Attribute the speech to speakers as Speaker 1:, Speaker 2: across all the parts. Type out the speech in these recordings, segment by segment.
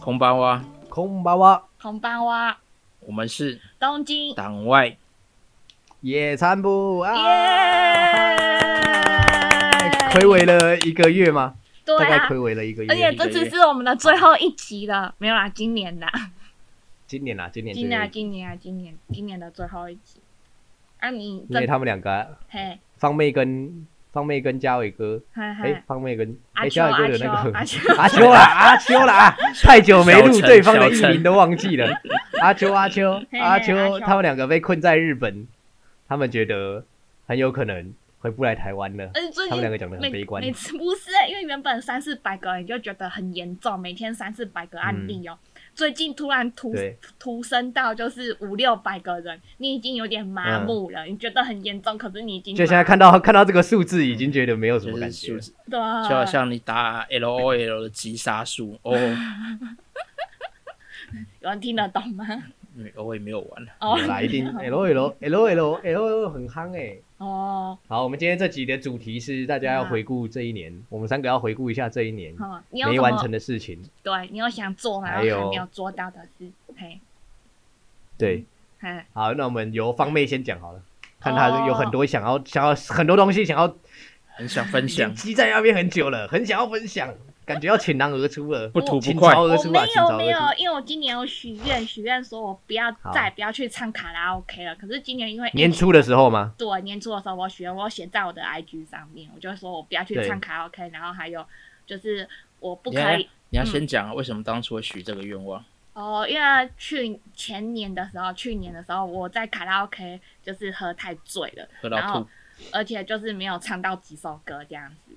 Speaker 1: 空巴哇，
Speaker 2: 空啊巴哇
Speaker 3: 红班哇，
Speaker 1: 我们是
Speaker 3: 东京，耶！
Speaker 1: 党外
Speaker 2: 野餐部啊，暌违了一个月吗？
Speaker 3: 对
Speaker 2: 哎大概
Speaker 3: 啊，
Speaker 2: 暌违了一个
Speaker 3: 而且
Speaker 2: 月。
Speaker 3: 这只是我们的最后一集了，没有啦，今年的，
Speaker 2: 今年啊，今年
Speaker 3: 今年啊，
Speaker 2: 对，
Speaker 3: 今年啊，今年，今年的最后一集。啊，你
Speaker 2: 因为
Speaker 3: 这
Speaker 2: 他们两个
Speaker 3: 嘿，
Speaker 2: 方妹跟方妹跟嘉伟哥，
Speaker 3: 嘿
Speaker 2: 哎
Speaker 3: 嘿，，
Speaker 2: 方妹跟
Speaker 3: 啊阿
Speaker 2: 哎
Speaker 3: 秋
Speaker 2: 嘉
Speaker 3: 阿
Speaker 2: 伟哥
Speaker 3: 秋
Speaker 2: 的那个
Speaker 3: 阿秋，
Speaker 2: 阿秋啦，阿秋啦， 啊太久没
Speaker 1: 小
Speaker 2: 录
Speaker 1: 陈
Speaker 2: 对方的
Speaker 1: 小
Speaker 2: 艺
Speaker 1: 陈
Speaker 2: 名都忘记了。阿秋，阿秋，
Speaker 3: 嘿
Speaker 2: 阿
Speaker 3: 阿秋
Speaker 2: 秋，他们两个被困在日本，他们觉得很有可能回不来台湾了。
Speaker 3: 而且最
Speaker 2: 他们两个
Speaker 3: 近
Speaker 2: 讲得很
Speaker 3: 每
Speaker 2: 悲观
Speaker 3: 呃每次不是、因为原本三四百个你就觉得很严重，每天三四百个案例哦，最近突然突
Speaker 2: 嗯对
Speaker 3: 突升到就是五六百个人，你已经有点麻木了，你觉得很严重，可是你已经
Speaker 2: 嗯就现在看
Speaker 3: 到
Speaker 2: 到看到这个数字，已经觉得没有什
Speaker 1: 就
Speaker 2: 么
Speaker 1: 是
Speaker 2: 感觉
Speaker 1: 数
Speaker 2: 了。
Speaker 1: 字，
Speaker 3: 对，
Speaker 1: 就好像你打 L O L 的击杀术哦，
Speaker 3: 有人听得懂吗？
Speaker 1: 嗯我也没有玩，
Speaker 3: 哦
Speaker 2: 有啦，一定哎 L L L L L 很夯哎、
Speaker 3: 哦，
Speaker 2: 好，我们今天这集的主题是大家要回顾这一年，我们三个要回顾一下这一年
Speaker 3: 啊好，你有
Speaker 2: 没
Speaker 3: 什
Speaker 2: 完成
Speaker 3: 么？
Speaker 2: 的事情。
Speaker 3: 对，你有想做然后
Speaker 2: 还有
Speaker 3: 还没有做到的事，嘿，嗯
Speaker 2: 对，
Speaker 3: 嘿，
Speaker 2: 好，那我们由方妹先讲好了，看她
Speaker 3: 哦
Speaker 2: 有很多想要、想要很多东西想要
Speaker 1: 很想分享，
Speaker 2: 积在那边很久了，很想要分享，感觉要倾囊而出了，
Speaker 1: 不吐不
Speaker 2: 倾
Speaker 1: 快。
Speaker 2: 巢而
Speaker 3: 我
Speaker 2: 出
Speaker 3: 没
Speaker 2: 啊，倾
Speaker 3: 有
Speaker 2: 巢
Speaker 3: 哦没
Speaker 2: 而
Speaker 3: 有
Speaker 2: 出。，
Speaker 3: 因为我今年有许愿，许愿说我不要
Speaker 2: 好
Speaker 3: 再不要去唱卡拉 OK 了。可是今年因为疫
Speaker 2: 年
Speaker 3: 情
Speaker 2: 初的时候吗？
Speaker 3: 对，年初的时候我许愿，我写在我的 IG 上面，我就说我不要去
Speaker 2: 对
Speaker 3: 唱卡拉 OK，然后还有就是我不嗯
Speaker 1: 你要
Speaker 3: 可以
Speaker 1: 你要先讲啊，为什么当初会许这个愿望？
Speaker 3: 哦，因为去前年的时候，去年的时候我在卡拉 OK 就是喝太醉了，
Speaker 1: 喝
Speaker 3: 然
Speaker 1: 到
Speaker 3: 后
Speaker 1: 吐，
Speaker 3: 而且就是没有唱到几首歌这样子，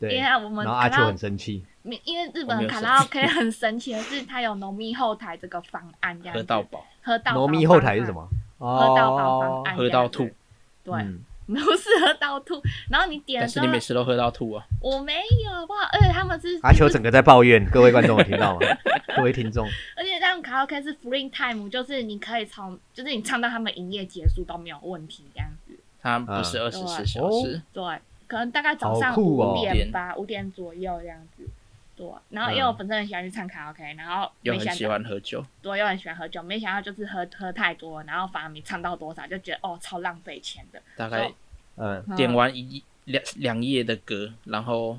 Speaker 2: 对，
Speaker 3: 因为
Speaker 2: 然
Speaker 3: 我们
Speaker 2: 后
Speaker 3: 卡
Speaker 2: 阿秋
Speaker 3: 拉
Speaker 2: 很生气，
Speaker 3: 没因为日
Speaker 1: 我哦没
Speaker 3: 本
Speaker 1: 有
Speaker 3: 卡
Speaker 1: 生
Speaker 3: 拉 OK 很神奇的是，它有浓密后台这个方案这样子，
Speaker 1: 喝到饱，
Speaker 3: 喝到
Speaker 2: 农
Speaker 3: 饱
Speaker 2: 民
Speaker 3: 方
Speaker 2: 后台是
Speaker 3: 案
Speaker 2: 什？么？哦
Speaker 3: 喝哦到饱方案，
Speaker 1: 哦喝到吐，，
Speaker 3: 对，
Speaker 2: 嗯
Speaker 3: 没有是喝到吐。然后你点
Speaker 1: 但
Speaker 3: 的
Speaker 1: 是
Speaker 3: 时
Speaker 1: 你
Speaker 3: 候，
Speaker 1: 每次都喝到吐啊，
Speaker 3: 我没有哇，而且他们是
Speaker 2: 阿秋
Speaker 3: 就是
Speaker 2: 整个在抱怨，各位观众有听 到吗？各位听众，
Speaker 3: 而且他们卡拉 OK 是 free time，就是你可以从，就是你唱到他们营业结束都没有问题这样子。
Speaker 1: 它不
Speaker 2: 嗯
Speaker 1: 是二十四
Speaker 3: 对
Speaker 1: 小时，
Speaker 3: 对，可能大概早上
Speaker 2: 好酷哦
Speaker 3: 五点吧，五、点左右这样子。对，啊然后
Speaker 2: 嗯
Speaker 3: 因为我本身很喜欢去唱卡拉 OK，然后
Speaker 1: 又
Speaker 3: 没
Speaker 1: 很
Speaker 3: 想
Speaker 1: 喜
Speaker 3: 到，
Speaker 1: 欢喝酒，
Speaker 3: 对，又很喜欢喝酒，没想到就是喝喝太多，然后反而没唱到多少，就觉得哦超浪费钱的。
Speaker 1: 大概
Speaker 2: 嗯，
Speaker 3: 嗯
Speaker 1: 点完一两两夜的歌，然后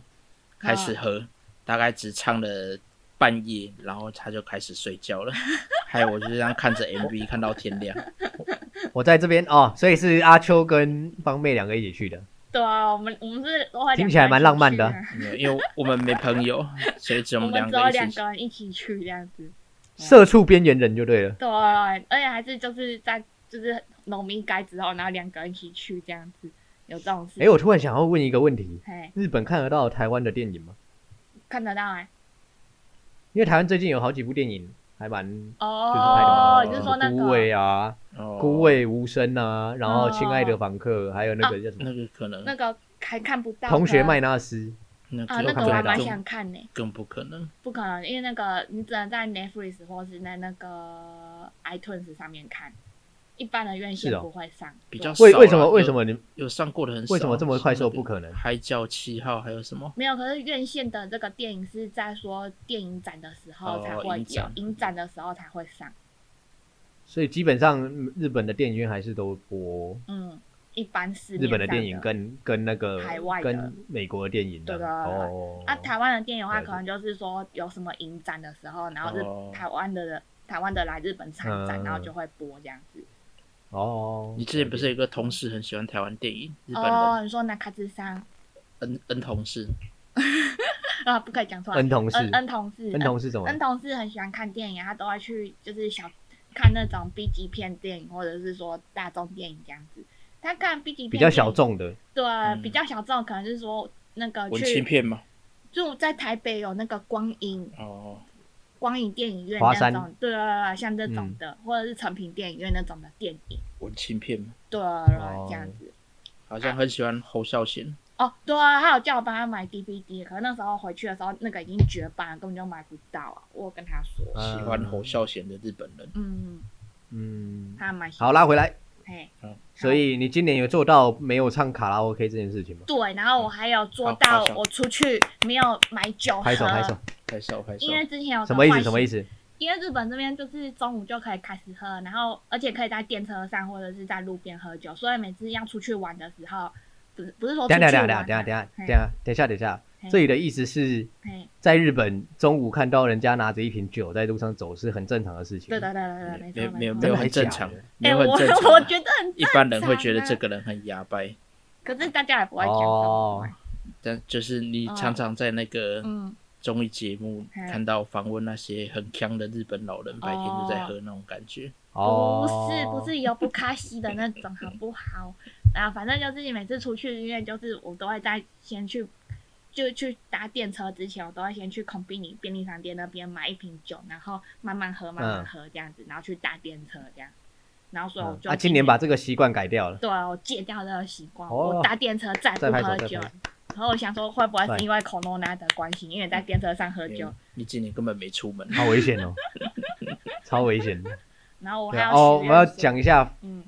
Speaker 1: 开始
Speaker 3: 嗯
Speaker 1: 喝，大概只唱了半夜，然后他就开始睡觉了。 还有我就这样看着 MV 看到天亮，
Speaker 2: 我在这边哦，所以是阿秋跟方妹两个一起去的。
Speaker 3: 对啊，我们我们是我
Speaker 2: 听起来蛮浪漫的
Speaker 1: 没有因为我们没朋 友，所以只有
Speaker 3: 我
Speaker 1: 我们两
Speaker 3: 们只有
Speaker 1: 个一
Speaker 3: 两
Speaker 1: 起。
Speaker 3: 个人一起去这样子。
Speaker 2: 社畜边缘人就对了，
Speaker 3: 对，而且还是就是在就是农民改之后，然后两个人一起去这样子，有这种事。
Speaker 2: 哎，我突然想要问一个问题：
Speaker 3: 嘿，
Speaker 2: 日本看得到台湾的电影吗？
Speaker 3: 看得到哎、
Speaker 2: 因为台湾最近有好几部电影还蛮就是拍
Speaker 3: 哦，
Speaker 2: 的，
Speaker 3: 你
Speaker 2: 什
Speaker 3: 是
Speaker 2: 么
Speaker 3: 说那
Speaker 2: 孤味
Speaker 3: 个
Speaker 2: 啊，
Speaker 1: 哦
Speaker 2: 孤味无声啊，然后亲爱的房客，还有那
Speaker 3: 哦
Speaker 2: 个叫什么
Speaker 1: 那个可能
Speaker 3: 那个还看不到的
Speaker 2: 同学麦纳斯，
Speaker 1: 那个
Speaker 3: 啊？
Speaker 2: 都
Speaker 3: 那个
Speaker 2: 看
Speaker 3: 我
Speaker 2: 不
Speaker 3: 还
Speaker 2: 到
Speaker 3: 蛮
Speaker 1: 更
Speaker 3: 想看呢、
Speaker 1: 更不可能。
Speaker 3: 不可能，因为那个你只能在 Netflix 或是在那个 iTunes 上面看，一般的院线
Speaker 2: 是哦
Speaker 3: 不会上。
Speaker 1: 比较
Speaker 3: 对
Speaker 2: 为
Speaker 1: 少啊
Speaker 2: 为什么
Speaker 1: 有
Speaker 2: 为什么你
Speaker 1: 有上过的很少？
Speaker 2: 为什么这么快说不可能
Speaker 1: 像那个海角七号还有什么？
Speaker 3: 没有，可是院线的这个电影是在说电影展的时候才
Speaker 1: 哦
Speaker 3: 会
Speaker 1: 影
Speaker 3: 有
Speaker 1: 展，
Speaker 3: 影展的时候才会上。
Speaker 2: 所以基本上嗯日本的电影院还是都播
Speaker 3: 嗯，一般是
Speaker 2: 日本的电影跟跟那个
Speaker 3: 海外的
Speaker 2: 跟美国的电影的
Speaker 3: 对的
Speaker 2: 哦
Speaker 3: 啊，台湾的电影的话，
Speaker 2: 对
Speaker 3: 可能就是说有什么影展的时候，然后日、
Speaker 1: 哦
Speaker 3: 台湾的人台湾的来日本参展，
Speaker 2: 嗯
Speaker 3: 然后就会播这样子。
Speaker 2: 哦，
Speaker 1: 你之前不是有一个同事很喜欢台湾电影？日本的
Speaker 3: 哦，你说那卡之桑
Speaker 1: N N 同事，
Speaker 3: 啊，不可以讲出来。
Speaker 2: 恩同事
Speaker 3: 恩恩同事，
Speaker 2: 恩同是什么？
Speaker 3: 恩同事很喜欢看电影，他都会去就是小看那种 B 级片电影，或者是说大众电影这样子。他看 B 级片
Speaker 2: 比较小
Speaker 3: 电
Speaker 2: 众
Speaker 3: 影，
Speaker 2: 的，
Speaker 3: 对，啊
Speaker 1: 嗯
Speaker 3: 比较小众，可能是说那个
Speaker 1: 文青
Speaker 3: 去
Speaker 1: 片嘛。
Speaker 3: 就在台北有那个光影
Speaker 1: 哦，
Speaker 3: 光影电影院
Speaker 2: 华
Speaker 3: 那
Speaker 2: 山
Speaker 3: 种，对对对对，像这种
Speaker 2: 嗯
Speaker 3: 的，或者是成品电影院那种的电影，
Speaker 1: 文青片嘛，
Speaker 3: 对对对
Speaker 2: 哦
Speaker 3: 这样子。
Speaker 1: 好像很喜欢侯孝贤。
Speaker 3: 哦，对啊，他有叫我帮他买 DVD，可是那时候回去的时候，那个已经绝版了，根本就买不到啊。我有跟他说，
Speaker 2: 嗯
Speaker 1: 喜欢侯孝贤的日本人，
Speaker 3: 嗯，
Speaker 2: 嗯，
Speaker 3: 他还蛮喜欢
Speaker 2: 好，拉回来，
Speaker 3: 嘿
Speaker 1: 嗯，
Speaker 2: 所以你今年有做到没有唱卡拉 OK 这件事情吗？
Speaker 3: 对，然后我还有做
Speaker 1: 好
Speaker 3: 到
Speaker 1: 好笑
Speaker 3: 我出去没有买酒喝，
Speaker 2: 拍手拍手，
Speaker 1: 拍手拍手
Speaker 3: 因，为之前有个
Speaker 2: 什么意
Speaker 3: 坏
Speaker 2: 思？
Speaker 3: 习
Speaker 2: 什么意思？
Speaker 3: 因为日本这边就是中午就可以开始喝，然后而且可以在电车上或者是在路边喝酒，所以每次要出去玩的时候，不是不是说出
Speaker 2: 等
Speaker 3: 去
Speaker 2: 一下等
Speaker 3: 玩
Speaker 2: 一
Speaker 3: 啊，
Speaker 2: 下等一下等一下等
Speaker 3: 嘿
Speaker 2: 一下等一下等一下，
Speaker 3: 嘿
Speaker 2: 这里的意思是
Speaker 3: 嘿
Speaker 2: 在日本中午看到人家拿着一瓶酒在路上走是很正常的事情。
Speaker 3: 对对对对对，
Speaker 1: 没
Speaker 3: 对
Speaker 1: 有没有
Speaker 3: 错
Speaker 1: 没
Speaker 2: 真
Speaker 1: 有
Speaker 2: 的
Speaker 3: 错
Speaker 2: 还
Speaker 1: 很
Speaker 2: 假
Speaker 1: 正常
Speaker 2: 的，
Speaker 1: 没有
Speaker 3: 哎
Speaker 1: 很正
Speaker 3: 我我
Speaker 1: 常，啊
Speaker 3: 觉得很，
Speaker 1: 一般人会觉得
Speaker 3: 正常啊
Speaker 1: 这个人很牙掰，
Speaker 3: 可是大家也不会讲什么
Speaker 2: 哦，，
Speaker 1: 但就是你常常在那个
Speaker 3: 嗯，
Speaker 1: 综艺节目
Speaker 3: 嘿
Speaker 1: 看到访问那些很强的日本老人，白天就在喝那种感觉。
Speaker 3: 不
Speaker 2: 哦，
Speaker 3: 是不是有不卡西的那种，好不好？啊，反正就是每次出去，因为就是我都会在先去。就去搭电车之前，我都会先去孔比尼便利商店那边买一瓶酒，然后慢慢喝，慢慢喝这样子，然后去搭电车这样。然后所以我
Speaker 2: 嗯
Speaker 3: 就、
Speaker 2: 啊，今年把这个习惯改掉了。
Speaker 3: 对啊我戒掉这个习惯，
Speaker 2: 哦
Speaker 3: 我搭电车再不
Speaker 2: 再拍手
Speaker 3: 喝
Speaker 2: 再
Speaker 3: 酒
Speaker 2: 拍手。
Speaker 3: 然后我想说，会不会
Speaker 2: 对
Speaker 3: 是因为 corona 的关系，因为在电车上喝
Speaker 2: 嗯
Speaker 3: 酒，
Speaker 1: 你今年根本没出门，
Speaker 2: 好危险 哦，超危险的。
Speaker 3: 然后我还
Speaker 2: 对啊
Speaker 3: 要
Speaker 2: 哦，我
Speaker 3: 实
Speaker 2: 们要
Speaker 3: 验室，
Speaker 2: 讲一下，
Speaker 3: 嗯，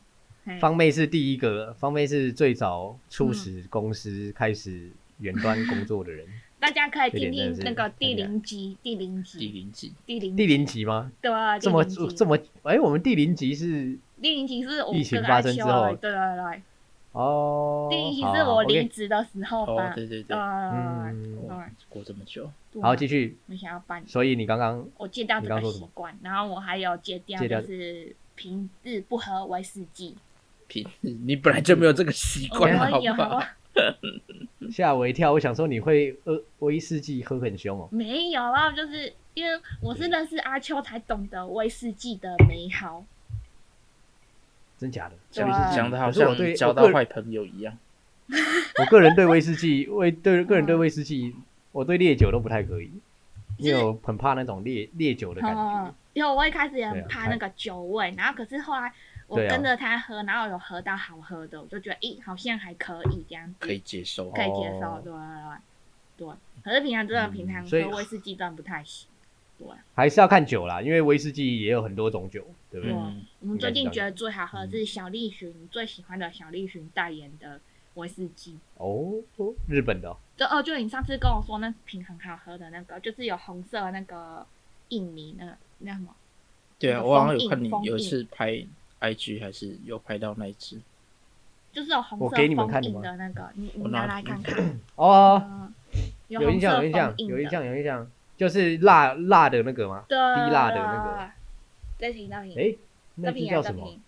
Speaker 3: 嘿
Speaker 2: 方妹是第一个，方妹是最早促使公司开始远端工作的人。
Speaker 3: 大家可以听
Speaker 2: 这点
Speaker 3: 听
Speaker 2: 真的
Speaker 3: 那
Speaker 2: 是
Speaker 3: 个第
Speaker 2: 很厉害
Speaker 3: 零集，第
Speaker 1: 第
Speaker 3: 零集，
Speaker 1: 零集
Speaker 3: 第零
Speaker 2: 第零集吗？
Speaker 3: 对啊，
Speaker 2: 这么
Speaker 3: 第零集
Speaker 2: 这么哎，我们第零集是
Speaker 3: 第零集是我
Speaker 2: 疫情
Speaker 3: 跟
Speaker 2: 发
Speaker 3: 阿
Speaker 2: 生之
Speaker 3: 秋
Speaker 2: 后
Speaker 3: 对对对，
Speaker 2: 哦，
Speaker 3: 第零集
Speaker 2: 好
Speaker 3: 是
Speaker 2: 好
Speaker 3: 我
Speaker 2: OK
Speaker 3: 离职的时候
Speaker 1: 哦
Speaker 3: 吧，，
Speaker 1: 对对对，
Speaker 3: 呃，
Speaker 2: 嗯，
Speaker 3: 对
Speaker 1: 过这么久，
Speaker 3: 对
Speaker 2: 好，
Speaker 3: 啊
Speaker 2: 继续。
Speaker 3: 我想要办，
Speaker 2: 所以你刚刚
Speaker 3: 我戒掉
Speaker 2: 你
Speaker 3: 这
Speaker 2: 刚刚
Speaker 3: 个
Speaker 2: 说什么
Speaker 3: 习惯，然后我还有戒掉
Speaker 2: 戒掉
Speaker 3: 就是平日不喝威士忌，
Speaker 1: 平 你本来就没有这个习
Speaker 3: 我
Speaker 1: 惯，好
Speaker 3: 哦有啊
Speaker 1: 吧？
Speaker 2: 吓我一跳，我想说你会呃威士忌喝很凶哦。
Speaker 3: 没有啊？就是因为我是认识阿秋才懂得威士忌的美好，
Speaker 2: 真假的？
Speaker 1: 讲
Speaker 3: 对
Speaker 1: 讲的好
Speaker 2: 可是
Speaker 1: 像
Speaker 2: 我对
Speaker 1: 交到坏朋友一样。
Speaker 2: 我个人对威士忌，威对个人对威士忌，我对烈酒都不太可以，因为我很怕那种烈烈酒的感觉
Speaker 3: 嗯。，因为我一开始也
Speaker 2: 对
Speaker 3: 很
Speaker 2: 啊
Speaker 3: 怕
Speaker 2: 还
Speaker 3: 那个酒味，然后可是后来我
Speaker 2: 对啊
Speaker 3: 跟着他喝，然后有喝到好喝的，我就觉得，咦，好像还可以这样子，
Speaker 1: 可以接受，
Speaker 3: 可以接受，
Speaker 2: 哦
Speaker 3: 对啊对对。可是平常真的
Speaker 2: 嗯
Speaker 3: 平常
Speaker 2: 所以
Speaker 3: 喝威士忌真的不太行，对。
Speaker 2: 还是要看酒啦，因为威士忌也有很多种酒，对不对？
Speaker 1: 嗯，
Speaker 3: 我们最近
Speaker 2: 应该是
Speaker 3: 觉
Speaker 2: 这
Speaker 3: 得最好喝的是小栗旬最喜欢的小栗旬代言的威士忌。
Speaker 2: 哦，日本的哦
Speaker 3: 就哦，就你上次跟我说那瓶很好喝的那个，就是有红色的那个印尼那个那什么，
Speaker 1: 对
Speaker 3: 那
Speaker 1: 啊，
Speaker 3: 个
Speaker 1: 我好像
Speaker 3: 封
Speaker 1: 有看
Speaker 3: 印
Speaker 1: 你
Speaker 3: 封
Speaker 1: 有一
Speaker 3: 印
Speaker 1: 次拍 IG 还是有拍到那一只，
Speaker 3: 就是有红
Speaker 2: 我
Speaker 3: 色
Speaker 2: 给你们
Speaker 3: 封
Speaker 2: 看的
Speaker 3: 印
Speaker 2: 吗
Speaker 3: 哦的那个，你你
Speaker 1: 我
Speaker 3: 拿
Speaker 1: 拿
Speaker 3: 来看 看。
Speaker 2: 哦，
Speaker 3: 嗯，
Speaker 2: 有印
Speaker 3: 红
Speaker 2: 象，有
Speaker 3: 色
Speaker 2: 印象
Speaker 3: 封，印
Speaker 2: 有印
Speaker 3: 的，
Speaker 2: 象，有印象，就是辣辣的那个吗？
Speaker 3: 对，
Speaker 2: 滴蜡的那个。
Speaker 3: 这瓶那瓶，
Speaker 2: 诶，
Speaker 3: 这
Speaker 2: 那
Speaker 3: 瓶
Speaker 2: 只
Speaker 3: 啊
Speaker 2: 叫
Speaker 3: 这
Speaker 2: 什么
Speaker 3: 瓶？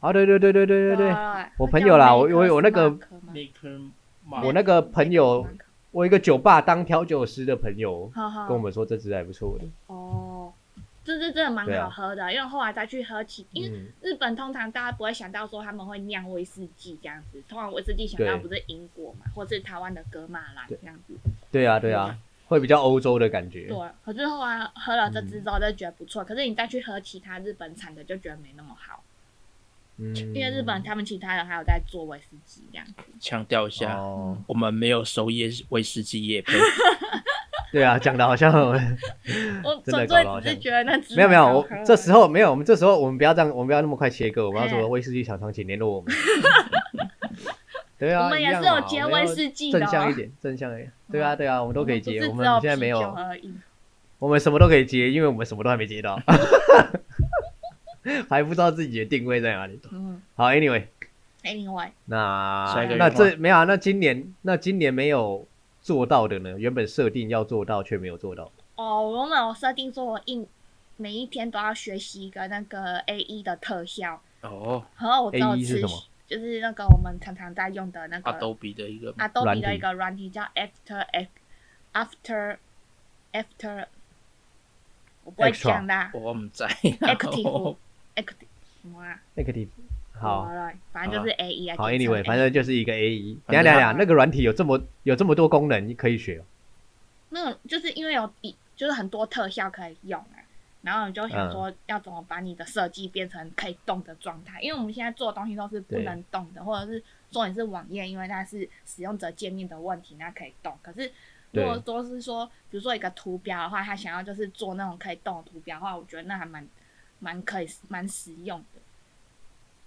Speaker 2: 啊，对对对对对对对，
Speaker 3: 啊
Speaker 2: 我朋友啦我我有那个
Speaker 1: 那颗
Speaker 2: 我那个朋友，我一个酒吧当调酒师的朋友
Speaker 3: 好好
Speaker 2: 跟我们说这支还不错的，
Speaker 3: 哦，这这真的蛮
Speaker 2: 对啊
Speaker 3: 好喝的，因为后来再去喝起，因为
Speaker 2: 嗯，
Speaker 3: 日本通常大家不会想到说他们会酿威士忌这样子，通常威士忌想到
Speaker 2: 对
Speaker 3: 不是英国嘛，或是台湾的格马兰
Speaker 2: 对
Speaker 3: 这样子。
Speaker 2: 对啊对啊，会比较欧洲的感觉，
Speaker 3: 对，啊可是后来喝了这支之后就觉得不错，可是你再去喝其他日本产的就觉得没那么好，
Speaker 2: 嗯，
Speaker 3: 因为日本他们其他人还有在做威士忌这样子。
Speaker 1: 强调一下，
Speaker 2: 哦，
Speaker 1: 我们没有收业威士忌业 配，
Speaker 2: 对啊，讲的好 像
Speaker 3: 我
Speaker 2: 嗯真的
Speaker 3: 纯
Speaker 2: 搞得好
Speaker 3: 粹只
Speaker 2: 像
Speaker 3: 是觉得那支
Speaker 2: 没有没有，
Speaker 3: 蛮好
Speaker 2: 我
Speaker 3: 喝的
Speaker 2: 这时候没有，我们这时候我们不要这样，我们不要那么快切割，我们要
Speaker 3: 哎
Speaker 2: 说威士忌厂商请联络我们。对啊，
Speaker 3: 我们也
Speaker 2: 一样
Speaker 3: 是有
Speaker 2: 嘛
Speaker 3: 接
Speaker 2: 我们要
Speaker 3: 威士忌的哦嗯
Speaker 2: 正向一点，正向一点。对啊对啊，我们都可以接，我
Speaker 3: 我
Speaker 2: 们
Speaker 3: 不是只有
Speaker 2: 现在没
Speaker 3: 啤酒啊
Speaker 2: 有，
Speaker 3: 而已。
Speaker 2: 我们什么都可以接，因为我们什么都还没接 到，还不知道自己的定位在哪里。
Speaker 3: 嗯
Speaker 2: 好，anyway，
Speaker 3: ，Anyway，
Speaker 2: 那
Speaker 1: 下一个
Speaker 2: 那
Speaker 1: 愿望
Speaker 2: 这没有啊，那今年那今年没有做到的呢？原本设定要做到却没有做到，
Speaker 3: 哦，我们有设定说我一每一天都要学习一个那个 A E 的特效，
Speaker 1: 哦
Speaker 3: 然后我只有
Speaker 2: AE E 是
Speaker 3: 吃
Speaker 2: 什么
Speaker 3: 就是那个我们常常在用的那个
Speaker 1: ，Adobe 的一个
Speaker 3: Adobe 的
Speaker 2: 软
Speaker 3: 一
Speaker 2: 体
Speaker 3: 个软体叫 After F- After After，我不会
Speaker 2: Extra
Speaker 3: 讲啦
Speaker 1: 我们在
Speaker 3: ，Active Active 什么啊？
Speaker 2: 那个地好。
Speaker 3: 了，反正就是 A E 啊。
Speaker 2: 好
Speaker 3: 简称
Speaker 2: ，anyway，反正就是一个 A E。
Speaker 1: 反
Speaker 2: 等一下
Speaker 1: 正它
Speaker 2: 等一下等一下，那个软体有这么有这么多功能可以学哦，
Speaker 3: 那种就是因为有一就是很多特效可以用啊，然后你就想说要怎么把你的设计变成可以动的状态，因为我们现在做的东西都是不
Speaker 2: 对
Speaker 3: 能动的，或者是说你是网页，因为它是使用者界面的问题，那可以动。可是如果说是说，比如说一个图标的话，他想要就是做那种可以动的图标的话，我觉得那还蛮蛮可以蛮实用的。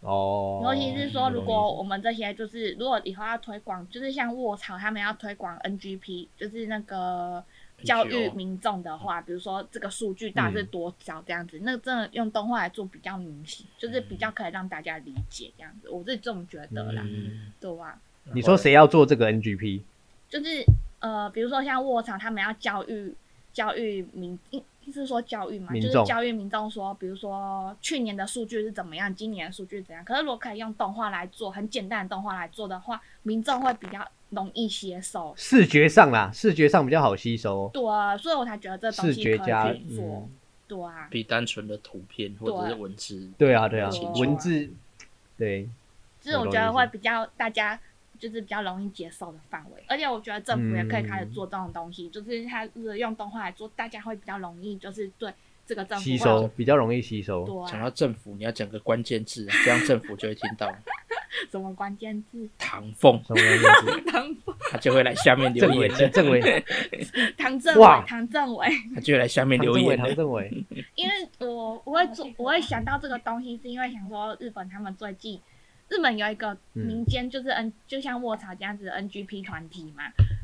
Speaker 2: 哦，
Speaker 3: 尤其是说，
Speaker 2: 懂
Speaker 3: 如
Speaker 2: 你意
Speaker 3: 果
Speaker 2: 思
Speaker 3: 我们这些就是如果以后要推广，就是像卧槽他们要推广 NGP，就是那个教育
Speaker 1: NGO
Speaker 3: 民众的
Speaker 2: 嗯
Speaker 3: 话，比如说这个数据到底是多少这样子，那真的用动画来做比较明显，就是比
Speaker 2: 嗯
Speaker 3: 较可以让大家理解这样子，我是这么觉得啦，
Speaker 1: 嗯，
Speaker 3: 对啊吧、
Speaker 2: 你说谁要做这个 NGP？
Speaker 3: 就是呃，比如说像卧槽他们要教育教育民。是说教育嘛，
Speaker 2: 民
Speaker 3: 就是
Speaker 2: 众
Speaker 3: 教育民众说，比如说去年的数据是怎么样，今年的数据怎样。可是如果可以用动画来做，很简单的动画来做的话，民众会比较容易接受。
Speaker 2: 视觉上啦，视觉上比较好吸收，哦
Speaker 3: 对啊，所以我才觉得这东
Speaker 2: 视
Speaker 3: 西
Speaker 2: 觉
Speaker 3: 可
Speaker 2: 加
Speaker 3: 以去做。
Speaker 2: 嗯，
Speaker 3: 对啊，
Speaker 1: 比单纯的图片或者是
Speaker 3: 对
Speaker 1: 文字，
Speaker 2: 对啊对啊
Speaker 3: 对啊，
Speaker 2: 文字对
Speaker 3: 就是我觉得会比较大家就是比较容易接受的范围。而且我觉得政府也可以开始做这种东西，就是它如果用动画来做，大家会比较容易就是对这个政府
Speaker 2: 吸
Speaker 3: 会有
Speaker 2: 收比较容易吸收，
Speaker 3: 对
Speaker 1: 讲
Speaker 3: 啊，
Speaker 1: 到政府，你要讲个关键字，这样政府就会听到
Speaker 3: 什么关键字？
Speaker 1: 唐凤，
Speaker 2: 什么样子？
Speaker 3: 唐
Speaker 1: 他就会来下面留
Speaker 2: 政委
Speaker 1: 言的，
Speaker 2: 政委
Speaker 3: 唐政
Speaker 2: 哇
Speaker 3: 委，唐政委。
Speaker 1: 他就会来下面
Speaker 2: 唐
Speaker 1: 留
Speaker 2: 政委
Speaker 1: 言
Speaker 2: 唐
Speaker 1: 的。
Speaker 2: 政 委，
Speaker 3: 因为我我会做，我会想到这个东西，是因为想说日本他们最近，日本有一个
Speaker 2: 嗯
Speaker 3: 民间就是 N，、就像卧槽这样子的 NGP 团体嘛，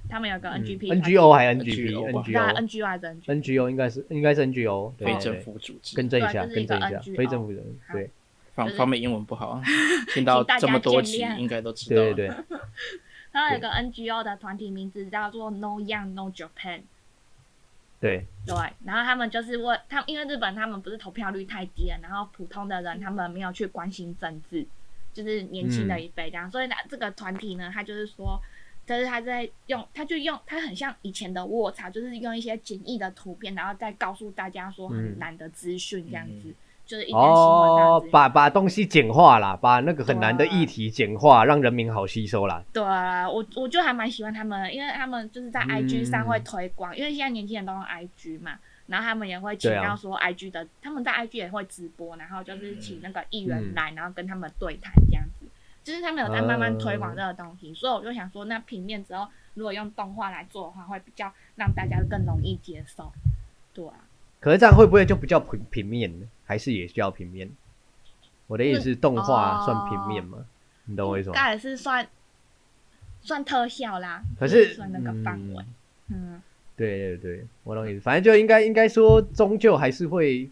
Speaker 3: 他们有个
Speaker 2: 嗯
Speaker 3: NGP 团体、
Speaker 2: NGO 还
Speaker 1: NGO 吧
Speaker 3: NGO
Speaker 2: NGP
Speaker 3: 还是 NGO，
Speaker 2: NGO，NGO 应该是应该是 NGO，对
Speaker 1: 非
Speaker 2: 对
Speaker 1: 政
Speaker 2: 对，
Speaker 1: 府组织，
Speaker 2: 更正一下，
Speaker 3: 对啊
Speaker 2: 更
Speaker 3: 就是
Speaker 2: 正
Speaker 3: 一个
Speaker 2: 一下，
Speaker 3: NGO
Speaker 2: 非政府的，对
Speaker 1: 方
Speaker 3: 就是
Speaker 1: 方面英文不好 啊，听到这么多集
Speaker 3: 请大家见谅
Speaker 1: 应该都知道啊
Speaker 2: 对
Speaker 1: 了。
Speaker 2: 对对，
Speaker 3: 他有一个 NGO 的团体名字叫做 No Young No Japan，
Speaker 2: 对，
Speaker 3: 对，然后他们就是为他因为日本他们不是投票率太低了，然后普通的人他们没有去关心政治，就是年轻的一辈这样，所以呢这个团体呢，他就是说，就是他在用，他就用他很像以前的卧槽，就是用一些简易的图片，然后再告诉大家说很难的资讯这样子，就是 一篇新闻这样
Speaker 2: 哦
Speaker 3: 子，，
Speaker 2: 把把东西简化啦，把那个很难的
Speaker 3: 对啊
Speaker 2: 议题简化，让人民好吸收啦。
Speaker 3: 对啊，我我就还蛮喜欢他们的，因为他们就是在
Speaker 2: 嗯
Speaker 3: IG 上会推广，因为现在年轻人都用 IG 嘛，然后他们也会请
Speaker 2: 对啊
Speaker 3: 到说 IG 的，他们在 IG 也会直播，然后就是请那个议
Speaker 2: 嗯
Speaker 3: 员来，然后跟他们对谈这样子，就是他们有在慢慢推
Speaker 2: 哦
Speaker 3: 广这个东西，所以我就想说，那平面之后如果用动画来做的话，会比较让大家更容易接受，对啊，
Speaker 2: 可是这样会不会就不叫平平面呢？还是也叫平面？我的意思是，动画
Speaker 3: 哦
Speaker 2: 算平面吗？你懂我意思吗？
Speaker 3: 大概是算算特效啦，
Speaker 2: 可是
Speaker 3: 算那个范围，
Speaker 2: 嗯
Speaker 3: 嗯，
Speaker 2: 对对对，我懂你意思。反正就应该应该说，终究还是会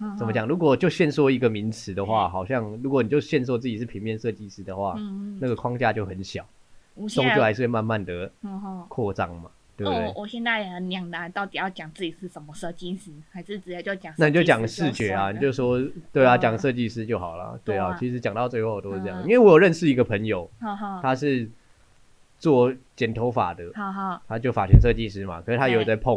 Speaker 3: 嗯
Speaker 2: 怎么讲？如果就限缩一个名词的话，好像如果你就限缩自己是平面设计师的话，
Speaker 3: 嗯？嗯
Speaker 2: 那
Speaker 3: 嗯，
Speaker 2: 个框架就很小，
Speaker 3: 我现
Speaker 2: 终究
Speaker 3: 在，
Speaker 2: 还是会啊慢慢的
Speaker 3: 嗯哼。
Speaker 2: 扩张嘛，对不
Speaker 3: 那我
Speaker 2: 对？
Speaker 3: 哦我现在也很两难，到底要讲自己是什么设计师，还是直接就讲？
Speaker 2: 那你就讲视觉啊，你就说对啊，
Speaker 3: 嗯
Speaker 2: 讲设计师就好了。对啊
Speaker 3: 对，啊
Speaker 2: 其实讲到最后都是这样，
Speaker 3: 嗯
Speaker 2: 因为我有认识一个朋友，
Speaker 3: 哈哈，
Speaker 2: 他是做剪头发的，
Speaker 3: 好好
Speaker 2: 他就发型设计师嘛，可是他有在碰，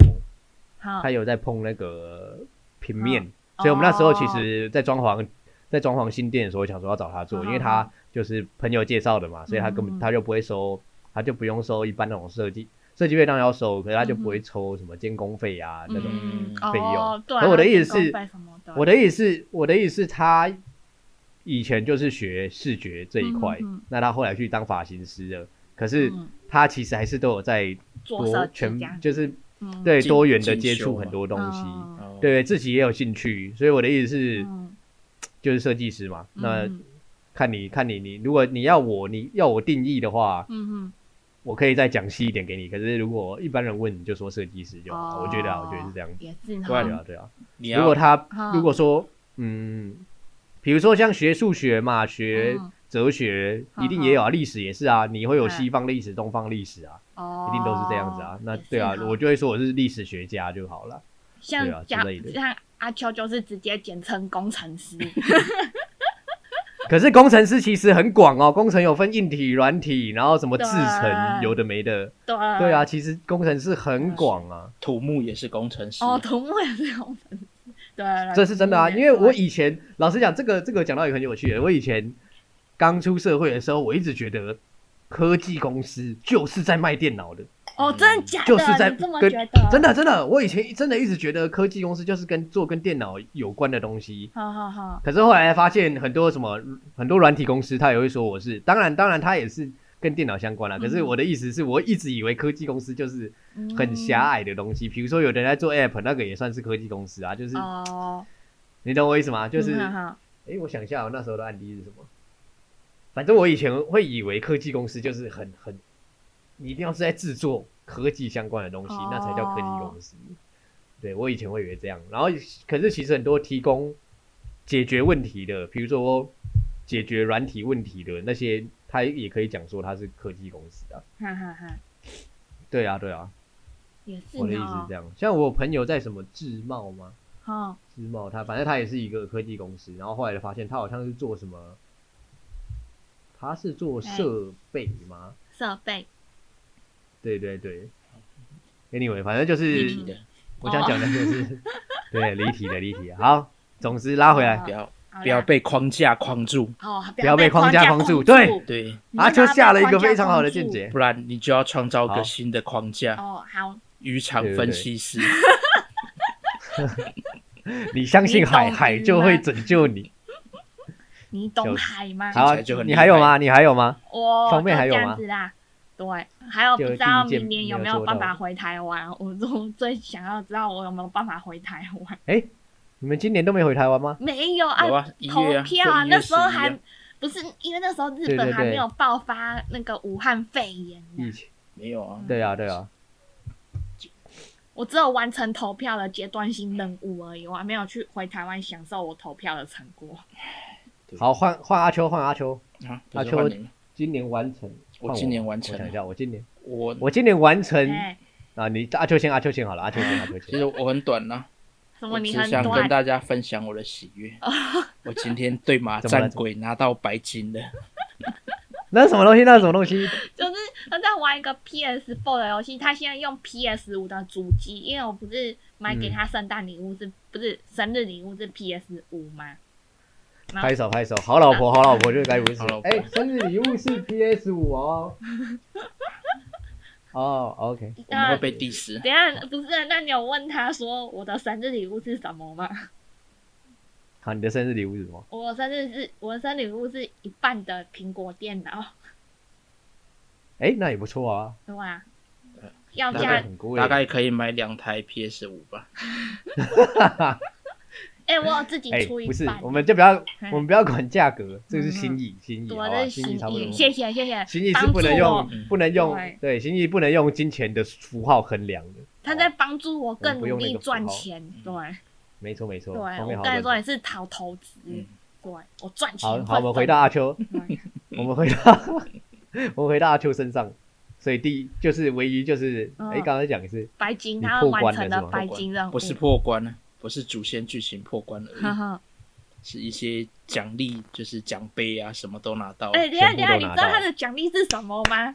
Speaker 3: 好
Speaker 2: 他，有在碰那个平面，
Speaker 3: 哦
Speaker 2: 所以我们那时候其实，在装潢，在装潢新店的时候，想说要找他做，
Speaker 3: 嗯
Speaker 2: 因为他就是朋友介绍的嘛，所以他根本
Speaker 3: 嗯
Speaker 2: 他就不会收，他就不用收一般那种设计设计费，当然要收，可是他就不会抽什么监工费啊那种。
Speaker 3: 嗯
Speaker 2: 费用
Speaker 3: 哦对啊
Speaker 2: 可我的意思是
Speaker 3: 公费什么的
Speaker 2: 我的意思是，我的意思是，他以前就是学视觉这一块，
Speaker 3: 嗯嗯嗯
Speaker 2: 那他后来去当发型师了，可是
Speaker 3: 嗯
Speaker 2: 他其实还是都有在
Speaker 3: 做设
Speaker 2: 多
Speaker 3: 计
Speaker 2: 全
Speaker 3: 这样子，
Speaker 2: 就是
Speaker 3: 嗯
Speaker 2: 对
Speaker 1: 进
Speaker 2: 多元的
Speaker 1: 进
Speaker 2: 接
Speaker 1: 修啊
Speaker 2: 触
Speaker 1: 嘛
Speaker 2: 很多东西，
Speaker 3: 嗯
Speaker 1: 哦
Speaker 2: 对自己也有兴趣，所以我的意思是，
Speaker 3: 嗯
Speaker 2: 就是设计师嘛，那
Speaker 3: 嗯
Speaker 2: 看你看你你，如果你要我你要我定义的话，
Speaker 3: 嗯
Speaker 2: 我可以再讲细一点给你。可是如果一般人问你就说设计师就好，
Speaker 3: 哦
Speaker 2: 我觉得啊，我觉得是这样。
Speaker 3: 也是
Speaker 1: 对
Speaker 2: 对
Speaker 3: 哈
Speaker 2: 啊，对啊。
Speaker 1: 你
Speaker 2: 如果
Speaker 1: 要
Speaker 2: 他
Speaker 3: 嗯
Speaker 2: 如果说嗯，比如说像学数学嘛，学
Speaker 3: 嗯
Speaker 2: 哲学一定也有啊，历史也是啊，你会有西方历史、东方历史啊，
Speaker 3: 哦，
Speaker 2: 一定都是这样子啊。那
Speaker 3: 也是
Speaker 2: 对啊，
Speaker 3: 哈
Speaker 2: 我就会说我是历史学家就好了。对啊
Speaker 3: 像
Speaker 2: 之
Speaker 3: 讲
Speaker 2: 类的
Speaker 3: 像阿秋就是直接简称工 程师，
Speaker 2: 可是工程师其实很广哦，工程有分硬体、软体，然后什么制成，
Speaker 3: 对啊
Speaker 2: 有的没的。
Speaker 3: 对啊
Speaker 2: 对啊，，其实工程师很广啊，
Speaker 1: 土木也是工程师，
Speaker 3: 哦，土木也是工程师，对啊，
Speaker 2: 这是真的啊。因为我
Speaker 3: 对
Speaker 2: 以前老实讲，这个这个讲到也很有趣的。我以前刚出社会的时候，我一直觉得科技公司就是在卖电脑的，
Speaker 3: 哦，真的假的？
Speaker 2: 就是在
Speaker 3: 你这么
Speaker 2: 跟
Speaker 3: 觉得？
Speaker 2: 真的真的，我以前真的一直觉得科技公司就是跟做跟电脑有关的东西。
Speaker 3: 好好好，
Speaker 2: 可是后来发现很多什么很多软体公司，他也会说我是，当然当然他也是跟电脑相关啦、
Speaker 3: 嗯
Speaker 2: 可是我的意思是我一直以为科技公司就是
Speaker 3: 嗯
Speaker 2: 很狭隘的东西，比如说有的人在做 app，那个也算是科技公司啊，就是、
Speaker 3: 哦，
Speaker 2: 你懂我意思吗？就是
Speaker 3: 嗯好好
Speaker 2: 诶，我想一下、哦，那时候的案例是什么？反正我以前会以为科技公司就是很很，你一定要是在制作科技相关的东西，
Speaker 3: 哦
Speaker 2: 那才叫科技公司。对我以前会以为这样，然后可是其实很多提供解决问题的，比如说解决软体问题的那些，他也可以讲说他是科技公司的。
Speaker 3: 哈哈哈，
Speaker 2: 对啊，对啊，
Speaker 3: 也是
Speaker 2: 我的意思是
Speaker 3: 哦
Speaker 2: 这，样。像我朋友在什么智茂吗？
Speaker 3: 哦，
Speaker 2: 智茂，他反正他也是一个科技公司，然后后来发现他好像是做什么，他是做设备吗？
Speaker 3: 设备
Speaker 2: 对对对。Anyway，反正就
Speaker 1: 立
Speaker 2: 是
Speaker 1: 体的，
Speaker 2: 我想讲的就是， 对离题的离题。好，总之拉回来
Speaker 3: 哦
Speaker 1: 不要
Speaker 3: 好啦
Speaker 1: 不要被框架框住，
Speaker 3: 哦，
Speaker 2: 不要被框架
Speaker 3: 架
Speaker 2: 框住
Speaker 3: 住，
Speaker 2: 对
Speaker 1: 对，
Speaker 3: 你
Speaker 2: 阿
Speaker 3: 不
Speaker 2: 秋
Speaker 3: 要
Speaker 2: 啊下
Speaker 3: 被
Speaker 2: 了一个
Speaker 3: 框架
Speaker 2: 非常好的
Speaker 3: 框
Speaker 2: 见
Speaker 3: 住。
Speaker 2: 解。
Speaker 1: 不然你就要创造
Speaker 2: 好
Speaker 1: 个新的框架，
Speaker 3: 哦，好，
Speaker 1: 渔场
Speaker 2: 对对
Speaker 1: 分
Speaker 2: 对
Speaker 1: 析师。
Speaker 2: 你相信海，
Speaker 3: 你懂
Speaker 2: 海
Speaker 3: 鱼
Speaker 2: 就
Speaker 3: 吗
Speaker 2: 会拯救你。
Speaker 3: 你
Speaker 2: 就
Speaker 3: 懂海吗？
Speaker 2: 好
Speaker 1: 听起来就，很
Speaker 2: 你
Speaker 1: 厉
Speaker 2: 还有
Speaker 1: 害
Speaker 2: 吗？你还有吗？
Speaker 3: 我
Speaker 2: 方便
Speaker 3: 就
Speaker 2: 还有
Speaker 3: 这样
Speaker 2: 吗
Speaker 3: 子啦。对，还有不
Speaker 2: 就
Speaker 3: 知道
Speaker 2: 第一件
Speaker 3: 明年有
Speaker 2: 没
Speaker 3: 没
Speaker 2: 有
Speaker 3: 有
Speaker 2: 做
Speaker 3: 办
Speaker 2: 到
Speaker 3: 法回台湾，我都最想要知道我有没有办法回台湾。
Speaker 2: 你们今年都没回台湾吗？
Speaker 3: 没有
Speaker 1: 有啊一
Speaker 3: 投
Speaker 1: 月啊
Speaker 3: 票
Speaker 1: 就一月
Speaker 3: 那时候
Speaker 1: 11啊
Speaker 3: 还不是因为那时候
Speaker 2: 对
Speaker 3: 日
Speaker 2: 对
Speaker 3: 本还
Speaker 2: 对嗯
Speaker 3: 没有爆发那个武汉肺炎啊、
Speaker 2: 疫情。
Speaker 1: 没有啊，
Speaker 2: 对啊，对啊。
Speaker 3: 我只有完成投票的阶段性任务而已，我还没有去回台湾享受我投票的成果。
Speaker 2: 好，换换阿秋，换阿秋。
Speaker 1: 啊，不
Speaker 2: 阿
Speaker 1: 是
Speaker 2: 秋
Speaker 1: 换你了
Speaker 2: 今年完成，
Speaker 1: 我
Speaker 2: 换
Speaker 1: 今年完
Speaker 2: 我
Speaker 1: 成
Speaker 2: 想一
Speaker 1: 了，
Speaker 2: 下，我今年
Speaker 1: 我
Speaker 2: 我今年完成
Speaker 3: 哎、
Speaker 2: 啊，你阿秋先，阿秋先好了，阿啊秋先，阿秋
Speaker 1: 其
Speaker 2: 先。
Speaker 1: 实我很短啦，
Speaker 3: 什
Speaker 1: 我
Speaker 3: 么
Speaker 1: 只
Speaker 3: 你很
Speaker 1: 想跟
Speaker 3: 短？
Speaker 1: 大家分享我的喜 悦。我今天对马
Speaker 2: 怎么了
Speaker 1: 战鬼拿到白金 了，
Speaker 2: 那是什么东西？那是什么东西？
Speaker 3: 就是他在玩一个 PS4 的游戏，他现在用 PS5 的主机，因为我不是买给他圣诞礼物是、不是生日礼物是 PS5 吗？然后
Speaker 2: 拍手拍手，好老婆，好老婆，就是该如此
Speaker 1: 好老。婆
Speaker 2: 哎，生日礼物是 PS 五哦。哦，OK，
Speaker 1: 我们
Speaker 3: 那
Speaker 1: 会被 diss。
Speaker 3: 等一下不是，那你有问他说我的生日礼物是什么吗？
Speaker 2: 好，你的生日礼物是什么？
Speaker 3: 我的生日是我的生日礼物是一半的苹果电脑，
Speaker 2: 哎，那也不错啊，
Speaker 3: 对吧？要
Speaker 1: 大概
Speaker 2: 大
Speaker 3: 价
Speaker 2: 概很贵，
Speaker 1: 大概可以买两台 PS 五吧，
Speaker 3: 哎、我有自己
Speaker 2: 哎，
Speaker 3: 出一
Speaker 2: 不是
Speaker 3: 半，，
Speaker 2: 我们就不要，
Speaker 3: 嘿
Speaker 2: 我们不要管价格，这是心意，心意，好
Speaker 3: 嗯我
Speaker 2: 吧，
Speaker 3: 的
Speaker 2: 心
Speaker 3: 啊心
Speaker 2: 意差不多
Speaker 3: 意，。谢谢谢谢，
Speaker 2: 心意
Speaker 3: 帮
Speaker 2: 是
Speaker 3: 助
Speaker 2: 不能用
Speaker 3: 我，
Speaker 2: 不能用
Speaker 3: 对，
Speaker 2: 对，心意不能用金钱的符号衡量的。哦
Speaker 3: 他
Speaker 2: 好
Speaker 3: 在帮助我
Speaker 2: 我们
Speaker 3: 更
Speaker 2: 嗯不
Speaker 3: 努
Speaker 2: 用那
Speaker 3: 力
Speaker 2: 个符
Speaker 3: 赚
Speaker 2: 号
Speaker 3: 钱，对。
Speaker 2: 没错没错，
Speaker 3: 对，
Speaker 2: 方面
Speaker 3: 我
Speaker 2: 好
Speaker 3: 跟你
Speaker 2: 论
Speaker 3: 说，也是讨投资，
Speaker 1: 嗯
Speaker 3: 对我赚钱
Speaker 2: 好
Speaker 3: 会
Speaker 2: 好，我们回
Speaker 3: 分
Speaker 2: 到阿秋，
Speaker 3: 对
Speaker 2: 我
Speaker 1: 嗯
Speaker 2: 们回到我们回到阿秋身上，所以第一就是唯一就是，
Speaker 3: 嗯
Speaker 2: 哎、刚才讲的是
Speaker 3: 白金，
Speaker 2: 你
Speaker 3: 他
Speaker 2: 破
Speaker 3: 完
Speaker 2: 关
Speaker 3: 成
Speaker 2: 了是吗
Speaker 3: 白金任务，
Speaker 1: 不是破关了，不是主线剧情破关而
Speaker 3: 呵
Speaker 1: 已，
Speaker 3: 呵。
Speaker 1: 是一些奖励，就是奖杯啊，什么都拿到了。
Speaker 3: 哎，等一下
Speaker 2: 全
Speaker 3: 等
Speaker 2: 部
Speaker 3: 一
Speaker 2: 都
Speaker 3: 下，你知
Speaker 2: 拿
Speaker 3: 道
Speaker 2: 到
Speaker 3: 他的奖励是什么吗？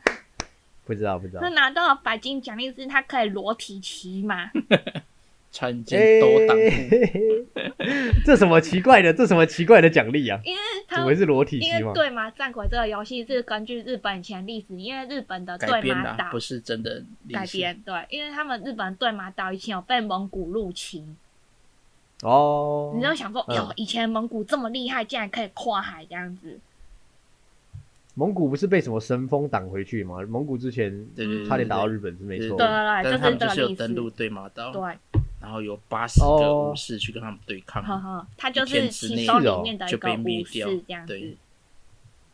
Speaker 2: 不知道不知道
Speaker 3: 他，拿到白金奖励是他可以裸体 骑马，
Speaker 1: 参见
Speaker 2: 哎
Speaker 1: 多挡，
Speaker 2: 这什么奇怪的，这什么奇怪的奖励啊？
Speaker 3: 因为
Speaker 2: 怎
Speaker 3: 他
Speaker 2: 么会是裸体
Speaker 3: 因
Speaker 2: 机吗
Speaker 3: 为？对马战鬼这个游戏是根据日本以前历史，因为日本的
Speaker 1: 改
Speaker 3: 对
Speaker 1: 编
Speaker 3: 马
Speaker 1: 啦，
Speaker 3: 岛
Speaker 1: 不是真的历史
Speaker 3: 改。编，对，因为他们日本对马岛以前有被蒙古入侵，
Speaker 2: 哦
Speaker 3: 你，就想说，
Speaker 2: 嗯
Speaker 3: 哟，以前蒙古这么厉害，竟然可以跨海这样子，
Speaker 2: 蒙古不是被什么神风挡回去吗？蒙古之前
Speaker 1: 对对对，
Speaker 2: 差点打到
Speaker 1: 对
Speaker 2: 日本是没
Speaker 1: 嗯对
Speaker 2: 错
Speaker 3: 嗯对啊
Speaker 2: 的，
Speaker 1: 但
Speaker 3: 对对，
Speaker 1: 是他们
Speaker 3: 就是
Speaker 1: 就是
Speaker 3: 这个
Speaker 1: 有
Speaker 3: 意思
Speaker 1: 登，陆对马岛，
Speaker 3: 对。
Speaker 1: 然后有八十个
Speaker 2: 哦
Speaker 1: 武士去跟他们对
Speaker 3: 呵
Speaker 1: 抗，
Speaker 3: 呵，他就
Speaker 1: 一
Speaker 3: 是
Speaker 1: 天之
Speaker 3: 其
Speaker 1: 内
Speaker 3: 中里面的一
Speaker 1: 就
Speaker 3: 个
Speaker 1: 被灭
Speaker 3: 武
Speaker 1: 掉
Speaker 3: 士这样子。
Speaker 1: 对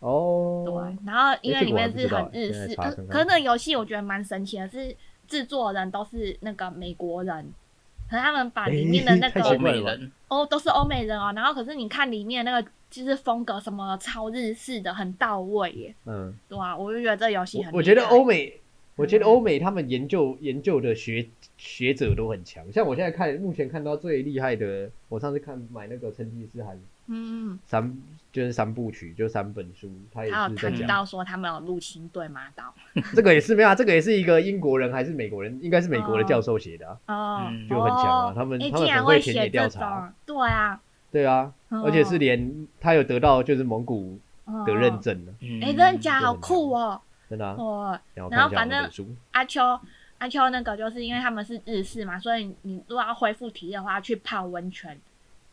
Speaker 2: 哦
Speaker 3: 对，，然啊后因为里面
Speaker 2: 诶
Speaker 3: 是
Speaker 2: 这个我还不知
Speaker 3: 很
Speaker 2: 道
Speaker 3: 日
Speaker 2: 现在
Speaker 3: 式，
Speaker 2: 查
Speaker 3: 可
Speaker 2: 看看
Speaker 3: 可是那个游戏我觉得蛮神奇的，是制作人都是那个美国人，可是他们把里面的那
Speaker 2: 诶太奇
Speaker 1: 欧
Speaker 3: 个
Speaker 2: 怪
Speaker 1: 美
Speaker 2: 了吧
Speaker 1: 人
Speaker 3: 欧都是欧美人哦，然后可是你看里面那个就是风格什么超日式的，很到位耶，
Speaker 2: 嗯。
Speaker 3: 对啊，我就觉得这游戏很
Speaker 2: 我我觉得
Speaker 3: 厉害嗯
Speaker 2: 欧美，我觉得欧美他们研究研究的学学者都很强。像我现在看，目前看到最厉害的，我上次看买那个成吉思汗
Speaker 3: 嗯，
Speaker 2: 三，就是三部曲，就三本书，他也
Speaker 3: 还
Speaker 2: 是
Speaker 3: 有
Speaker 2: 在
Speaker 3: 谈
Speaker 2: 讲
Speaker 3: 到说他们有入侵对马岛，
Speaker 2: 这个也是没有、啊，这个也是一个英国人还是美国人，应该是美国的教授写的啊、
Speaker 3: 哦
Speaker 1: 嗯，
Speaker 2: 就很强啊
Speaker 3: 哦
Speaker 2: 他们
Speaker 3: 诶
Speaker 2: 他们
Speaker 3: 竟然
Speaker 2: 很会
Speaker 3: 会
Speaker 2: 田
Speaker 3: 写
Speaker 2: 野调
Speaker 3: 这
Speaker 2: 查
Speaker 3: 种，对啊，
Speaker 2: 对啊，
Speaker 3: 哦
Speaker 2: 而且是连他有得到就是蒙古的认
Speaker 3: 哦
Speaker 2: 证的，
Speaker 1: 嗯
Speaker 3: 哎、真的假好酷哦！
Speaker 2: 真的、啊。
Speaker 3: 哦，
Speaker 2: 然后看
Speaker 3: 然
Speaker 2: 一
Speaker 3: 后
Speaker 2: 下
Speaker 3: 反
Speaker 2: 我们
Speaker 3: 正
Speaker 2: 的书，
Speaker 3: 阿秋，阿秋那个就是因为他们是日式嘛，所以你如果要恢复体力的话，要去泡温泉，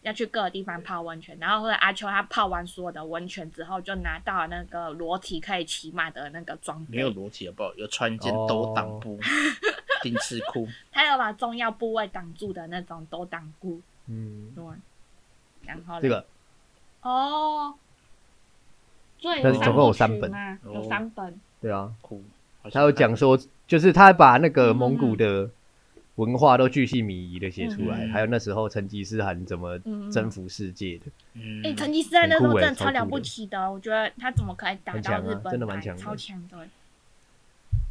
Speaker 3: 要去各个地方泡温泉。然后后来阿秋他泡完所有的温泉之后，就拿到那个裸体可以骑马的那个装
Speaker 1: 没有
Speaker 3: 备，
Speaker 1: 裸体好不好？有穿一件兜
Speaker 2: 哦
Speaker 1: 裆布、丁字裤，
Speaker 3: 他有把重要部位挡住的那种都挡住，
Speaker 2: 嗯，
Speaker 3: 对。然后嘞
Speaker 2: 这个
Speaker 3: 哦，所以
Speaker 2: 但
Speaker 1: 是
Speaker 3: 三
Speaker 1: 总
Speaker 2: 共有
Speaker 3: 部
Speaker 2: 三
Speaker 3: 曲
Speaker 2: 本
Speaker 3: 吗
Speaker 1: 哦
Speaker 3: 有三本，
Speaker 2: 对啊，
Speaker 1: 酷。好
Speaker 2: 他有
Speaker 1: 想看
Speaker 2: 讲说，就是他把那个
Speaker 3: 嗯
Speaker 2: 蒙古的文化都巨细靡遗的写出来，
Speaker 1: 嗯
Speaker 2: 还有那时候成吉思汗怎么
Speaker 3: 嗯，
Speaker 2: 征服世界的，
Speaker 1: 嗯，
Speaker 3: 哎、成吉思汗那时候真的超
Speaker 2: 很
Speaker 3: 了
Speaker 2: 酷
Speaker 3: 不
Speaker 2: 欸
Speaker 3: 起的，啊我觉得他怎么可以打
Speaker 2: 很
Speaker 3: 到
Speaker 2: 强啊
Speaker 3: 日本来，
Speaker 2: 真的蛮强的
Speaker 3: 超强的欸。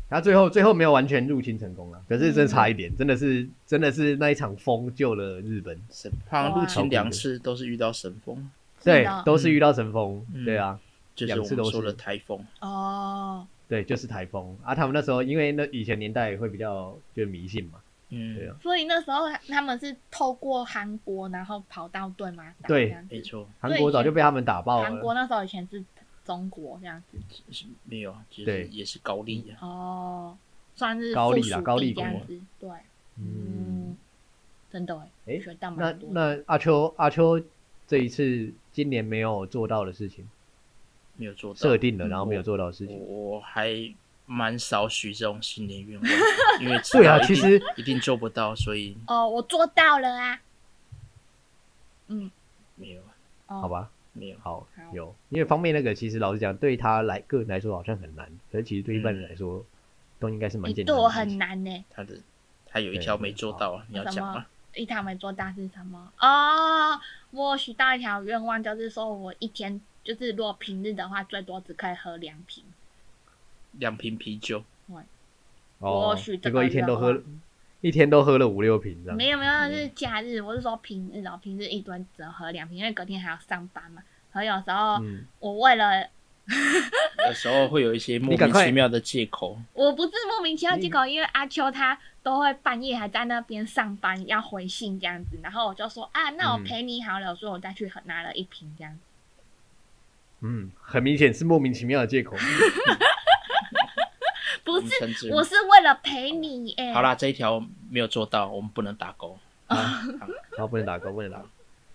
Speaker 2: 他最后最后没有完全入侵成功了，可是
Speaker 3: 嗯
Speaker 2: 真的差一点，真的是真的是那一场风救了日本，
Speaker 1: 神好像入
Speaker 2: 哇
Speaker 1: 侵两次都是遇到神风，
Speaker 3: 真
Speaker 2: 对
Speaker 3: 的，啊
Speaker 2: 都是遇到神风，
Speaker 1: 嗯
Speaker 2: 对啊，
Speaker 1: 就是
Speaker 2: 两
Speaker 1: 我
Speaker 2: 次都
Speaker 1: 们
Speaker 2: 是
Speaker 1: 说的台风。
Speaker 3: 哦，
Speaker 2: 对，就是台风啊。他们那时候因为那以前年代会比较就迷信嘛，对
Speaker 1: 嗯
Speaker 2: 啊，
Speaker 3: 所以那时候他们是透过韩国，然后跑到对吗？打
Speaker 2: 对
Speaker 3: 这样子
Speaker 1: 没错，
Speaker 2: 韩国早就被他们打爆
Speaker 3: 韩国
Speaker 2: 了，
Speaker 3: 那时候以前是中国这样子。
Speaker 1: 是没有，就
Speaker 2: 对
Speaker 1: 是也是高丽啊。
Speaker 3: 哦，算是
Speaker 2: 高丽
Speaker 3: 附
Speaker 2: 啦
Speaker 3: 属
Speaker 2: 高丽
Speaker 3: 地这样
Speaker 2: 国
Speaker 3: 子。对，
Speaker 2: 嗯
Speaker 3: 嗯，，真的哎，
Speaker 2: 诶
Speaker 3: 学到
Speaker 2: 那
Speaker 3: 蛮多的。
Speaker 2: 那阿秋阿秋这一次今年没有做到的事情，
Speaker 1: 没有做到
Speaker 2: 设。
Speaker 3: 嗯
Speaker 2: 定了然后没有做到的事
Speaker 1: 我
Speaker 2: 情。
Speaker 1: 我还蛮少许这种新年愿望， 因为知
Speaker 2: 对啊
Speaker 3: 嗯
Speaker 1: 道一定
Speaker 2: 其实
Speaker 1: 一定做不到，所以
Speaker 3: 哦，我做到了啊。嗯，
Speaker 1: 没有
Speaker 3: 哦，
Speaker 2: 好，吧，
Speaker 1: 没有。
Speaker 2: 好
Speaker 3: 好
Speaker 2: 有，因为方面那个其实老实讲，对他来个人来说好像很难，可是其实对一般人来说都应该是蛮
Speaker 3: 嗯你
Speaker 2: 简
Speaker 3: 对
Speaker 2: 单的。
Speaker 3: 我很，难呢。
Speaker 1: 他的他有一条没做到啊，你要
Speaker 3: 什
Speaker 1: 讲
Speaker 3: 么
Speaker 1: 吗？？
Speaker 3: 一条没做到是什么？哦，我许到一条愿望，就是说我一天就是如果平日的话，最多只可以喝两瓶。
Speaker 1: 两瓶啤酒，
Speaker 2: 哦
Speaker 3: 我许，
Speaker 2: 结
Speaker 3: 这
Speaker 2: 果
Speaker 3: 个
Speaker 2: 一天都喝
Speaker 3: 愿，
Speaker 2: 一天都喝了五六瓶这样。
Speaker 3: 没有没有，
Speaker 2: 嗯
Speaker 3: 是假日，我是说平日哦，平日一顿只喝两瓶，因为隔天还要上班嘛。还有时候
Speaker 2: 嗯，
Speaker 3: 我为了
Speaker 1: 有时候会有一些莫
Speaker 2: 你赶
Speaker 1: 名
Speaker 2: 快
Speaker 1: 其妙的借口。
Speaker 3: 我不是莫名其妙借口，
Speaker 2: 嗯
Speaker 3: 因为阿秋他都会半夜还在那边上班，要回信这样子，然后我就说啊，那我
Speaker 2: 嗯
Speaker 3: 陪你好了，所以我再去拿了一瓶这样子。
Speaker 2: 嗯，很明显是莫名其妙的借 口。
Speaker 3: 不
Speaker 1: 我
Speaker 3: 是
Speaker 1: 们，称
Speaker 2: 嗯
Speaker 1: 之为
Speaker 3: 我是为了陪你哎、
Speaker 1: 好啦，这一条没有做到，我们不能打勾。啊，好
Speaker 2: 然后不能打勾，不能打勾。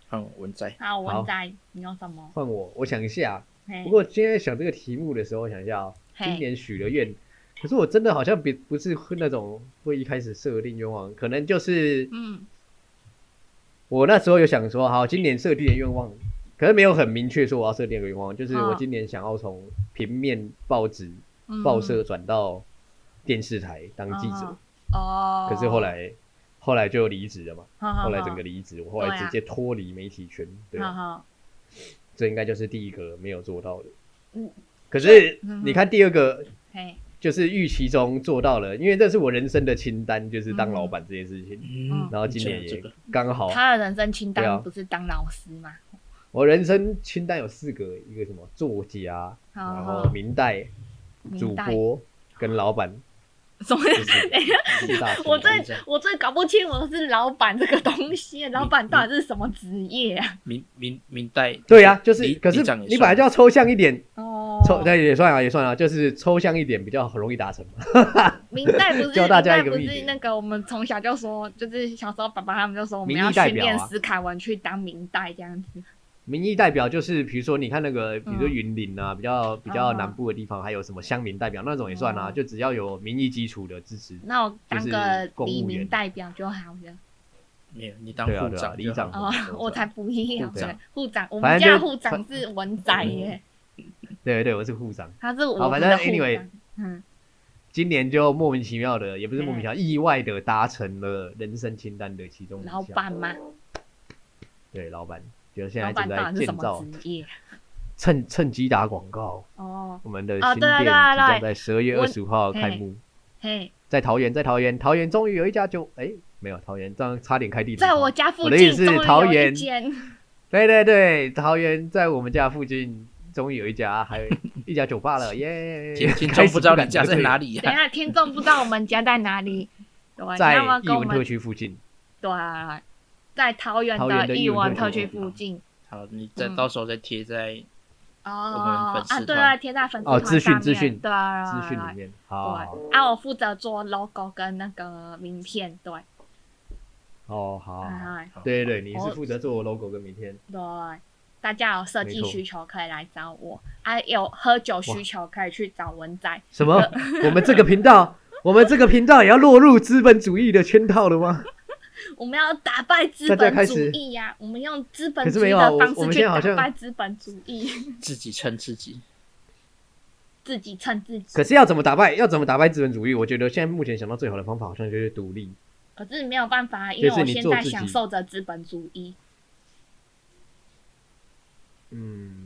Speaker 1: 嗯，文在
Speaker 3: 好，文仔，你有什么？
Speaker 2: 换我，我想一下。
Speaker 3: 嘿
Speaker 2: 不，过今天在想这个题目的时候，我想一下哦，今
Speaker 3: 嘿，
Speaker 2: 年许的愿，可是我真的好像别不是会那种会一开始设定愿望，可能就是
Speaker 3: 嗯，
Speaker 2: 我那时候有想说，好，今年设定的愿望，可是没有很明确说我要设定的愿望，就是
Speaker 3: 嗯
Speaker 2: 我今年想要从平面报纸
Speaker 3: 嗯
Speaker 2: 报社转到电视台当记者，
Speaker 3: 哦。
Speaker 2: 可是后，来后来就离职了嘛，后
Speaker 3: 后
Speaker 2: 来整个离职，我后来
Speaker 3: 对啊嗯
Speaker 2: 直接脱离媒体圈，对
Speaker 3: 好
Speaker 2: 吧，
Speaker 3: 好，
Speaker 2: 这应该就是第一个没有做到的
Speaker 3: 嗯。
Speaker 2: 可是
Speaker 3: 嗯
Speaker 2: 你看第二个，
Speaker 3: 嘿，
Speaker 2: 就是预期中做到了，因为这是我人生的清单，就是当老板这件事情。
Speaker 3: 哦
Speaker 1: 嗯
Speaker 2: 然后今年
Speaker 1: 这个这
Speaker 2: 也
Speaker 1: 个
Speaker 2: 刚好，
Speaker 3: 他的人生
Speaker 2: 哦
Speaker 3: 清
Speaker 2: 对啊
Speaker 3: 单不是当老师吗？
Speaker 2: 我人生清单有四个，一个什么作家，
Speaker 3: 好
Speaker 2: 然
Speaker 3: 好
Speaker 2: 后，明代、主
Speaker 3: 哦明代
Speaker 2: 播跟老板，
Speaker 3: 什么？哎
Speaker 2: 这是 四大
Speaker 3: 我
Speaker 2: 清单
Speaker 3: 最我最搞不清我是老板这个东
Speaker 2: 嗯
Speaker 3: 西，老板到底是什么职业啊？
Speaker 1: 明明明代
Speaker 2: 对呀、就是
Speaker 1: 里
Speaker 2: 可是
Speaker 1: 里长也
Speaker 2: 你
Speaker 1: 算
Speaker 2: 本来就要抽象一点，
Speaker 3: 哦，
Speaker 2: 抽那也算啊，也算啊，就是抽象一点比较容易达成嘛。
Speaker 3: 明代不是
Speaker 2: 教大家一个
Speaker 3: 明代
Speaker 2: 秘
Speaker 3: 不
Speaker 2: 诀
Speaker 3: 是那个我们从小就说，就是小时候爸爸他们就说我们
Speaker 2: 民意
Speaker 3: 要
Speaker 2: 代
Speaker 3: 训
Speaker 2: 表
Speaker 3: 练
Speaker 2: 啊
Speaker 3: 斯凯文去当明代这样子。
Speaker 2: 民意代表就是比如说你看那个，比如说
Speaker 3: 嗯
Speaker 2: 云林啊，比较比较
Speaker 3: 哦
Speaker 2: 南部的地方，还有什么乡民代表那种也算啊，
Speaker 3: 哦
Speaker 2: 就只要有民意基础的支持。
Speaker 3: 那我当
Speaker 2: 就
Speaker 3: 个
Speaker 2: 是公务
Speaker 3: 黎
Speaker 2: 员
Speaker 3: 明代表就好了。
Speaker 1: 没有你当
Speaker 2: 对啊
Speaker 1: 部
Speaker 2: 对啊，
Speaker 1: 长
Speaker 2: 里长
Speaker 1: 就好
Speaker 3: 哦
Speaker 2: 什么，的
Speaker 3: 我才不要
Speaker 2: 护长
Speaker 3: 呢！护长，我们
Speaker 2: 反正
Speaker 3: 家
Speaker 2: 就
Speaker 3: 护长是文仔耶，
Speaker 2: 对对，我是护长。
Speaker 3: 他是我
Speaker 2: 好
Speaker 3: 们
Speaker 2: 反
Speaker 3: 的
Speaker 2: 正
Speaker 3: 护
Speaker 2: anyway
Speaker 3: 长。嗯，
Speaker 2: 今年就莫名其妙的，也不是莫名其妙，意外的达成了人生清单的其中一项
Speaker 3: 老板嘛，
Speaker 2: 对老板，就是现
Speaker 3: 老
Speaker 2: 在
Speaker 3: 板
Speaker 2: 正
Speaker 3: 到
Speaker 2: 在
Speaker 3: 底是什
Speaker 2: 建
Speaker 3: 么
Speaker 2: 造，
Speaker 3: 职业？
Speaker 2: 趁趁机打广告。
Speaker 3: 哦，
Speaker 2: 我们的
Speaker 3: 哦
Speaker 2: 新
Speaker 3: 对
Speaker 2: 店
Speaker 3: 啊
Speaker 2: 即
Speaker 3: 对啊
Speaker 2: 将
Speaker 3: 对
Speaker 2: 在十二月
Speaker 3: 我
Speaker 2: 二十五号开
Speaker 3: 嘿
Speaker 2: 幕，
Speaker 3: 嘿，
Speaker 2: 在桃园，在桃园，桃园终于有一家酒，哎，没有桃园，这样差点开地址。
Speaker 3: 在我家附
Speaker 2: 我的意
Speaker 3: 近
Speaker 2: 思是
Speaker 3: 终于
Speaker 2: 桃
Speaker 3: 有一
Speaker 2: 园
Speaker 3: 间，
Speaker 2: 对对对，桃园在我们家附近，终于有一家，还有一家酒 吧了，耶！
Speaker 1: 听 听
Speaker 2: 嗯开
Speaker 1: 众
Speaker 2: 始
Speaker 1: 不知道你
Speaker 2: 敢
Speaker 1: 家
Speaker 2: 得
Speaker 1: 在
Speaker 2: 罪
Speaker 1: 哪
Speaker 2: 了，
Speaker 1: 里
Speaker 3: 等一
Speaker 1: 呀？
Speaker 3: 下听众不知道我们家在哪里，对，啊
Speaker 2: 在
Speaker 3: 那么
Speaker 2: 艺
Speaker 3: 跟我
Speaker 2: 文
Speaker 3: 们
Speaker 2: 特区附近。
Speaker 3: 对，啊在桃园
Speaker 2: 桃园的
Speaker 3: 的
Speaker 2: 艺
Speaker 3: 艺
Speaker 2: 文
Speaker 3: 文
Speaker 2: 特
Speaker 3: 特
Speaker 2: 区
Speaker 3: 区附近。
Speaker 1: 好，你再
Speaker 3: 嗯
Speaker 1: 到时候再贴在
Speaker 2: 嗯
Speaker 3: 哦
Speaker 1: 我们粉丝
Speaker 3: 啊，
Speaker 1: 团
Speaker 3: 对啊，贴在粉丝
Speaker 2: 哦
Speaker 3: 团
Speaker 2: 资讯
Speaker 3: 上面
Speaker 2: 资讯
Speaker 3: 对啊
Speaker 2: 资讯里
Speaker 3: 对
Speaker 2: 面，哦好好好
Speaker 3: 啊，我负责做 logo 跟那个名片，对，
Speaker 2: 哦，好，好好
Speaker 3: 啊
Speaker 2: 对对对，你
Speaker 3: 我
Speaker 2: 是负责做 logo 跟名片，
Speaker 3: 对，大家有设计
Speaker 2: 没错
Speaker 3: 需求可以来找我，啊，有喝酒需求可以去找文仔，
Speaker 2: 什 么？我们这个频道，我们这个频道也要落入资本主义的圈套了吗？
Speaker 3: 我们要打败资
Speaker 2: 大家开
Speaker 3: 本主
Speaker 2: 始
Speaker 3: 义呀、我们用资本
Speaker 2: 可是
Speaker 3: 主义
Speaker 2: 没有啊
Speaker 3: 的
Speaker 2: 我
Speaker 3: 方
Speaker 2: 我
Speaker 3: 式
Speaker 2: 们
Speaker 3: 去
Speaker 2: 现在
Speaker 3: 打
Speaker 2: 好像
Speaker 3: 败资本主义，
Speaker 1: 自己撑自己。
Speaker 3: 自己蹭自己。
Speaker 2: 可是要怎么打败，要怎么打败资本主义？我觉得现在目前想到最好的方法，好像就是独立。
Speaker 3: 可是没有办法，因为
Speaker 2: 就是
Speaker 3: 我
Speaker 2: 你
Speaker 3: 现
Speaker 2: 做
Speaker 3: 在
Speaker 2: 自己
Speaker 3: 享受着资本主义。
Speaker 2: 嗯，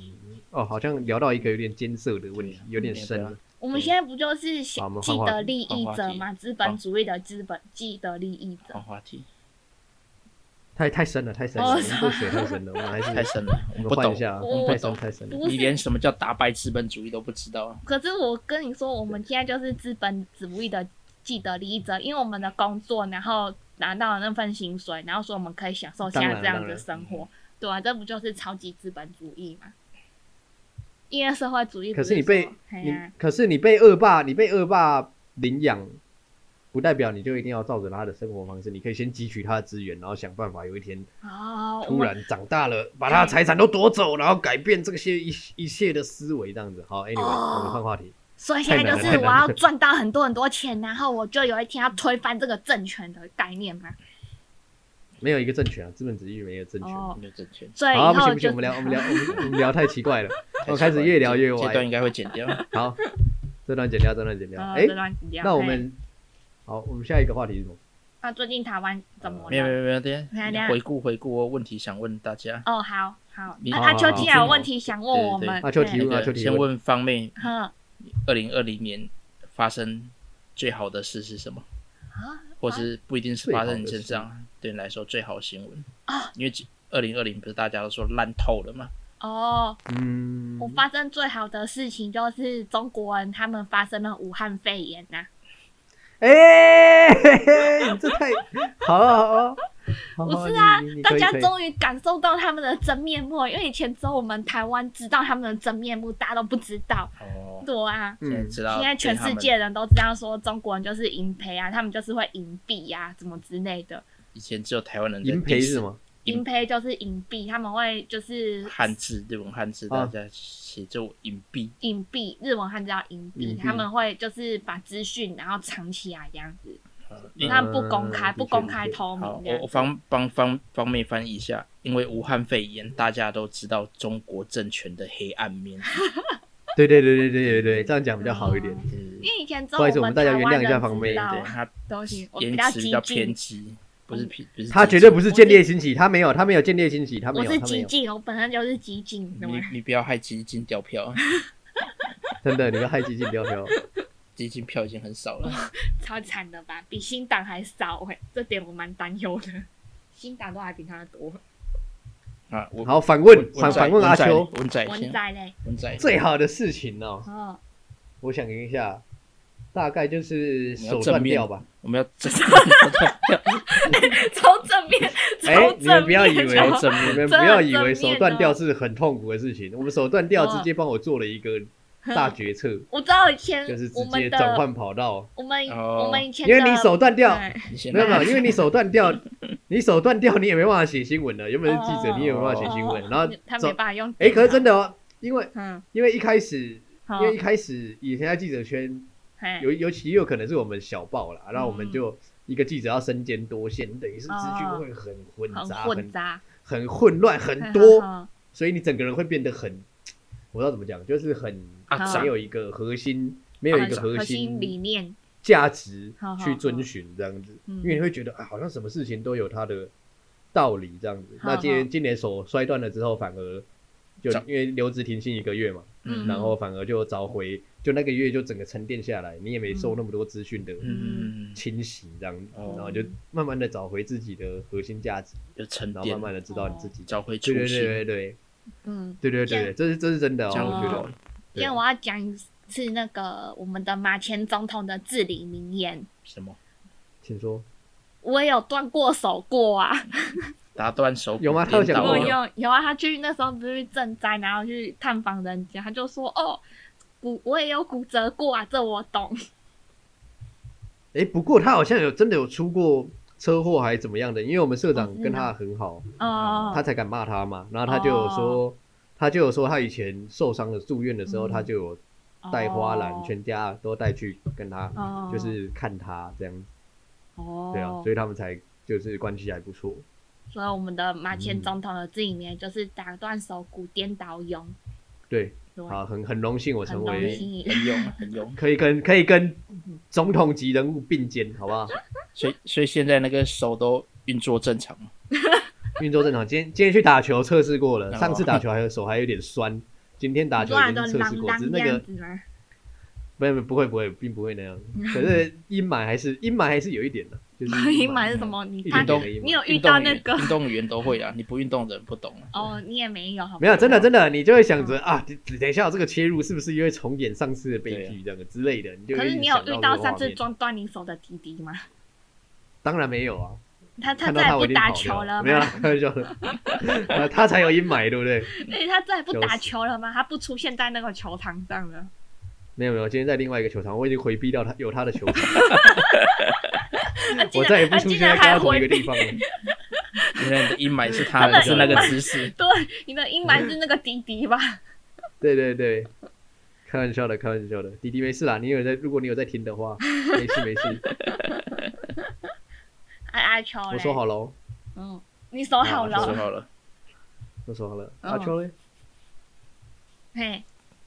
Speaker 2: 哦，好像聊到一个有点艰涩的问题
Speaker 1: 对啊，
Speaker 3: 嗯
Speaker 2: 有点深了。
Speaker 3: 我们现在不就是
Speaker 2: 好我
Speaker 3: 想
Speaker 2: 们
Speaker 3: 既
Speaker 2: 换话
Speaker 3: 得
Speaker 2: 题
Speaker 3: 利
Speaker 1: 换
Speaker 3: 益
Speaker 1: 话
Speaker 3: 者
Speaker 1: 题
Speaker 3: 嘛？资本主义的资本既得利益者
Speaker 1: 换。话题
Speaker 2: 太太深了，太深了，
Speaker 3: 哦
Speaker 2: 我们这水太深了，我们还
Speaker 1: 太
Speaker 2: 是
Speaker 1: 深了，我
Speaker 2: 我
Speaker 1: 们
Speaker 2: 们
Speaker 1: 不
Speaker 2: 换
Speaker 1: 懂
Speaker 2: 一。下，
Speaker 3: 我
Speaker 2: 太
Speaker 1: 不懂
Speaker 2: 深太深了。
Speaker 3: 不
Speaker 1: 你
Speaker 3: 是
Speaker 1: 连什么叫打败资本主义都不知道啊，
Speaker 3: 可是我跟你说，我们现在就是资本主义的既得利益者，因为我们的工作，然后拿到了那份薪水，然后说我们可以享受现在这样的生活，对啊，这不就是超级资本主义吗？因为社会主义不
Speaker 2: 可是你被
Speaker 3: 说嘿
Speaker 2: 你
Speaker 3: 呀、
Speaker 2: 可是你被恶霸，你被恶霸领养，不代表你就一定要照着他的生活方式。你可以先汲取他的资源，然后想办法有一天
Speaker 3: 哦，我
Speaker 2: 突
Speaker 3: 们
Speaker 2: 然长大了，把他的财产都夺走，然后改变这些一一切的思维，这样子。好，anyway，、
Speaker 3: 哦
Speaker 2: 我们换话题。
Speaker 3: 所以现在就
Speaker 2: 太难了太
Speaker 3: 是我
Speaker 2: 难
Speaker 3: 要
Speaker 2: 了
Speaker 3: 赚到很多很多钱，然后我就有一天要推翻这个政权的概念嘛。
Speaker 2: 没有一个正确啊，资本主义没有正确。
Speaker 3: 哦，
Speaker 1: 没有正确。
Speaker 3: 所以
Speaker 2: 好，
Speaker 3: 以
Speaker 2: 不行
Speaker 3: 后
Speaker 2: 不
Speaker 3: 就
Speaker 2: 行，我 们聊我们聊我们我们聊太 奇怪了，我开
Speaker 1: 太奇
Speaker 2: 始
Speaker 1: 怪
Speaker 2: 越聊越
Speaker 1: 这段
Speaker 2: 歪。
Speaker 1: 应该会剪 掉。
Speaker 2: 好，这段剪掉，这段剪掉。
Speaker 3: 呃
Speaker 2: 哎、
Speaker 3: 这段聊
Speaker 2: 那我
Speaker 3: 嘿
Speaker 2: 们好，我们下一个话题是什么？
Speaker 3: 那最近台湾怎么
Speaker 1: 没有没
Speaker 3: 了？
Speaker 1: 有没有，等一
Speaker 3: 等一
Speaker 1: 下
Speaker 3: 下
Speaker 1: 回顾回顾，我有问题想问大家。
Speaker 3: 哦，好好，
Speaker 1: 你
Speaker 3: 啊
Speaker 2: 好
Speaker 3: 阿
Speaker 2: 好
Speaker 3: 秋
Speaker 2: 好
Speaker 3: 既
Speaker 1: 这
Speaker 3: 然有
Speaker 1: 个
Speaker 3: 问题想问我
Speaker 1: 对对
Speaker 3: 们，啊
Speaker 2: 阿秋提
Speaker 3: 嘿
Speaker 2: 问啊
Speaker 1: 那
Speaker 2: 秋
Speaker 1: 个
Speaker 2: 提
Speaker 1: 先问方妹，
Speaker 3: 呵
Speaker 1: 二零二零年发生最好的事是什么？
Speaker 3: 啊
Speaker 1: 或是不一定是发生你身上，对你来说最好的新闻
Speaker 3: 啊？
Speaker 1: 因为二零二零不是大家都说烂透了吗？
Speaker 3: 哦，
Speaker 2: 嗯，
Speaker 3: 我发生最好的事情就是中国人他们发生了武汉肺炎啊呐、
Speaker 2: 哎、嘿嘿你这太好啊好啊，好
Speaker 3: 不是啊
Speaker 2: 你你，你
Speaker 3: 大
Speaker 2: 可以
Speaker 3: 家
Speaker 2: 可以
Speaker 3: 终于感受到他们的真面目了，因为以前只有我们台湾知道他们的真面目，大家都不知道。
Speaker 1: 哦，
Speaker 3: 对啊，
Speaker 1: 现在
Speaker 2: 嗯，
Speaker 1: 知道
Speaker 3: 现在全
Speaker 1: 对
Speaker 3: 世
Speaker 1: 他们
Speaker 3: 界人都知道说中国人就是淫赔啊，他们就是会淫币呀、啊，怎么之类的。
Speaker 1: 以前只有台湾人在
Speaker 2: 银培是什
Speaker 1: diss
Speaker 2: 么？
Speaker 1: 淫
Speaker 3: 淫赔就是淫币，他们会就是
Speaker 1: 汉字日文汉字，大
Speaker 2: 啊
Speaker 1: 家写作隐蔽，
Speaker 3: 隐蔽，日文汉字叫隐蔽，
Speaker 2: 隐蔽
Speaker 3: 他们会就是把资讯然后藏起来这样子，
Speaker 1: 呃
Speaker 2: 嗯
Speaker 3: 他们不公开，
Speaker 2: 的确
Speaker 3: 不公开透
Speaker 1: 好，
Speaker 3: 明这
Speaker 1: 我
Speaker 3: 样
Speaker 1: 我
Speaker 3: 子。
Speaker 1: 方帮方方面翻译一下，因为武汉肺炎，大家都知道中国政权的黑暗面。
Speaker 3: 啊
Speaker 2: 对对对对对对对，这样讲比较好一点。
Speaker 1: 嗯
Speaker 3: 因为以前只有
Speaker 2: 不好意思
Speaker 3: 我
Speaker 2: 我们大家
Speaker 3: 台湾
Speaker 2: 原谅一下
Speaker 3: 人
Speaker 2: 方
Speaker 3: 知
Speaker 2: 妹
Speaker 1: 对，
Speaker 3: 道
Speaker 1: 他
Speaker 3: 东西，我比
Speaker 1: 言
Speaker 3: 较
Speaker 1: 辞
Speaker 3: 激
Speaker 1: 比较偏
Speaker 3: 进，
Speaker 1: 激，不是偏不是
Speaker 2: 他
Speaker 1: 激
Speaker 2: 绝
Speaker 1: 进
Speaker 2: 对不是建立兴起，他没有，他没有建立兴起，他没
Speaker 3: 我
Speaker 2: 有，
Speaker 3: 是
Speaker 2: 他没
Speaker 3: 激
Speaker 2: 有，嗯
Speaker 3: 进，我本身就是激进，对
Speaker 1: 你
Speaker 3: 吗？
Speaker 1: 你不要害基金掉票 啊，
Speaker 2: 真的，你们害基金标标。
Speaker 1: 基金票已经很少了。
Speaker 3: 超惨的吧，比新党还少哎、这点我蛮担忧的。 新党都还比他多，
Speaker 1: 啊，我
Speaker 2: 好，反问
Speaker 1: 文
Speaker 2: 反
Speaker 1: 仔
Speaker 2: 反问阿秋，
Speaker 1: 文仔文仔
Speaker 3: 文
Speaker 1: 先，
Speaker 3: 在嘞，
Speaker 1: 文仔
Speaker 2: 最好的事情哦，
Speaker 3: 哦，
Speaker 2: 我想一下，大概就是
Speaker 1: 你要
Speaker 2: 手
Speaker 1: 正
Speaker 2: 断
Speaker 1: 面
Speaker 2: 掉吧。
Speaker 1: 我们要正
Speaker 3: 超正面，
Speaker 2: 哎
Speaker 3: 超正
Speaker 2: 你们
Speaker 3: 面，
Speaker 2: 不要以为
Speaker 1: 要正
Speaker 2: 你
Speaker 1: 面，
Speaker 2: 们
Speaker 3: 真
Speaker 2: 不
Speaker 3: 的
Speaker 2: 要以为
Speaker 3: 正面
Speaker 2: 手
Speaker 3: 哦
Speaker 2: 断掉是很痛苦的事情，我们手断掉
Speaker 3: 哦
Speaker 2: 直接帮我做了一个大决策，
Speaker 3: 我知道以前
Speaker 2: 就是直
Speaker 3: 我们
Speaker 2: 接转
Speaker 3: 的
Speaker 2: 换跑道。
Speaker 3: 我们
Speaker 1: 哦
Speaker 3: 我们以前
Speaker 2: 因为你
Speaker 3: 的
Speaker 2: 手啊断掉，
Speaker 3: 对
Speaker 1: 你先
Speaker 2: 没有没
Speaker 1: 来
Speaker 2: 有，因为你手断掉，你手断掉，你也没办法写新闻了。原本是记者
Speaker 3: 哦，
Speaker 2: 你也没办法写新闻。
Speaker 3: 哦
Speaker 2: 然后
Speaker 3: 他
Speaker 2: 走
Speaker 3: 没办法用。
Speaker 2: 呃哎，可是真，的哦，因为
Speaker 3: 嗯，
Speaker 2: 因为一开始，因
Speaker 3: 好，
Speaker 2: 为一开始以前在记者圈，
Speaker 3: 嘿
Speaker 2: 尤尤其也有可能是我们小报啦，然后我
Speaker 3: 嗯
Speaker 2: 们就一个记者要身兼多线，等于是资讯
Speaker 3: 哦
Speaker 2: 会很混
Speaker 3: 很
Speaker 2: 杂、
Speaker 3: 混
Speaker 2: 很
Speaker 3: 杂，
Speaker 2: 很混乱、很
Speaker 3: 嘿
Speaker 2: 多，
Speaker 3: 好
Speaker 2: 所以你整个人会变得很，我不知道怎么讲，就是很
Speaker 1: 啊，
Speaker 3: 好
Speaker 1: 长
Speaker 2: 没有一个核心，没有一个
Speaker 3: 好核
Speaker 2: 心
Speaker 3: 理念，
Speaker 2: 价值
Speaker 3: 好好
Speaker 2: 去遵循这样子，
Speaker 3: 嗯
Speaker 2: 因为你会觉得啊，好像什么事情都有它的道理这样子。
Speaker 3: 好
Speaker 2: 那今年
Speaker 3: 好
Speaker 2: 今年手摔断了之后，反而就
Speaker 1: 找
Speaker 2: 因为留职停薪一个月嘛，
Speaker 1: 嗯
Speaker 2: 然后反而就找回，就那个月就整个沉淀下来，你也没受那么多资讯的
Speaker 1: 嗯，
Speaker 2: 侵袭这样子，
Speaker 1: 哦
Speaker 2: 然后就慢慢的找回自己的核心价值，
Speaker 1: 有沉
Speaker 2: 然后
Speaker 1: 淀，
Speaker 2: 慢慢的知道你自
Speaker 3: 哦
Speaker 2: 己。
Speaker 1: 找回初
Speaker 2: 对对
Speaker 1: 心，
Speaker 2: 对对对
Speaker 3: 嗯，
Speaker 2: 对对
Speaker 3: 这样
Speaker 2: 对，这是这是真的哦，
Speaker 1: 这样
Speaker 2: 我觉
Speaker 1: 好
Speaker 2: 得。
Speaker 3: 现
Speaker 2: 对
Speaker 3: 在我要讲一次那个我们的马前总统的至理名言，
Speaker 1: 什么
Speaker 2: 请说，
Speaker 3: 我也有断过手过啊，
Speaker 1: 打断手骨
Speaker 2: 有吗他有讲
Speaker 1: 颠倒
Speaker 2: 过
Speaker 3: 有
Speaker 2: 哦
Speaker 1: 了
Speaker 3: 有有啊，他去那时候不是赈灾，然后去探访人家，他就说哦。骨我也有骨折过啊，这我懂。
Speaker 2: 哎，不过他好像有真的有出过车祸还是怎么样的，因为我们社
Speaker 3: 哦
Speaker 2: 长
Speaker 3: 真的
Speaker 2: 跟他很好，
Speaker 3: 哦，
Speaker 2: 他才敢骂他嘛。然后他就有说，他就有说他以前受伤了住院的时候，
Speaker 3: 嗯
Speaker 2: 他就有带花篮，
Speaker 3: 哦
Speaker 2: 全家都带去跟他，
Speaker 3: 哦
Speaker 2: 就是看他这样，
Speaker 3: 哦，
Speaker 2: 对啊，所以他们才就是关系还不错。
Speaker 3: 所以我们的马
Speaker 2: 嗯
Speaker 3: 前总统的这里面就是打断手骨颠倒勇，
Speaker 2: 对，
Speaker 3: 对，
Speaker 2: 啊，很很荣幸我
Speaker 3: 很
Speaker 2: 成
Speaker 3: 荣
Speaker 2: 为
Speaker 3: 幸。
Speaker 1: 很勇很勇。
Speaker 2: 可以跟可以跟总统级人物并肩，好不 好？
Speaker 1: 所以所以现在那个手都运作正常吗？
Speaker 2: 运作正常。今天今天去打球测试过了，
Speaker 1: 哦
Speaker 2: 上次打球还有手还有点酸，今天打球
Speaker 3: 多
Speaker 2: 已
Speaker 3: 然
Speaker 2: 经
Speaker 3: 都
Speaker 2: 测试
Speaker 3: 啷
Speaker 2: 过，只是
Speaker 3: 哦
Speaker 2: 那
Speaker 3: 当样
Speaker 2: 个
Speaker 3: 子吗？
Speaker 2: 没有没有不会不会，并不会那样。可 是阴霾还是阴霾还是有一点的，就是
Speaker 3: 阴霾是什么？ 你
Speaker 2: 一
Speaker 3: 他
Speaker 1: 运
Speaker 2: 点
Speaker 1: 动
Speaker 2: 点的阴
Speaker 3: 你
Speaker 2: 霾。
Speaker 3: 有遇
Speaker 1: 运
Speaker 3: 到
Speaker 1: 动
Speaker 3: 那
Speaker 1: 员
Speaker 3: 个
Speaker 1: 运动员都会啊，你不运动的人不懂啊。
Speaker 3: 哦，你也没有，好不
Speaker 2: 没
Speaker 3: 好
Speaker 2: 有，真的真的，你就会
Speaker 3: 嗯
Speaker 2: 想着啊，等等一下这个切入是不是又会重演上次的悲剧这样的之类的？你就
Speaker 3: 可
Speaker 2: 会一
Speaker 3: 是
Speaker 2: 直
Speaker 3: 你有
Speaker 2: 想
Speaker 3: 遇
Speaker 2: 到这个画
Speaker 3: 到上次
Speaker 2: 面
Speaker 3: 撞断你手的弟弟吗？
Speaker 2: 当然没有啊，
Speaker 3: 他他
Speaker 2: 看到
Speaker 3: 再也
Speaker 2: 他我
Speaker 3: 不
Speaker 2: 一定
Speaker 3: 打
Speaker 2: 跑
Speaker 3: 球
Speaker 2: 掉
Speaker 3: 了
Speaker 2: 没有
Speaker 3: 吗？
Speaker 2: 啦，开玩笑的，啊他才有阴霾，对不对？
Speaker 3: 对，他再也不
Speaker 2: 笑
Speaker 3: 打
Speaker 2: 死
Speaker 3: 球了吗？他不出现在那个球场 上了。
Speaker 2: 没有没有，今天在另外一个球场，我已经回避掉他有他的球 场，
Speaker 3: 他啊竟
Speaker 2: 我
Speaker 3: 然
Speaker 2: 再也不
Speaker 3: 他
Speaker 2: 出
Speaker 3: 竟
Speaker 2: 现
Speaker 3: 然
Speaker 2: 在跟
Speaker 3: 还
Speaker 2: 他同
Speaker 3: 回
Speaker 2: 一个
Speaker 3: 避。
Speaker 2: 地方了。
Speaker 1: 原来你的阴霾是他的，是那个姿势。
Speaker 3: 对，你的阴霾是那个弟弟吧？
Speaker 2: 对对对，开玩笑的，开玩笑的，弟弟没事啦，你有在，如果你有在听的话，没事没 事，
Speaker 3: 阿阿秋嘞，
Speaker 2: 我说好了哦，
Speaker 3: 嗯，你手好
Speaker 2: 啊
Speaker 1: 说
Speaker 3: 了，
Speaker 1: 好了，
Speaker 2: 我说好了，
Speaker 3: 嗯
Speaker 2: 阿秋嘞，
Speaker 3: 嘿，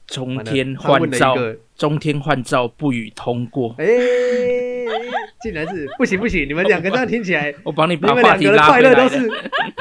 Speaker 1: 中
Speaker 2: 完
Speaker 1: 嗯
Speaker 2: 了
Speaker 1: 天
Speaker 2: 他
Speaker 1: 换
Speaker 2: 问了一
Speaker 1: 照，
Speaker 2: 个，
Speaker 1: 中天换照不予通过。
Speaker 2: 哎，竟然是不行不行，你们两个这样听起来，
Speaker 1: 我帮你
Speaker 2: 你
Speaker 1: 把
Speaker 2: 们
Speaker 1: 话
Speaker 2: 两
Speaker 1: 题
Speaker 2: 个的
Speaker 1: 拉
Speaker 2: 快
Speaker 1: 回
Speaker 2: 乐
Speaker 1: 来
Speaker 2: 都
Speaker 1: 了
Speaker 2: 是，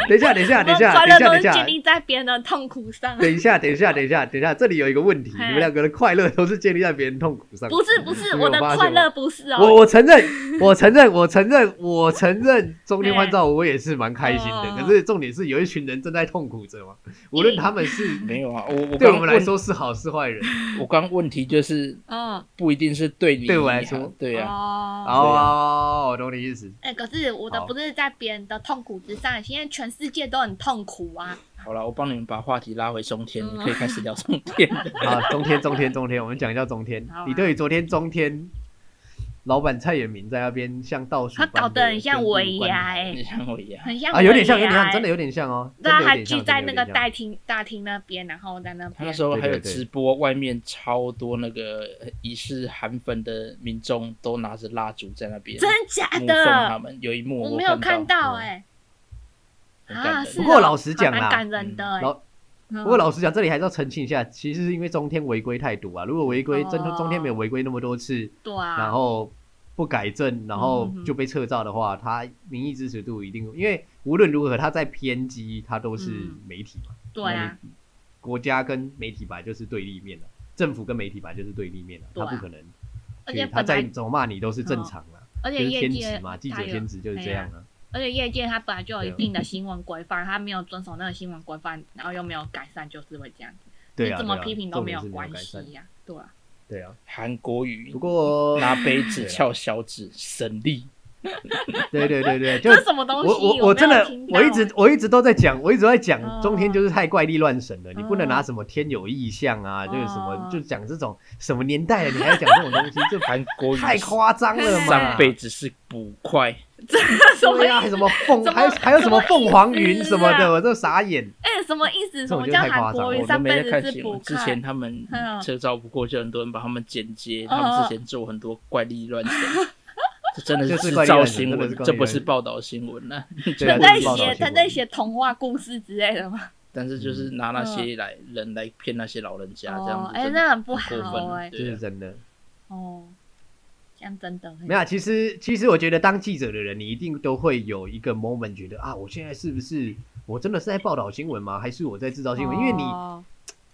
Speaker 2: 等一下等一下等一下等
Speaker 3: 快
Speaker 2: 一
Speaker 3: 乐
Speaker 2: 下
Speaker 3: 都
Speaker 2: 等一
Speaker 3: 是
Speaker 2: 下
Speaker 3: 建。立在别人的痛苦上，
Speaker 2: 等一下，等一下，等一下，等一下，这里有一个问题，
Speaker 3: 嘿
Speaker 2: 你们两个的快乐都是建立在别人痛苦上。
Speaker 3: 不是不是，
Speaker 2: 你
Speaker 3: 我
Speaker 2: 有
Speaker 3: 的
Speaker 2: 发现
Speaker 3: 快
Speaker 2: 吗
Speaker 3: 乐不是
Speaker 2: 我
Speaker 3: 哦，
Speaker 2: 我承认，我承认，我承认，我承认，中天换照我也是蛮开心的。
Speaker 3: 嗯
Speaker 2: 可是重点是有一群人正在痛苦着嘛，无论他们是
Speaker 1: 没有啊，我我
Speaker 2: 对
Speaker 1: 刚
Speaker 2: 我们来
Speaker 1: 问，
Speaker 2: 说是好是坏人，
Speaker 1: 我刚问题就是
Speaker 3: 嗯，
Speaker 1: 不一定是对你，
Speaker 2: 对我来说，
Speaker 1: 对啊，
Speaker 3: 哦。
Speaker 2: 哦，我懂你意思。
Speaker 3: 哎、可是我的
Speaker 2: 好
Speaker 3: 不是在别人的痛苦之上，现在全世界都很痛苦啊！
Speaker 2: 嗯
Speaker 1: 好了，我帮你们把话题拉回中天，
Speaker 3: 嗯
Speaker 1: 你可以开始聊中天。
Speaker 2: 好，中天，中天，中天，我们讲一下中天
Speaker 3: 好啊。
Speaker 2: 你对于昨天中天老板蔡衍明在那边像倒数
Speaker 3: 他
Speaker 2: 般地
Speaker 3: 搞得很像
Speaker 2: 宣布
Speaker 3: 尾
Speaker 2: 关
Speaker 3: 牙哎、
Speaker 1: 你像我一样，
Speaker 3: 很像、欸
Speaker 2: 啊，有点像，有点像，真的。有点像哦。
Speaker 3: 对啊，
Speaker 2: 真的有
Speaker 3: 他
Speaker 2: 点像
Speaker 3: 聚在那个。
Speaker 2: 真的有点像
Speaker 3: 大厅大厅那边，然后在那
Speaker 1: 他那
Speaker 3: 边
Speaker 1: 时候还有
Speaker 2: 对对对
Speaker 1: 直播，外面超多那个呃疑似韩粉的民众都拿着蜡烛在那边
Speaker 3: 真假
Speaker 1: 目送他
Speaker 3: 的，
Speaker 1: 们。有一幕
Speaker 3: 我
Speaker 1: 我
Speaker 3: 没有
Speaker 1: 看
Speaker 3: 看到哎、
Speaker 2: 嗯
Speaker 1: 很感
Speaker 3: 啊，
Speaker 1: 人
Speaker 3: 是
Speaker 2: 不过
Speaker 3: 哦
Speaker 2: 老实讲
Speaker 3: 还
Speaker 2: 啦
Speaker 3: 蛮感人的哎、
Speaker 2: 老
Speaker 3: 嗯
Speaker 2: 不过老实讲，这里还是要澄清一下，其实是因为中天违规太多啊。如果违规，
Speaker 3: 哦
Speaker 2: 真中天没有违规那么多次，
Speaker 3: 对啊，
Speaker 2: 然后不改正，然后
Speaker 3: 嗯嗯嗯
Speaker 2: 就被撤照的话，他民意支持度一定，因为无论如何，他在偏激，他都是
Speaker 3: 嗯
Speaker 2: 媒体嘛，
Speaker 3: 对啊，
Speaker 2: 国家跟媒体本来就是对立面的、政府跟媒体本来就是对立面的、
Speaker 3: 对啊
Speaker 2: 他不可能
Speaker 3: 而
Speaker 2: 去
Speaker 3: 且
Speaker 2: 他
Speaker 3: 本
Speaker 2: 再
Speaker 3: 来嗯
Speaker 2: 怎么骂你都是正常的、
Speaker 3: 而
Speaker 2: 就
Speaker 3: 且
Speaker 2: 是
Speaker 3: 业
Speaker 2: 天职
Speaker 3: 界
Speaker 2: 嘛，记
Speaker 3: 他
Speaker 2: 者
Speaker 3: 有哎
Speaker 2: 天职就是这样啊。
Speaker 3: 而且业界它本来就有一
Speaker 2: 对啊
Speaker 3: 定的新闻规范，它没有遵守那个新闻规范，然后又没有改善，就是会这样。
Speaker 2: 对啊，
Speaker 3: 你怎么
Speaker 2: 对啊
Speaker 3: 批评都
Speaker 2: 重
Speaker 3: 没
Speaker 2: 点
Speaker 3: 有
Speaker 2: 是没有
Speaker 3: 关
Speaker 2: 改善
Speaker 3: 系呀、对啊，
Speaker 2: 对啊，
Speaker 1: 韩国语
Speaker 2: 不过
Speaker 1: 拿杯子
Speaker 2: 对啊
Speaker 1: 翘小指，省力。
Speaker 2: 对对对 对，就
Speaker 3: 这是什么东西？
Speaker 2: 我
Speaker 3: 我
Speaker 2: 我真的
Speaker 3: 没有听到啊欸
Speaker 2: 我一直我一直都在讲，我一直都在讲
Speaker 3: 嗯
Speaker 2: 中天就是太怪力乱神了，你不能
Speaker 3: 嗯
Speaker 2: 拿什么天有异象啊，就是什么
Speaker 3: 嗯
Speaker 2: 就讲这种什么年代了，你还要讲这种东西， 就
Speaker 1: 韩国语
Speaker 2: 太夸张了嘛！
Speaker 1: 上辈子是捕快，
Speaker 3: 什么
Speaker 2: 对啊，还什么凤，
Speaker 3: 什么
Speaker 2: 还有还有什么凤凰云
Speaker 3: 什
Speaker 2: 什
Speaker 3: 么
Speaker 2: 么
Speaker 3: 意思啊
Speaker 2: 的，我都傻眼。
Speaker 3: 哎、什么意思？
Speaker 2: 这
Speaker 3: 什
Speaker 2: 我
Speaker 3: 么
Speaker 2: 觉得
Speaker 3: 叫
Speaker 2: 太夸
Speaker 3: 韩
Speaker 2: 张了
Speaker 3: 国
Speaker 1: 我
Speaker 3: 语？
Speaker 1: 哦都
Speaker 3: 上
Speaker 1: 没在
Speaker 3: 辈
Speaker 1: 看
Speaker 3: 子是
Speaker 1: 新闻。
Speaker 3: 捕
Speaker 1: 之前
Speaker 3: 快。
Speaker 1: 他们
Speaker 3: 嗯
Speaker 1: 车照不过，就很多人把他们剪接，
Speaker 3: 嗯
Speaker 1: 他们之前做很多怪力乱神， 这真的
Speaker 2: 就是
Speaker 1: 制
Speaker 2: 怪力
Speaker 1: 造
Speaker 2: 乱神
Speaker 1: 新
Speaker 2: 真的
Speaker 1: 闻
Speaker 2: 是，怪力
Speaker 1: 这
Speaker 2: 乱神
Speaker 1: 不是报道新闻啊。
Speaker 2: 对啊
Speaker 3: 他在
Speaker 2: 这是报道
Speaker 3: 写
Speaker 2: 新闻
Speaker 3: 他在写童话故事之类的吗？
Speaker 1: 但是就是拿那些来人来骗那些老人家，这样
Speaker 3: 哦
Speaker 1: 子，
Speaker 3: 哎、
Speaker 1: 真的
Speaker 3: 那很不
Speaker 1: 很过分
Speaker 3: 好哎、
Speaker 1: 对
Speaker 2: 这
Speaker 1: 啊
Speaker 2: 是真的。
Speaker 3: 哦，这样真的很
Speaker 2: 没有啊，其实其实我觉得当记者的人，你一定都会有一个 moment 觉得啊，我现在是不是我真的是在报道新闻吗？还是我在制造新闻？因为你
Speaker 3: 哦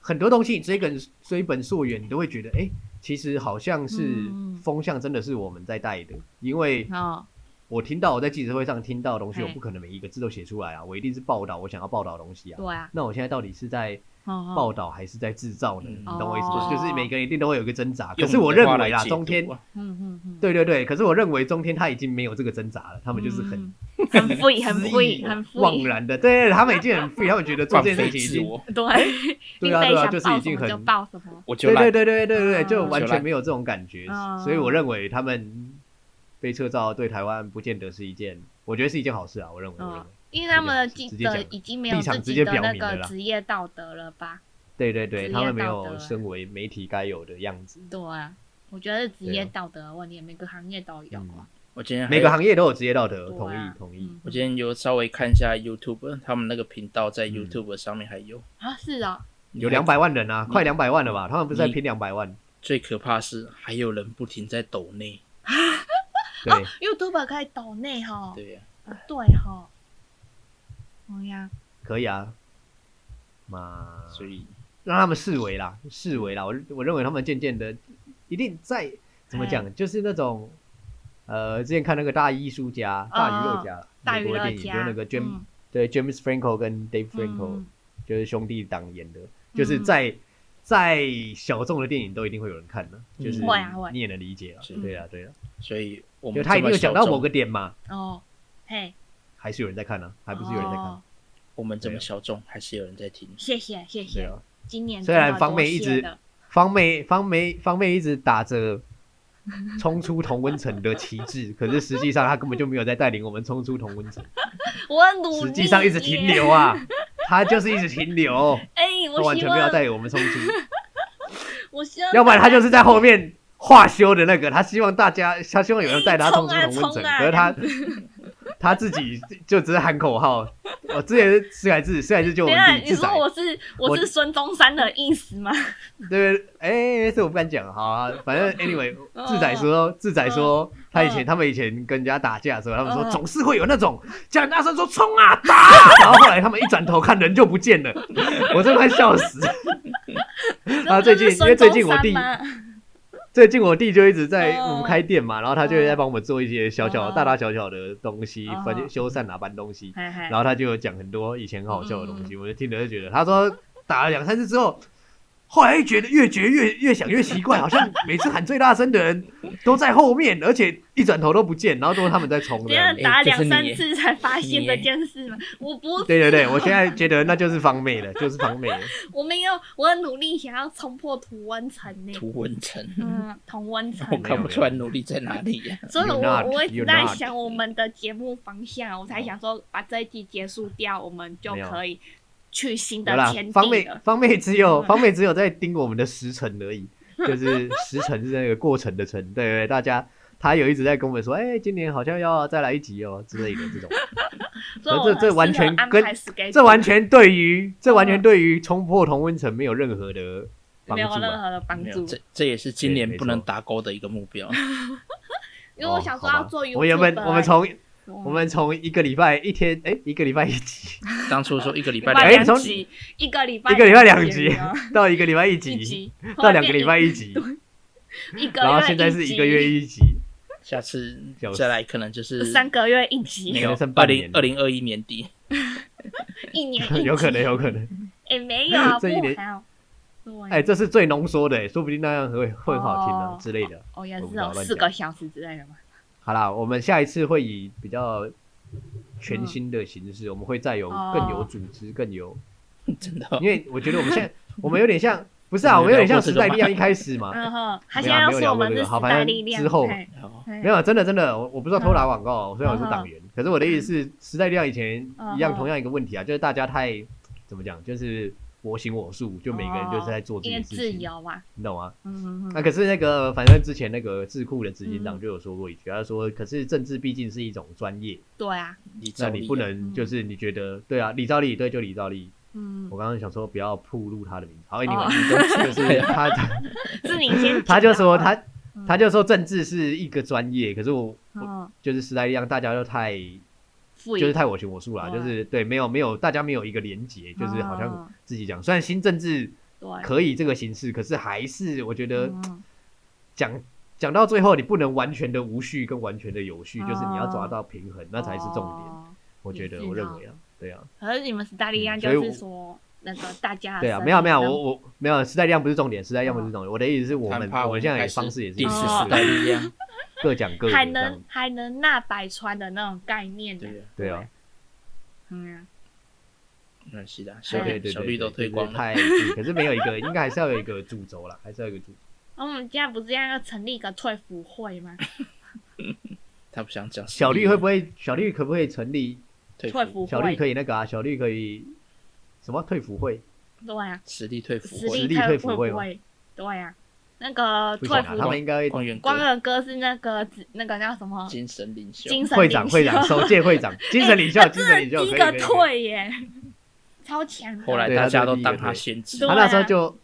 Speaker 2: 很多东西你追根追本溯源，你都会觉得，哎、其实好像是
Speaker 3: 嗯
Speaker 2: 风向真的是我们在带的，因为
Speaker 3: 哦
Speaker 2: 我听到我在记者会上听到的东西，
Speaker 3: 嘿
Speaker 2: 我不可能每一个字都写出来啊，我一定是报道我想要报道的东西啊。
Speaker 3: 对啊，
Speaker 2: 那我现在到底是在
Speaker 3: 哦
Speaker 2: 报道还是在制造呢？
Speaker 1: 嗯
Speaker 2: 你懂我意思吗？
Speaker 3: 哦
Speaker 2: 就是每个人一定都会有一个挣扎。可
Speaker 1: 用
Speaker 2: 是我
Speaker 1: 你的话
Speaker 2: 认为
Speaker 1: 来
Speaker 2: 啦，
Speaker 1: 解
Speaker 2: 中天
Speaker 1: 读啊
Speaker 3: 嗯嗯嗯，
Speaker 2: 对对对，可是我认为中天他已经没有这个挣扎了，他
Speaker 3: 他
Speaker 2: 们就是很、
Speaker 3: 很 free 嗯很
Speaker 2: 恣意
Speaker 3: free 很 free
Speaker 2: 妄然的，对他们已经很 free，他们觉得做
Speaker 1: 放
Speaker 2: 这件
Speaker 1: 飞
Speaker 2: 事情已
Speaker 1: 自
Speaker 2: 经
Speaker 1: 我，
Speaker 3: 对，
Speaker 2: 对啊
Speaker 3: 你得
Speaker 2: 对啊，
Speaker 3: 想
Speaker 2: 就是
Speaker 3: 报
Speaker 2: 已
Speaker 3: 什
Speaker 2: 经
Speaker 3: 么
Speaker 2: 很
Speaker 3: 就报什么，
Speaker 1: 我就
Speaker 2: 对
Speaker 1: 来
Speaker 2: 对对对对对对，
Speaker 3: 嗯
Speaker 2: 就完
Speaker 1: 就烂
Speaker 2: 全没有这种感觉
Speaker 3: 嗯，
Speaker 2: 所以我认为他们被撤照对台湾不见得是一件，我觉得是一件好事啊，我认为。
Speaker 3: 嗯
Speaker 2: 我认为
Speaker 3: 因为他们的记
Speaker 2: 直接讲
Speaker 3: 者已经没有
Speaker 2: 立场
Speaker 3: 自
Speaker 2: 直
Speaker 3: 己
Speaker 2: 接
Speaker 3: 的
Speaker 2: 表
Speaker 3: 那
Speaker 2: 明了
Speaker 3: 个
Speaker 2: 啦
Speaker 3: 职业道德了吧？
Speaker 2: 对对对，
Speaker 3: 职业
Speaker 2: 他们没
Speaker 3: 道德
Speaker 2: 有
Speaker 3: 啊
Speaker 2: 身为媒体该有的样子。
Speaker 3: 对啊，我觉得是职业
Speaker 2: 对啊
Speaker 3: 道德的问题，每个行业都有啊。
Speaker 1: 我今天还
Speaker 2: 每个行业都有职业道德，
Speaker 3: 对啊
Speaker 2: 嗯同意同意。
Speaker 1: 我今天有稍微看一下 YouTube，他们那个频道
Speaker 2: 嗯
Speaker 1: 在 YouTube 上面还有
Speaker 3: 啊，是哦，
Speaker 2: 有两。百万人啊，
Speaker 3: 嗯
Speaker 2: 快两百万了吧？他们不是在拼两百
Speaker 3: 啊
Speaker 2: 万？
Speaker 1: 最可怕是还有人不停在抖内，
Speaker 2: 对，
Speaker 3: ，YouTube 可以抖内
Speaker 2: 哦
Speaker 3: 哈，
Speaker 1: 对呀、
Speaker 3: 不对哈，哦呀，
Speaker 2: 可以啊。嘛，
Speaker 1: 所以
Speaker 2: 让他们视为啦，视为啦。我我认为他们渐渐的，一定在怎么
Speaker 3: 嗯
Speaker 2: 讲，就是那种，呃，之前看那个大艺术家、大娱乐家，
Speaker 3: 啊大
Speaker 2: 美
Speaker 3: 娱
Speaker 2: 国的
Speaker 3: 乐
Speaker 2: 电影，就
Speaker 3: 家，
Speaker 2: 那个 James、
Speaker 3: 嗯
Speaker 2: 对 James Franco 跟 Dave
Speaker 3: 嗯
Speaker 2: Franco、
Speaker 3: 嗯
Speaker 2: 就是兄弟党演的，就是在、在小众的电影都一定会有人看的，
Speaker 1: 嗯
Speaker 2: 就是
Speaker 3: 会啊会
Speaker 2: 你也能理解啊，
Speaker 1: 是
Speaker 2: 对啊对啊，
Speaker 1: 所以我
Speaker 2: 就
Speaker 1: 们
Speaker 2: 他一定有讲到某
Speaker 1: 个，
Speaker 2: 个点嘛，
Speaker 3: 哦，嘿，
Speaker 2: 还是有人在看啊，还不是有人在看，
Speaker 3: 哦
Speaker 1: 我们
Speaker 2: 啊
Speaker 1: 这么小众，还是有人在听。
Speaker 3: 谢谢谢
Speaker 2: 对
Speaker 3: 谢，
Speaker 2: 啊。
Speaker 3: 今年
Speaker 2: 虽然
Speaker 3: 这么
Speaker 2: 方
Speaker 3: 多
Speaker 2: 妹一
Speaker 3: 谢
Speaker 2: 直
Speaker 3: 的
Speaker 2: 方妹方妹方妹一直打 着冲出同温层的旗帜，可是实际上她根本就没有在带领我们冲出同温层，
Speaker 3: 我很努力耶，
Speaker 2: 实际上一直停留啊，她就是一直停留，
Speaker 3: 哎、
Speaker 2: 她
Speaker 3: 我
Speaker 2: 完
Speaker 3: 希
Speaker 2: 全没有
Speaker 3: 望，
Speaker 2: 带领我们冲出，
Speaker 3: 我希望，
Speaker 2: 要不然她就是在后面化修的那个，她希望大家，她希望有人带她冲出同温
Speaker 3: 冲
Speaker 2: 层，
Speaker 3: 啊
Speaker 2: 可是她 她自己就只是喊口号。我之前是施海志，施海志就我
Speaker 3: 等一
Speaker 2: 们
Speaker 3: 下，
Speaker 2: 自己
Speaker 3: 你
Speaker 2: 自宰
Speaker 3: 说，我是我
Speaker 2: 我
Speaker 3: 是孙中山的意思吗？
Speaker 2: 对，哎、这我不敢讲，好啊，反正 anyway，
Speaker 3: 嗯
Speaker 2: 志仔说，志仔说，他以前
Speaker 3: 嗯
Speaker 2: 他们以前跟人家打架的时候，他们说
Speaker 3: 嗯
Speaker 2: 总是会有那种叫人大声说冲啊打 啊，然后后来他们一转头看人就不见了， 我真的快笑死。然啊后最近
Speaker 3: 这不
Speaker 2: 因
Speaker 3: 是
Speaker 2: 为最近我
Speaker 3: 孙
Speaker 2: 弟
Speaker 3: 中山吗
Speaker 2: 最近我弟就一直在
Speaker 3: 嗯
Speaker 2: 我们开店嘛，然后他就会在帮我们做一些小小
Speaker 3: 嗯
Speaker 2: 大大小小的东西，
Speaker 3: 嗯
Speaker 2: 搬修缮啊搬东西，
Speaker 3: 嘿嘿
Speaker 2: 然后他就有讲很多以前很好笑的东西，我就听着就觉得，他说打了两三次之后，后来觉得越觉越越想越奇怪，好像每次喊最大声的人都在后面，而且一转头都不见，然后都是他们在冲
Speaker 3: 等
Speaker 2: 这
Speaker 3: 一
Speaker 2: 样
Speaker 3: 下
Speaker 2: 子。
Speaker 3: 打
Speaker 1: 哎这
Speaker 3: 两
Speaker 1: 是
Speaker 3: 三
Speaker 1: 你耶
Speaker 3: 次才发现
Speaker 1: 你
Speaker 3: 这
Speaker 1: 耶
Speaker 3: 件事吗？我不，
Speaker 2: 对对对，我现在觉得那就是方妹了，就是方妹了。
Speaker 3: 我没有，我很努力想要冲破图温层呢，
Speaker 1: 图文层，
Speaker 3: 嗯，同温层
Speaker 1: 我。看不出来努力在哪里啊呀、
Speaker 3: 所以我
Speaker 2: You're not,
Speaker 3: 我一直
Speaker 2: you're
Speaker 3: 在
Speaker 2: not. 哦
Speaker 3: 想我们的节目方向，我才想说把这一集结束掉，我们就
Speaker 2: 没有
Speaker 3: 可以去新
Speaker 2: 有
Speaker 3: 的
Speaker 2: 啦
Speaker 3: 天，
Speaker 2: 方
Speaker 3: 地
Speaker 2: 妹
Speaker 3: 了。
Speaker 2: 方妹只有
Speaker 3: 嗯
Speaker 2: 方妹只有在盯我们的时辰而已，就是时辰是那个过程的程，对对对，大家。他有一直在跟我们说，哎、今年好像要再来一集哦之类的这种，
Speaker 3: 所以
Speaker 2: 这
Speaker 3: 我
Speaker 2: 这完全跟这
Speaker 3: 这
Speaker 2: 完全对于这完全对于冲破同温层没有任何的帮
Speaker 3: 嗯没有
Speaker 2: 助、
Speaker 3: 任
Speaker 2: 啊。
Speaker 3: 何的帮
Speaker 1: 没有，
Speaker 3: 助，
Speaker 1: 这这也是今
Speaker 2: 对
Speaker 1: 年
Speaker 2: 没
Speaker 1: 不能
Speaker 2: 错
Speaker 1: 打勾的一个目标。
Speaker 3: 因为我想说要
Speaker 2: 哦
Speaker 3: 做
Speaker 2: 好
Speaker 3: YouTube，啊嗯
Speaker 2: 吧我原本我们从
Speaker 3: 我
Speaker 2: 我们从一个礼拜一天，哎，一个礼拜一 集，
Speaker 1: 当初说一个礼
Speaker 3: 礼
Speaker 1: 拜
Speaker 3: 拜
Speaker 2: 两哎
Speaker 1: 两
Speaker 2: 从
Speaker 1: 集，
Speaker 3: 集，一个礼拜
Speaker 2: 一个礼拜两集
Speaker 3: 集啊，
Speaker 2: 到一个礼拜一
Speaker 3: 一
Speaker 2: 集，
Speaker 3: 集
Speaker 2: 到两个礼拜，一集，
Speaker 3: 后面一个
Speaker 2: 然后
Speaker 3: 礼拜
Speaker 2: 现在是一个月
Speaker 3: 集，
Speaker 2: 一集，
Speaker 1: 下次
Speaker 2: 笑死
Speaker 1: 再来可能就是
Speaker 3: 三个月一
Speaker 1: 没
Speaker 3: 集，
Speaker 1: 有
Speaker 2: 可能剩
Speaker 1: 二
Speaker 2: 半
Speaker 1: 零
Speaker 2: 年
Speaker 1: 二零二一年底，
Speaker 3: 一年一集
Speaker 2: 有可能有可能。
Speaker 3: 哎 没有啊，不
Speaker 2: 这一年
Speaker 3: 好，对
Speaker 2: 哎，这是最浓缩的，哎说不定那样会会很好听啊
Speaker 3: 哦
Speaker 2: 之类的。
Speaker 3: 哦也
Speaker 2: 我不
Speaker 3: 是
Speaker 2: 知道
Speaker 3: 哦，
Speaker 2: 乱
Speaker 3: 四
Speaker 2: 讲
Speaker 3: 个小时之类的嘛，
Speaker 2: 好啦，我们下一次会以比较全新的形式，我们会再有
Speaker 3: 嗯哦
Speaker 2: 更有组织、更有
Speaker 1: 真的哦
Speaker 2: 因为我觉得我们 现在我们有点像，不是啊，我
Speaker 1: 我
Speaker 2: 们
Speaker 1: 们
Speaker 2: 有
Speaker 1: 有
Speaker 2: 点像
Speaker 1: 聊过这
Speaker 2: 时
Speaker 1: 个
Speaker 2: 代力量
Speaker 1: 吗
Speaker 2: 一开始嘛，
Speaker 3: 嗯哼，他
Speaker 2: 没
Speaker 3: 现
Speaker 2: 有啊
Speaker 3: 在要
Speaker 2: 没有
Speaker 3: 说
Speaker 2: 聊
Speaker 3: 我
Speaker 2: 过
Speaker 3: 们
Speaker 2: 这
Speaker 3: 是
Speaker 2: 个好
Speaker 3: 时
Speaker 2: 反
Speaker 3: 代
Speaker 2: 正
Speaker 3: 力量
Speaker 2: 之后
Speaker 3: 嘿
Speaker 1: 好。
Speaker 3: 嘿
Speaker 2: 没有，啊真的真的，我我不是要偷打广告，我虽然我是
Speaker 3: 嗯
Speaker 2: 党员，可是我的意思是，时代力量以前一样
Speaker 3: 嗯
Speaker 2: 同样一个问题啊，就是大家太怎么讲，就是我行我素，就每个人就是在做自
Speaker 3: 哦因
Speaker 2: 己
Speaker 3: 为
Speaker 2: 的
Speaker 3: 自
Speaker 2: 事情，
Speaker 3: 由啊，
Speaker 2: 你懂吗？
Speaker 3: 嗯嗯
Speaker 2: 那
Speaker 3: 嗯，
Speaker 2: 可是那个，反正之前那个智库的执行
Speaker 3: 嗯
Speaker 2: 长就有说过一句，他说，可是政治毕竟是一种专业，
Speaker 3: 对啊，
Speaker 1: 你
Speaker 2: 那
Speaker 1: 照
Speaker 2: 你
Speaker 1: 例
Speaker 2: 不
Speaker 1: 啊
Speaker 2: 能就是你觉得对啊，李兆立对就李兆立，
Speaker 3: 嗯
Speaker 2: 我，刚刚想说不要暴露他的名字，好
Speaker 3: 哦啊
Speaker 2: ，anyway，就是 他他
Speaker 3: 是你先，
Speaker 2: 他就说他
Speaker 3: 嗯
Speaker 2: 他就说政治是一个专业，可是我我
Speaker 3: 嗯，
Speaker 2: 就是时代力量，大家都太
Speaker 3: 赋
Speaker 2: 就是
Speaker 3: 予
Speaker 2: 太我行我素啦，
Speaker 3: 对
Speaker 2: 就是对没有没有大家没有一个连结，就是好像
Speaker 3: 嗯
Speaker 2: 自己讲，虽然新政治
Speaker 3: 对，
Speaker 2: 可以这个形式，可是还是我觉得
Speaker 3: 嗯
Speaker 2: 讲讲到最后，你不能完全的无序跟完全的有序，就是你要抓
Speaker 3: 哦
Speaker 2: 到平衡，那才是重点。
Speaker 3: 哦
Speaker 2: 我觉得
Speaker 3: 也是
Speaker 2: 我认
Speaker 3: 哦
Speaker 2: 为啊，对啊，
Speaker 3: 可是你们时代力量
Speaker 2: 嗯
Speaker 3: 就
Speaker 2: 所以我
Speaker 3: 是说那个大家的
Speaker 2: 对啊，
Speaker 3: 声
Speaker 2: 没有没有，
Speaker 3: 音
Speaker 2: 我我没有时代力量不是重点，时代力量不是
Speaker 3: 嗯
Speaker 2: 重点，我的意思是我们
Speaker 1: 很怕
Speaker 2: 我们现在
Speaker 1: 开
Speaker 2: 的
Speaker 1: 始
Speaker 2: 方式也是
Speaker 1: 第
Speaker 2: 一
Speaker 1: 四
Speaker 2: 样
Speaker 1: 时
Speaker 3: 哦
Speaker 1: 代力量，
Speaker 2: 各讲各的
Speaker 3: 还
Speaker 2: 这样
Speaker 3: 能，还能纳百川的那种概念的，
Speaker 1: 对啊，
Speaker 2: 对啊。
Speaker 3: 嗯啊，
Speaker 1: 没关系的，小
Speaker 2: 对
Speaker 1: 绿
Speaker 2: 对
Speaker 1: 小
Speaker 2: 对，
Speaker 1: 绿都推光了，
Speaker 2: 太，对可是没有一个，应该还是要有一个主轴啦，还是要有一个主。
Speaker 3: 我们现在哦不是要成立一个退服会 吗？
Speaker 1: 他不想讲实力啊。
Speaker 2: 小绿会不会？小绿可不可以成立？
Speaker 1: 退
Speaker 3: 退
Speaker 1: 服？
Speaker 3: 服
Speaker 2: 小绿
Speaker 3: 会，
Speaker 2: 可以那个啊，小绿可以什么退辅会？
Speaker 3: 对啊，
Speaker 1: 实力退服
Speaker 3: 实
Speaker 1: 会？
Speaker 2: 力
Speaker 3: 退
Speaker 2: 哦退
Speaker 3: 服
Speaker 2: 服会吗
Speaker 3: 会，对啊，哦那个
Speaker 2: 不
Speaker 3: 退
Speaker 2: 行啊，
Speaker 3: 服
Speaker 2: 他们应该
Speaker 1: 光源
Speaker 3: 光
Speaker 1: 哥
Speaker 3: 仁哥是那个指那个叫什么
Speaker 1: 精神领袖，
Speaker 3: 精神
Speaker 2: 会长
Speaker 3: 领
Speaker 2: 会
Speaker 3: 袖 哎
Speaker 2: 长首届会长，精神领袖
Speaker 3: 他
Speaker 2: 精
Speaker 3: 真
Speaker 2: 神
Speaker 3: 的
Speaker 2: 领袖，
Speaker 3: 第一
Speaker 2: 可以
Speaker 3: 个
Speaker 2: 可以可以
Speaker 3: 退耶，超强的。
Speaker 1: 后来
Speaker 2: 对
Speaker 1: 大
Speaker 2: 他
Speaker 1: 家
Speaker 2: 是
Speaker 1: 都
Speaker 2: 第一个
Speaker 1: 当他
Speaker 2: 退
Speaker 1: 先知
Speaker 3: 对，
Speaker 2: 他那时候就，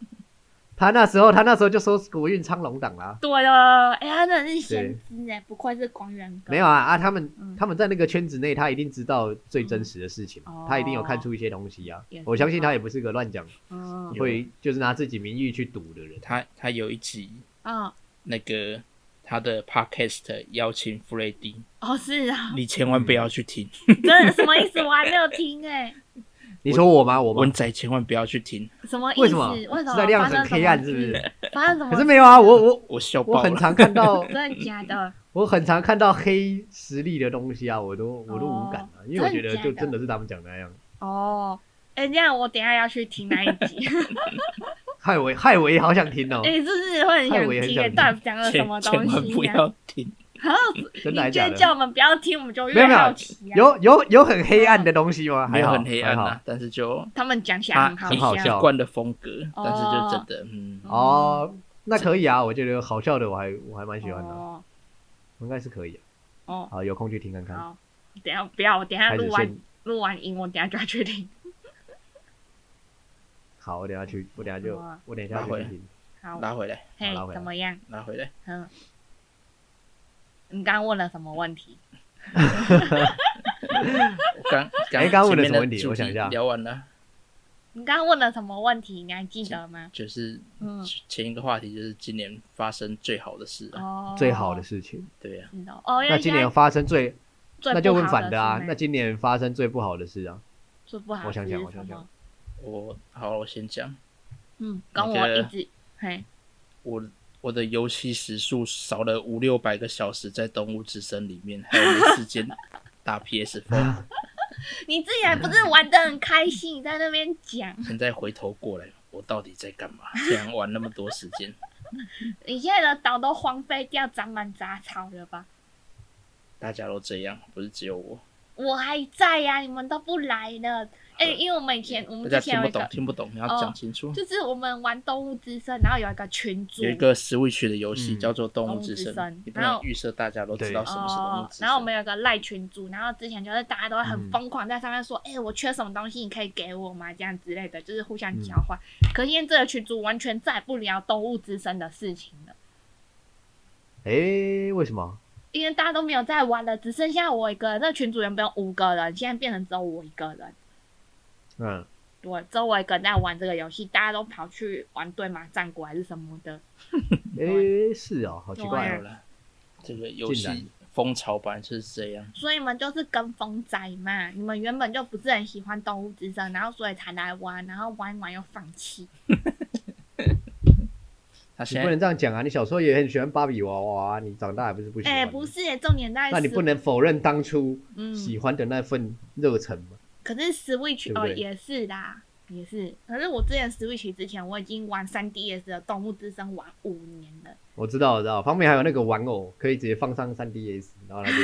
Speaker 2: 他那时候他那时候就说国运苍龙党啊啦，
Speaker 3: 对了，哎、他真的是
Speaker 2: 对
Speaker 3: 先知哎，不愧是光源哥。
Speaker 2: 没有啊啊，他们
Speaker 3: 嗯
Speaker 2: 他们在那个圈子内，他一定知道最真实的事情
Speaker 3: 嗯哦，
Speaker 2: 他一定有看出一些东西啊
Speaker 3: 也是，
Speaker 2: 我相信他也不是个乱讲，
Speaker 3: 嗯
Speaker 1: 有
Speaker 2: 会就是拿自己名誉去赌的人，
Speaker 1: 他他有一集
Speaker 3: 嗯，
Speaker 1: 那个他的 podcast 邀请 f r e d d y
Speaker 3: 哦是啊，
Speaker 1: 你千万不要去听，
Speaker 2: 嗯
Speaker 3: 真的什么意思？我还没有听哎，
Speaker 2: 你说我吗？我
Speaker 1: 文
Speaker 2: 吗？
Speaker 1: 仔千万不要去听，
Speaker 3: 什么意思？
Speaker 2: 为
Speaker 3: 为
Speaker 2: 什
Speaker 3: 什
Speaker 2: 么？
Speaker 3: 么？
Speaker 2: 是在亮很黑暗是不
Speaker 3: 发生什
Speaker 2: 是？
Speaker 3: 么事？发生什么？
Speaker 2: 可是没有啊，我 我
Speaker 1: 我笑
Speaker 2: 我
Speaker 1: 爆
Speaker 2: 很
Speaker 1: 了。
Speaker 2: 常看到，
Speaker 3: 真的假的？
Speaker 2: 我很常看到黑实力的东西啊，我都我都无感啊，因为我觉得就
Speaker 3: 哦真的假的
Speaker 2: 真的是他们讲的那样，
Speaker 3: 哦，哎、这样我等一下要去听那一 集，
Speaker 2: 害我害我也好想听哦
Speaker 3: 哎、，是不是会很
Speaker 2: 害
Speaker 3: 想
Speaker 2: 我也很
Speaker 3: 听？
Speaker 2: 想
Speaker 3: 哎
Speaker 2: 听
Speaker 3: 到底讲了什
Speaker 1: 千
Speaker 3: 么
Speaker 1: 千
Speaker 3: 东
Speaker 1: 万
Speaker 3: 西
Speaker 1: 不
Speaker 3: 呀、啊？
Speaker 1: 要听，
Speaker 2: 真的还
Speaker 3: 你
Speaker 2: 是假
Speaker 3: 就
Speaker 2: 的？
Speaker 3: 叫我们不要听，我们就
Speaker 2: 没
Speaker 3: 越
Speaker 2: 有没有
Speaker 3: 好奇啊。
Speaker 2: 有有有很黑
Speaker 3: 嗯
Speaker 2: 暗的东西吗？
Speaker 1: 没
Speaker 2: 还
Speaker 1: 有
Speaker 2: 好，
Speaker 1: 很黑暗
Speaker 2: 还好
Speaker 1: 啊，但是就
Speaker 3: 他们讲起来
Speaker 1: 他
Speaker 3: 很好啊
Speaker 2: 很好
Speaker 1: 一
Speaker 2: 笑
Speaker 1: 贯的风格，
Speaker 3: 哦
Speaker 1: 但是就真的嗯，
Speaker 2: 哦，那可以啊，我觉得好笑的我还我还蛮喜欢的，
Speaker 3: 嗯哦
Speaker 2: 应该是可以的。
Speaker 3: 哦，
Speaker 2: 好，有空去听看看。
Speaker 3: 好，等一下不要，我等一
Speaker 2: 嗯
Speaker 3: 下
Speaker 2: 开始
Speaker 3: 录完
Speaker 2: 先
Speaker 3: 录完音，我等一下就要去听。
Speaker 2: 好，我等一下去，我等一下就
Speaker 3: 好啊
Speaker 2: 我等一下
Speaker 1: 拉回
Speaker 2: 去
Speaker 1: 来
Speaker 2: 听。
Speaker 3: 好，
Speaker 1: 拉回来，
Speaker 3: 嘿
Speaker 2: 拉回来，
Speaker 3: 怎么样？
Speaker 1: 拉回来，
Speaker 3: 嗯，你刚刚问了什么问题？
Speaker 1: 我 刚
Speaker 2: 哎刚刚问
Speaker 1: 前
Speaker 2: 了
Speaker 1: 面
Speaker 2: 什么问题
Speaker 1: 主
Speaker 2: 我想一下
Speaker 1: 题聊完了，
Speaker 3: 你刚刚问了什么问题？你还记得吗？
Speaker 1: 就是
Speaker 3: 嗯，
Speaker 1: 前一个话题就是今年发生最好的事啊，
Speaker 3: 哦，
Speaker 2: 最好的事情，
Speaker 1: 对啊呀，
Speaker 3: 是哦，哦，因为
Speaker 2: 那今年
Speaker 3: 现
Speaker 2: 发生最
Speaker 3: 在最
Speaker 2: 那就
Speaker 3: 不
Speaker 2: 问
Speaker 3: 好
Speaker 2: 反的啊
Speaker 3: 是，
Speaker 2: 那
Speaker 3: 吗
Speaker 2: 今年发生最不好的事啊，
Speaker 3: 最不好的
Speaker 2: 我想想
Speaker 3: 是
Speaker 2: 我想
Speaker 3: 什么
Speaker 2: 想
Speaker 1: 我好，我先讲，
Speaker 3: 嗯，
Speaker 1: 那
Speaker 3: 跟我
Speaker 1: 个
Speaker 3: 一直嘿，
Speaker 1: 我我的游戏时数少了五六百个小时在《动物之声》里面，还有没时间 打 PS Four，
Speaker 3: 你自己还不是玩的很开心，你在那边讲，
Speaker 1: 现在回头过来，我到底在干嘛？竟然玩那么多时间，
Speaker 3: 你现在的岛都荒废掉，长满杂草了吧？
Speaker 1: 大家都这样，不是只有我，
Speaker 3: 我还在呀、你们都不来了。哎、因为我们以前我们
Speaker 1: 呃大
Speaker 3: 之
Speaker 1: 家听
Speaker 3: 前有
Speaker 1: 不
Speaker 3: 一
Speaker 1: 懂
Speaker 3: 个，，
Speaker 1: 听不懂，你要
Speaker 3: 哦
Speaker 1: 讲清楚。
Speaker 3: 就是我们玩动物之声，然后有一个群主，
Speaker 1: 有一个 Switch 的游戏
Speaker 2: 嗯
Speaker 1: 叫做《动物之
Speaker 3: 动物之
Speaker 1: 声》
Speaker 3: 声
Speaker 1: 你不
Speaker 3: 然
Speaker 1: 能
Speaker 3: 后
Speaker 1: 预设大家都知道什么是《动物
Speaker 3: 哦
Speaker 1: 之，声》
Speaker 3: 然后我们有一个赖群主，然后之前就是大家都会
Speaker 2: 嗯
Speaker 3: 很疯狂在上面说，哎、我缺什么东西，你可以给我吗？这样之类的，就是互相
Speaker 2: 嗯
Speaker 3: 交换。可是现在这个群主完全再也不聊动物之声的事情了。
Speaker 2: 诶，为什么？
Speaker 3: 因为大家都没有在玩了，只剩下我一个人。那群主原本有五个人，现在变成只有我一个人。
Speaker 2: 嗯，
Speaker 3: 对，只有我一个人在玩这个游戏，大家都跑去玩对马战国还是什么的。
Speaker 2: 诶，是哦，好奇
Speaker 1: 没
Speaker 2: 怪
Speaker 1: 有
Speaker 2: 哦。
Speaker 1: 了。这个游
Speaker 2: 竟然
Speaker 1: 戏风潮本来就是这样，
Speaker 3: 所以你们就是跟风仔嘛，你们原本就不是很喜欢动物之声，然后所以才来玩，然后玩一玩又放弃。
Speaker 1: 他
Speaker 2: 你
Speaker 1: 现
Speaker 2: 不
Speaker 1: 在
Speaker 2: 能这样讲啊！你小时候也很喜欢芭比娃娃啊，你长大也不是不喜
Speaker 3: 哎、
Speaker 2: 欢。
Speaker 3: 不是耶，重点在
Speaker 2: 那你
Speaker 3: Swi-
Speaker 2: 不能否认当初
Speaker 3: 嗯，
Speaker 2: 喜欢的那份热忱嘛？
Speaker 3: 可是 Switch
Speaker 2: 对不
Speaker 3: 哦
Speaker 2: 对
Speaker 3: 也是啦，也是。可是我之前 Switch 之前我已经玩 3DS 的动物之声玩五年了。
Speaker 2: 我知道，我知道，旁边还有那个玩偶，可以直接放上 3DS，然后它就、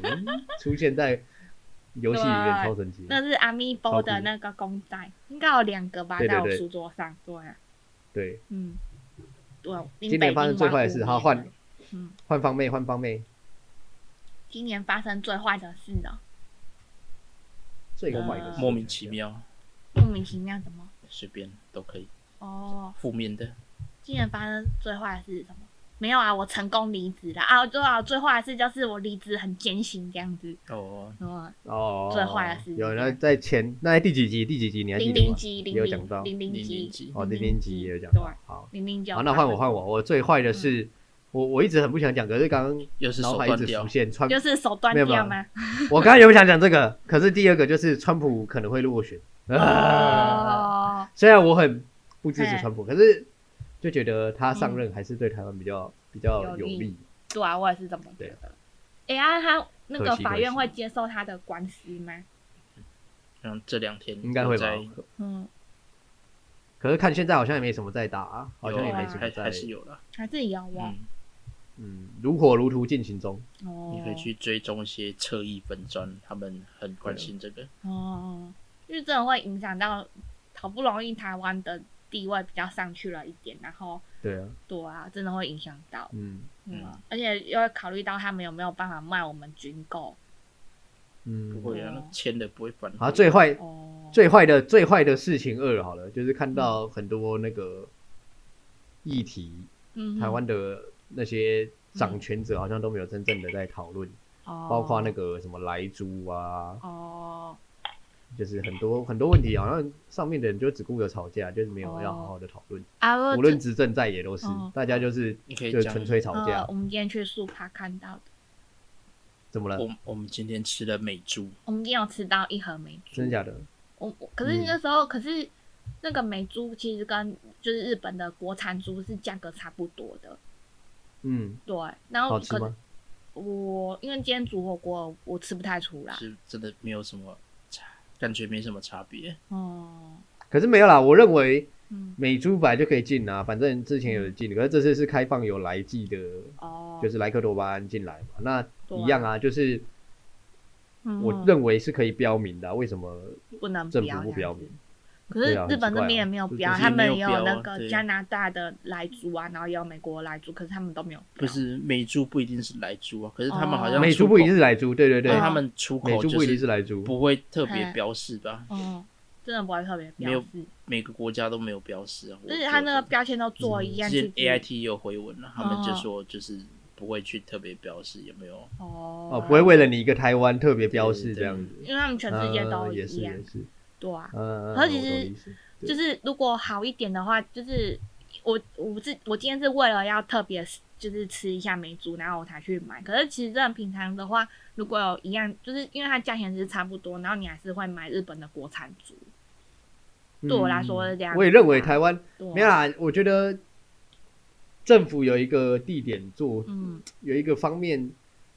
Speaker 2: 嗯、出现在游戏里面，
Speaker 3: 对
Speaker 2: 超神奇。
Speaker 3: 那是阿米波
Speaker 2: 超
Speaker 3: 的
Speaker 2: 酷
Speaker 3: 那个公仔，应该有两个吧，
Speaker 2: 对对
Speaker 3: 在我
Speaker 2: 对
Speaker 3: 书桌上。对啊，
Speaker 2: 对，
Speaker 3: 嗯，对啊。林
Speaker 2: 今
Speaker 3: 北
Speaker 2: 年发
Speaker 3: 已
Speaker 2: 生
Speaker 3: 经
Speaker 2: 最
Speaker 3: 玩
Speaker 2: 坏的
Speaker 3: 五
Speaker 2: 事，
Speaker 3: 年
Speaker 2: 好换
Speaker 3: 了。嗯，
Speaker 2: 换方妹，换方妹，
Speaker 3: 今年发生最坏的事哦了，
Speaker 2: 最坏的事
Speaker 1: 嗯莫名其，妙，
Speaker 3: 莫名其妙什么？
Speaker 1: 随便都可以，
Speaker 3: 哦，
Speaker 1: 负面的。
Speaker 3: 今年发生最坏的事是什么？没有啊，我成功离职了啊！对啊，最坏的事就是我离职很艰辛这样子。
Speaker 1: 哦，
Speaker 3: 嗯，
Speaker 2: 哦，
Speaker 3: 最坏的事
Speaker 2: 有那在前那在第几集？第几集你还记
Speaker 3: 零
Speaker 2: 得
Speaker 3: 零
Speaker 2: 吗？
Speaker 3: 级，
Speaker 2: 也
Speaker 3: 零
Speaker 2: 有
Speaker 3: 零
Speaker 2: 讲到
Speaker 3: 零零
Speaker 1: 零零
Speaker 3: 级
Speaker 1: 级，
Speaker 2: 哦，零零集也有讲
Speaker 3: 对
Speaker 2: 到，。好，
Speaker 3: 零零级有
Speaker 2: 好，
Speaker 3: 发生。
Speaker 2: 那换我，换我，我最
Speaker 3: 嗯
Speaker 2: 坏的是，我我一直很不想讲，可是刚刚
Speaker 1: 又是
Speaker 2: 脑
Speaker 1: 手
Speaker 2: 海一
Speaker 1: 断
Speaker 2: 直
Speaker 1: 掉
Speaker 2: 浮，现川，
Speaker 3: 就是手断
Speaker 2: 没有
Speaker 3: 掉
Speaker 2: 没有
Speaker 3: 吗？
Speaker 2: 我刚刚有想讲这个，可是第二个就是川普可能会落 选。啊
Speaker 3: 哦，
Speaker 2: 虽然我很不支持
Speaker 3: 哎
Speaker 2: 川普，可是就觉得他上任还是对台湾比较、比较有
Speaker 3: 嗯有利
Speaker 2: 利。
Speaker 3: 对啊，我也是这么觉得。哎呀、啊，他那
Speaker 2: 可
Speaker 3: 个
Speaker 2: 惜
Speaker 3: 法
Speaker 2: 可
Speaker 3: 院
Speaker 2: 惜
Speaker 3: 会接受他的官司吗？
Speaker 1: 嗯，这两天
Speaker 2: 应该会
Speaker 1: 我
Speaker 2: 吧
Speaker 1: 在？
Speaker 3: 嗯，
Speaker 2: 可是看现在好像也没什么在打、啊，好像也
Speaker 1: 有啊
Speaker 2: 没什么
Speaker 1: 还
Speaker 2: 在
Speaker 1: 还，是有了。
Speaker 3: 还是有哦。
Speaker 1: 嗯，
Speaker 2: 嗯，如火如荼进行中。
Speaker 3: 哦，
Speaker 1: 你可以去追踪一些侧翼粉砖，他们很关心这个。
Speaker 3: 哦哦，因为这种会影响到好不容易台湾的地位比较上去了一点，然后
Speaker 2: 对啊，
Speaker 3: 对啊，真的会影响到，
Speaker 2: 嗯
Speaker 3: 嗯，
Speaker 1: 嗯
Speaker 3: 而且又要考虑到他们有没有办法卖我们军购
Speaker 1: 不
Speaker 2: 嗯，
Speaker 1: 会啊，那签的不会反悔。
Speaker 2: 好，最坏
Speaker 3: 哦，
Speaker 2: 最坏的最坏的事情二好了，就是看到很多那个议题，
Speaker 3: 嗯
Speaker 2: 台湾的那些掌权
Speaker 1: 嗯
Speaker 2: 者好像都没有真正的在讨论，包
Speaker 1: 哦
Speaker 3: 包
Speaker 2: 括那个什么莱猪啊，
Speaker 3: 哦，
Speaker 2: 就是很多很多问题，好像上面的人就只顾着吵架，就是没有要好好的讨论。
Speaker 3: 啊，
Speaker 2: 无论执政在野都是
Speaker 3: 哦，
Speaker 2: 大家就是
Speaker 1: 哦呃你可以
Speaker 2: 就
Speaker 1: 讲哦
Speaker 2: 纯粹吵
Speaker 3: 呃
Speaker 2: 架，，
Speaker 3: 我们今天去速趴看到的，
Speaker 2: 怎么了？
Speaker 1: 我我们今天吃了美猪，
Speaker 3: 我们今天有吃到一盒梅
Speaker 2: 真的假的？
Speaker 3: 我我可是
Speaker 2: 嗯
Speaker 3: 那时候，可是那个美猪其实跟就是日本的国产猪是价格差不多的，
Speaker 2: 嗯，
Speaker 3: 对。然
Speaker 1: 哦
Speaker 3: 后
Speaker 2: 好吃
Speaker 3: 可是
Speaker 2: 吗？
Speaker 3: 我因为今天煮火锅，我吃不太出来。
Speaker 1: 是真的没有什么差，感觉没什么差别。
Speaker 3: 哦，
Speaker 2: 可是没有啦，我认为
Speaker 3: 嗯，
Speaker 2: 美猪本来就可以进啊，反正之前有进，可是这次是开放有来剂的，
Speaker 3: 哦，
Speaker 2: 就是莱克多巴胺进来嘛，那
Speaker 3: 对
Speaker 2: 一样啊，就是
Speaker 3: 嗯
Speaker 2: 我认为是可以标明的啊、为什么
Speaker 3: 不能
Speaker 2: 政
Speaker 3: 标
Speaker 2: 府不
Speaker 3: 这
Speaker 2: 标
Speaker 3: 样子
Speaker 2: 明？
Speaker 3: 可是
Speaker 2: 对啊
Speaker 3: 日本
Speaker 2: 很奇怪
Speaker 3: 那
Speaker 2: 啊
Speaker 3: 边也没有
Speaker 2: 就
Speaker 3: 标，
Speaker 2: 就是
Speaker 3: 他
Speaker 1: 没
Speaker 3: 们
Speaker 1: 有
Speaker 3: 也有
Speaker 1: 标
Speaker 3: 那
Speaker 1: 啊
Speaker 3: 个
Speaker 1: 对
Speaker 3: 加拿大的来猪啊，然后也有美国的来猪，可是他们都没有标。
Speaker 1: 不是美猪不一定是来猪啊，可是他们好像
Speaker 3: 哦
Speaker 2: 美
Speaker 1: 出
Speaker 2: 猪
Speaker 1: 口
Speaker 2: 不一定是莱猪，对对对
Speaker 1: 对，
Speaker 3: 嗯
Speaker 1: 他们出
Speaker 2: 美
Speaker 1: 口
Speaker 2: 猪
Speaker 1: 哦就
Speaker 2: 不一定是
Speaker 1: 是
Speaker 2: 莱猪，
Speaker 1: 不会特
Speaker 3: 嘿
Speaker 1: 别标示吧？
Speaker 3: 哦，真的不会特别
Speaker 1: 没
Speaker 3: 标
Speaker 1: 有
Speaker 3: 示，
Speaker 1: 每个国家都没有标示啊。我
Speaker 3: 而且他那个
Speaker 1: 觉得
Speaker 3: 标签都做一样
Speaker 1: 之
Speaker 3: 去
Speaker 1: 前 AIT 也有回文了，他们就
Speaker 3: 哦
Speaker 1: 说就是不会去特别标示有没有
Speaker 3: 哦
Speaker 2: 哦，不会为了你一个台湾特别标示这样子，
Speaker 3: 因为他们全世界
Speaker 2: 呃
Speaker 3: 都
Speaker 2: 也是
Speaker 3: 一样
Speaker 2: 也，是，
Speaker 3: 对啊。
Speaker 2: 嗯，
Speaker 3: 可是其实
Speaker 2: 我懂你意思对
Speaker 3: 就是如果好一点的话，就是我我是我今天是为了要特别就是吃一下梅珠，然后我才去买。可是其实这样平常的话，如果有一样，就是因为它价钱是差不多，然后你还是会买日本的国产猪。对我来说是这样子啊
Speaker 2: 嗯我也认为台湾
Speaker 3: 对啊、
Speaker 2: 没有啦，我觉得政府有一个地点做，
Speaker 3: 嗯
Speaker 2: 有一个方面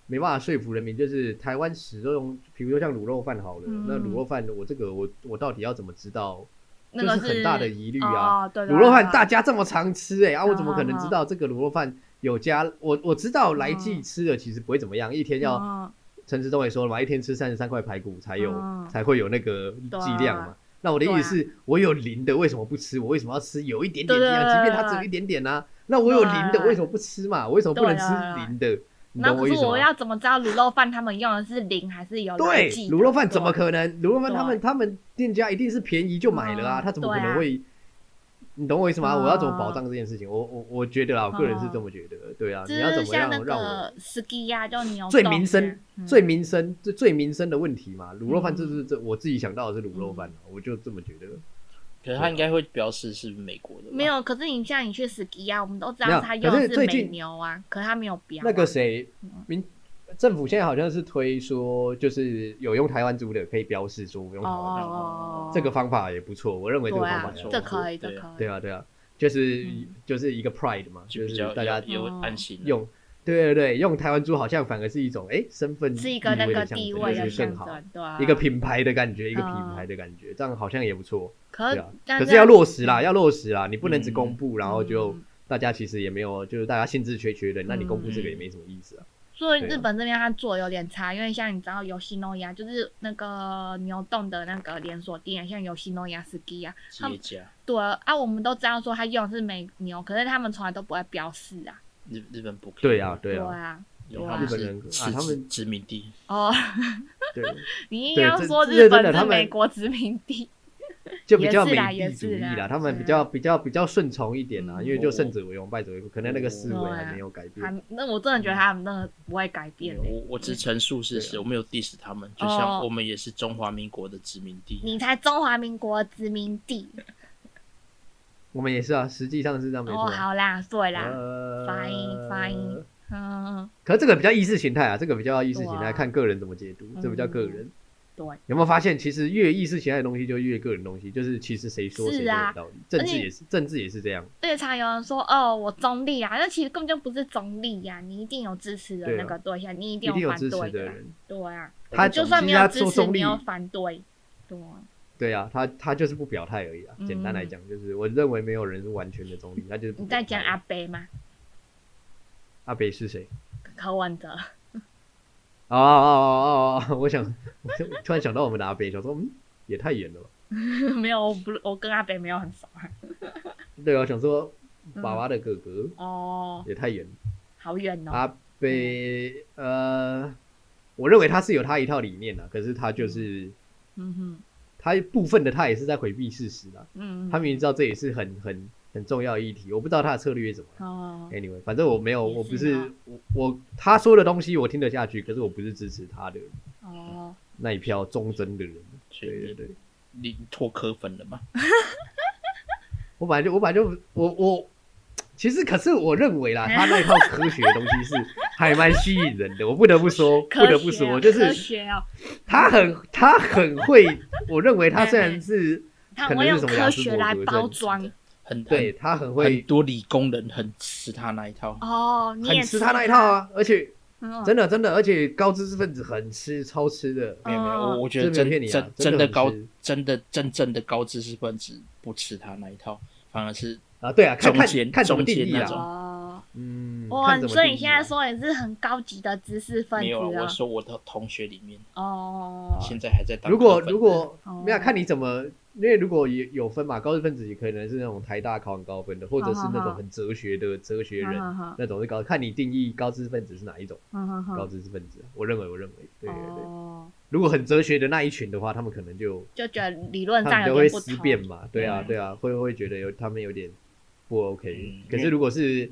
Speaker 2: 没办法说服人民，就是台湾始终，比如说像卤肉饭好了，
Speaker 3: 嗯
Speaker 2: 那卤肉饭我这个我我到底要怎么知道？
Speaker 3: 那个
Speaker 2: 就是很大的疑虑啊
Speaker 3: 哦、对对
Speaker 2: 卤肉饭
Speaker 3: 对
Speaker 2: 大家这么常吃哎、啊，我怎么可能
Speaker 3: 啊
Speaker 2: 知道这个卤肉饭有加？我我知道来记吃了其实不会怎么样，一天要
Speaker 3: 嗯
Speaker 2: 陈志东也说了嘛，一天吃三十三块排骨才有、
Speaker 3: 嗯
Speaker 2: 才会有那个
Speaker 3: 对啊
Speaker 2: 剂量嘛。那我的意思是，我有零的为什么不吃？我为什么要吃有一点点
Speaker 3: 对
Speaker 2: 剂
Speaker 3: 对
Speaker 2: 量？
Speaker 3: 对
Speaker 2: 即便它只有一点点呢、那我有零
Speaker 3: 对啊
Speaker 2: 的我为什么不吃嘛？我为什么不能吃零的？你
Speaker 3: 那
Speaker 2: 懂
Speaker 3: 可
Speaker 2: 我意
Speaker 3: 是
Speaker 2: 思
Speaker 3: 我
Speaker 2: 吗？
Speaker 3: 要怎么知道卤肉饭他们用的是零还是有哦来
Speaker 2: 对，
Speaker 3: 记的
Speaker 2: 卤肉饭怎么
Speaker 3: 对啊
Speaker 2: 可能？卤肉饭他们
Speaker 3: 对啊
Speaker 2: 他们店家一定是便宜就买了啊，
Speaker 3: 嗯
Speaker 2: 他怎么
Speaker 3: 对
Speaker 2: 可
Speaker 3: 啊
Speaker 2: 能会？你懂我意思吗？
Speaker 3: 嗯
Speaker 2: 我要怎么保障这件事情？我我我觉得啊，我个人是这么觉得。对啊，
Speaker 3: 就
Speaker 2: 你要
Speaker 3: 嗯哦是
Speaker 2: 怎么
Speaker 3: 像
Speaker 2: 样
Speaker 3: 那
Speaker 2: 让我
Speaker 3: 个嗯 ski 呀、就牛
Speaker 2: 最
Speaker 3: 冻
Speaker 2: 民
Speaker 3: 这样
Speaker 2: 生、最
Speaker 3: 嗯
Speaker 2: 民生、最最民生的问题嘛？卤肉饭
Speaker 3: 嗯
Speaker 2: 这是这我自己想到的是卤肉饭啊，我就这么觉得。
Speaker 1: 可是他应该会标示是美国的吧，
Speaker 3: 没有，可是你像你去史迪亚，我们都知
Speaker 2: 没
Speaker 3: 道
Speaker 2: 有
Speaker 3: 他用
Speaker 2: 可
Speaker 3: 的
Speaker 2: 是最
Speaker 3: 美
Speaker 2: 近
Speaker 3: 牛啊，可是他没有标啊、
Speaker 2: 那个谁
Speaker 3: 嗯，
Speaker 2: 民政府现在好像是推说，就是有用台湾猪的可以标示说我用台湾猪，
Speaker 3: 哦，
Speaker 2: 这个方法也不错，我认为
Speaker 3: 对
Speaker 2: 这个方
Speaker 3: 啊
Speaker 2: 法也
Speaker 1: 也，不
Speaker 3: 这
Speaker 1: 错
Speaker 3: 可以，这
Speaker 1: 对
Speaker 3: 可以，
Speaker 2: 对啊，对啊，就是、
Speaker 3: 嗯
Speaker 2: 就是一个 pride 嘛，
Speaker 1: 就
Speaker 2: 就
Speaker 1: 比
Speaker 2: 是
Speaker 1: 较
Speaker 2: 大家
Speaker 1: 有
Speaker 3: 哦
Speaker 1: 安心啊。
Speaker 2: 用，对对对，用台湾猪好像反而是一种哎、诶身份
Speaker 3: 是一个那
Speaker 2: 地位
Speaker 3: 个
Speaker 2: 的象
Speaker 3: 地
Speaker 2: 征
Speaker 3: 位的
Speaker 2: 就是
Speaker 3: 象
Speaker 2: 更好，
Speaker 3: 征，对啊，
Speaker 2: 一个。品牌的感觉，一个品
Speaker 3: 嗯
Speaker 2: 牌的感觉，这样好像也不错，
Speaker 3: 可
Speaker 2: 对
Speaker 3: 是
Speaker 2: 啊，。
Speaker 3: 但
Speaker 2: 可
Speaker 3: 这
Speaker 2: 是要
Speaker 3: 样
Speaker 2: 落实啦，要落实啦，你不能只
Speaker 1: 嗯
Speaker 2: 公布，然后就
Speaker 3: 嗯
Speaker 2: 大家其实也没有，就是大家兴致缺缺的，那你公布这个也没什么意思啊。
Speaker 3: 所以
Speaker 2: 对啊
Speaker 3: 日本这边他做得有点差，因为像你知道游戏诺亚就是那个牛洞的那个连锁店，像游戏诺亚、斯基啊，他
Speaker 1: 结痂，
Speaker 3: 们对啊，啊我们都知道说他用的是美牛，可是他们从来都不会标示啊，
Speaker 1: 日日本不可以
Speaker 2: 对啊，，对
Speaker 3: 对
Speaker 2: 啊，
Speaker 3: 啊，
Speaker 1: 因为他们
Speaker 2: 日本
Speaker 1: 是
Speaker 2: 人啊
Speaker 1: 是
Speaker 2: 他们
Speaker 1: 殖民地，
Speaker 3: 哦，
Speaker 2: 对，
Speaker 3: 你硬
Speaker 2: 对
Speaker 3: 要
Speaker 2: 这
Speaker 3: 说
Speaker 2: 这
Speaker 3: 日
Speaker 2: 真的
Speaker 3: 本
Speaker 2: 他
Speaker 3: 是
Speaker 2: 们
Speaker 3: 美国殖民地，
Speaker 2: 就比较美
Speaker 3: 也
Speaker 2: 帝
Speaker 3: 是
Speaker 2: 主
Speaker 3: 啦
Speaker 2: 义
Speaker 3: 也是啦
Speaker 2: 啦，他们比
Speaker 3: 嗯
Speaker 2: 较比较比较顺从一点啦，
Speaker 3: 嗯
Speaker 2: 因为就胜者为王，败者为寇，可能那个思维
Speaker 3: 对啊
Speaker 2: 还没有改变。
Speaker 3: 还那我真
Speaker 2: 嗯
Speaker 3: 的觉得他们真的不会改变、欸。
Speaker 1: 我我只陈述事
Speaker 2: 对啊
Speaker 1: 实，我没有 diss 他们，就
Speaker 3: 哦
Speaker 1: 像我们也是中华民国的殖民地，
Speaker 3: 你才中华民国殖民地
Speaker 2: 我们也是啊，实际上是这样没
Speaker 3: 哦，
Speaker 2: 错啊。
Speaker 3: 好啦，对啦，
Speaker 2: 呃
Speaker 3: fine，fine 嗯，
Speaker 2: 可是这个比较意识形态啊，这个比较意识形
Speaker 3: 对啊
Speaker 2: 态，看个人怎么解读，这比较个
Speaker 3: 嗯
Speaker 2: 人。
Speaker 3: 对，
Speaker 2: 有没有发现，其实越意识形态的东西就越个人东西，就是其实谁说谁
Speaker 3: 是
Speaker 2: 都
Speaker 3: 啊
Speaker 2: 有道理。政
Speaker 3: 而
Speaker 2: 治
Speaker 3: 且
Speaker 2: 也是，政治也是这样。
Speaker 3: 而且常有人说哦，我中立啊，那其实根本就不是中立呀、你一定有支持的
Speaker 2: 对啊
Speaker 3: 那个对象，你一
Speaker 2: 一
Speaker 3: 定
Speaker 2: 定
Speaker 3: 有
Speaker 2: 有
Speaker 3: 反
Speaker 2: 支持
Speaker 3: 对
Speaker 2: 的
Speaker 3: 的啊，
Speaker 2: 人，
Speaker 3: 对啊，
Speaker 2: 他
Speaker 3: 就算没
Speaker 2: 其实
Speaker 3: 有
Speaker 2: 他
Speaker 3: 支
Speaker 2: 说
Speaker 3: 持，
Speaker 2: 中
Speaker 3: 没
Speaker 2: 立，
Speaker 3: 有反对，对啊，
Speaker 2: 对啊，他他就是不表态而已啊。
Speaker 3: 嗯
Speaker 2: 简单来讲，就是我认为没有人是完全的中立，他就是不
Speaker 3: 你
Speaker 2: 表
Speaker 3: 在
Speaker 2: 态
Speaker 3: 讲阿北吗？
Speaker 2: 阿北是谁？
Speaker 3: 柯文哲，
Speaker 2: 哦哦哦哦！我想， 我就突然想到我们的阿北，想说，嗯，也太远了吧？
Speaker 3: 没有，我不，我跟阿北没有很熟啊，
Speaker 2: 对啊，想说爸
Speaker 3: 嗯
Speaker 2: 爸的哥哥
Speaker 3: 哦，
Speaker 2: 也太远，
Speaker 3: 好远哦，
Speaker 2: 他被呃，我认为他是有他一套理念的，可是他就是
Speaker 3: 嗯哼，
Speaker 2: 他部分的他也是在回避事实啦。
Speaker 3: 嗯，嗯
Speaker 2: 他明明知道这也是很很很重要的议题，我不知道他的策略是什么啦。
Speaker 3: 哦，
Speaker 2: Anyway，反正我没有，
Speaker 3: 也
Speaker 2: 我
Speaker 3: 是
Speaker 2: 不是
Speaker 3: 啊
Speaker 2: 我我他说的东西我听得下去，可是我不是支持他的
Speaker 3: 哦，
Speaker 2: 那一票忠贞的人。
Speaker 1: 所
Speaker 2: 对对
Speaker 1: 以
Speaker 2: 对，
Speaker 1: 你你拓科粉了嘛？
Speaker 2: 我本来就我本来就我我其实可是我认为啦，他那一套科学的东西是 还蛮吸引人的，我不得不说，不
Speaker 3: 科
Speaker 2: 得不
Speaker 3: 学啊
Speaker 2: 说，就
Speaker 3: 科
Speaker 2: 是
Speaker 3: 学哦，
Speaker 2: 他 很他很会，我认为他虽然是
Speaker 3: 他
Speaker 2: 可能
Speaker 3: 我
Speaker 2: 是
Speaker 3: 用
Speaker 2: 什么
Speaker 3: 科
Speaker 2: 雅思
Speaker 3: 学
Speaker 2: 伯
Speaker 3: 来
Speaker 2: 格
Speaker 3: 包
Speaker 2: 症
Speaker 3: 装
Speaker 1: 很
Speaker 2: 对他很
Speaker 1: 很很
Speaker 2: 会
Speaker 1: 多理工人很吃他那一套，
Speaker 3: 哦，你
Speaker 2: 很
Speaker 3: 也
Speaker 2: 吃他那一套，啊，而且
Speaker 3: 嗯
Speaker 2: 真的真的，而且高知识分子很吃超吃的，
Speaker 1: 没有没有，
Speaker 3: 哦
Speaker 1: 我我觉得
Speaker 2: 这
Speaker 1: 真
Speaker 2: 没有骗你啊
Speaker 1: 真
Speaker 2: 真的
Speaker 1: 的
Speaker 2: 很
Speaker 1: 高
Speaker 2: 吃，
Speaker 1: 真的真正的高知识分子不吃他那一套，反而是
Speaker 2: 啊，对啊，看
Speaker 1: 中间
Speaker 2: 看看怎么
Speaker 1: 中间
Speaker 2: 定义
Speaker 1: 那
Speaker 2: 啦
Speaker 1: 种，
Speaker 3: 哦，
Speaker 2: 嗯，
Speaker 3: 哇，
Speaker 2: 看怎么
Speaker 3: 所以
Speaker 2: 定
Speaker 3: 你
Speaker 2: 义
Speaker 3: 现在
Speaker 2: 啦
Speaker 3: 说你是很高级的知识分
Speaker 1: 没
Speaker 3: 子
Speaker 1: 有啊。
Speaker 3: 了
Speaker 1: 我说我的同学里面，
Speaker 3: 哦，
Speaker 1: 现在还在当
Speaker 2: 啊如果
Speaker 1: 科粉
Speaker 2: 如果
Speaker 3: 哦
Speaker 2: 没有看你怎么，因为如果有有分嘛，高知分子也可能是那种台大考很高分的，或者是那
Speaker 3: 好好嗯
Speaker 2: 种很哲学的哲学人，
Speaker 3: 好好好
Speaker 2: 那种是高，看你定义高知分子是哪一种
Speaker 3: 嗯哼
Speaker 2: 高
Speaker 3: 哼，
Speaker 2: 知分子啊。我认为，我认为，对对对。
Speaker 3: 哦，
Speaker 2: 如果很哲学的那一群的话，他们可能就
Speaker 3: 就觉得理论
Speaker 2: 他
Speaker 3: 上
Speaker 2: 们就
Speaker 3: 有
Speaker 2: 会
Speaker 3: 点不
Speaker 2: 思
Speaker 3: 同，
Speaker 2: 辨嘛，对啊
Speaker 3: 嗯
Speaker 2: 对啊，会会觉得有他们有点不 OK
Speaker 1: 嗯。
Speaker 2: 可
Speaker 1: 因为
Speaker 2: 是如果是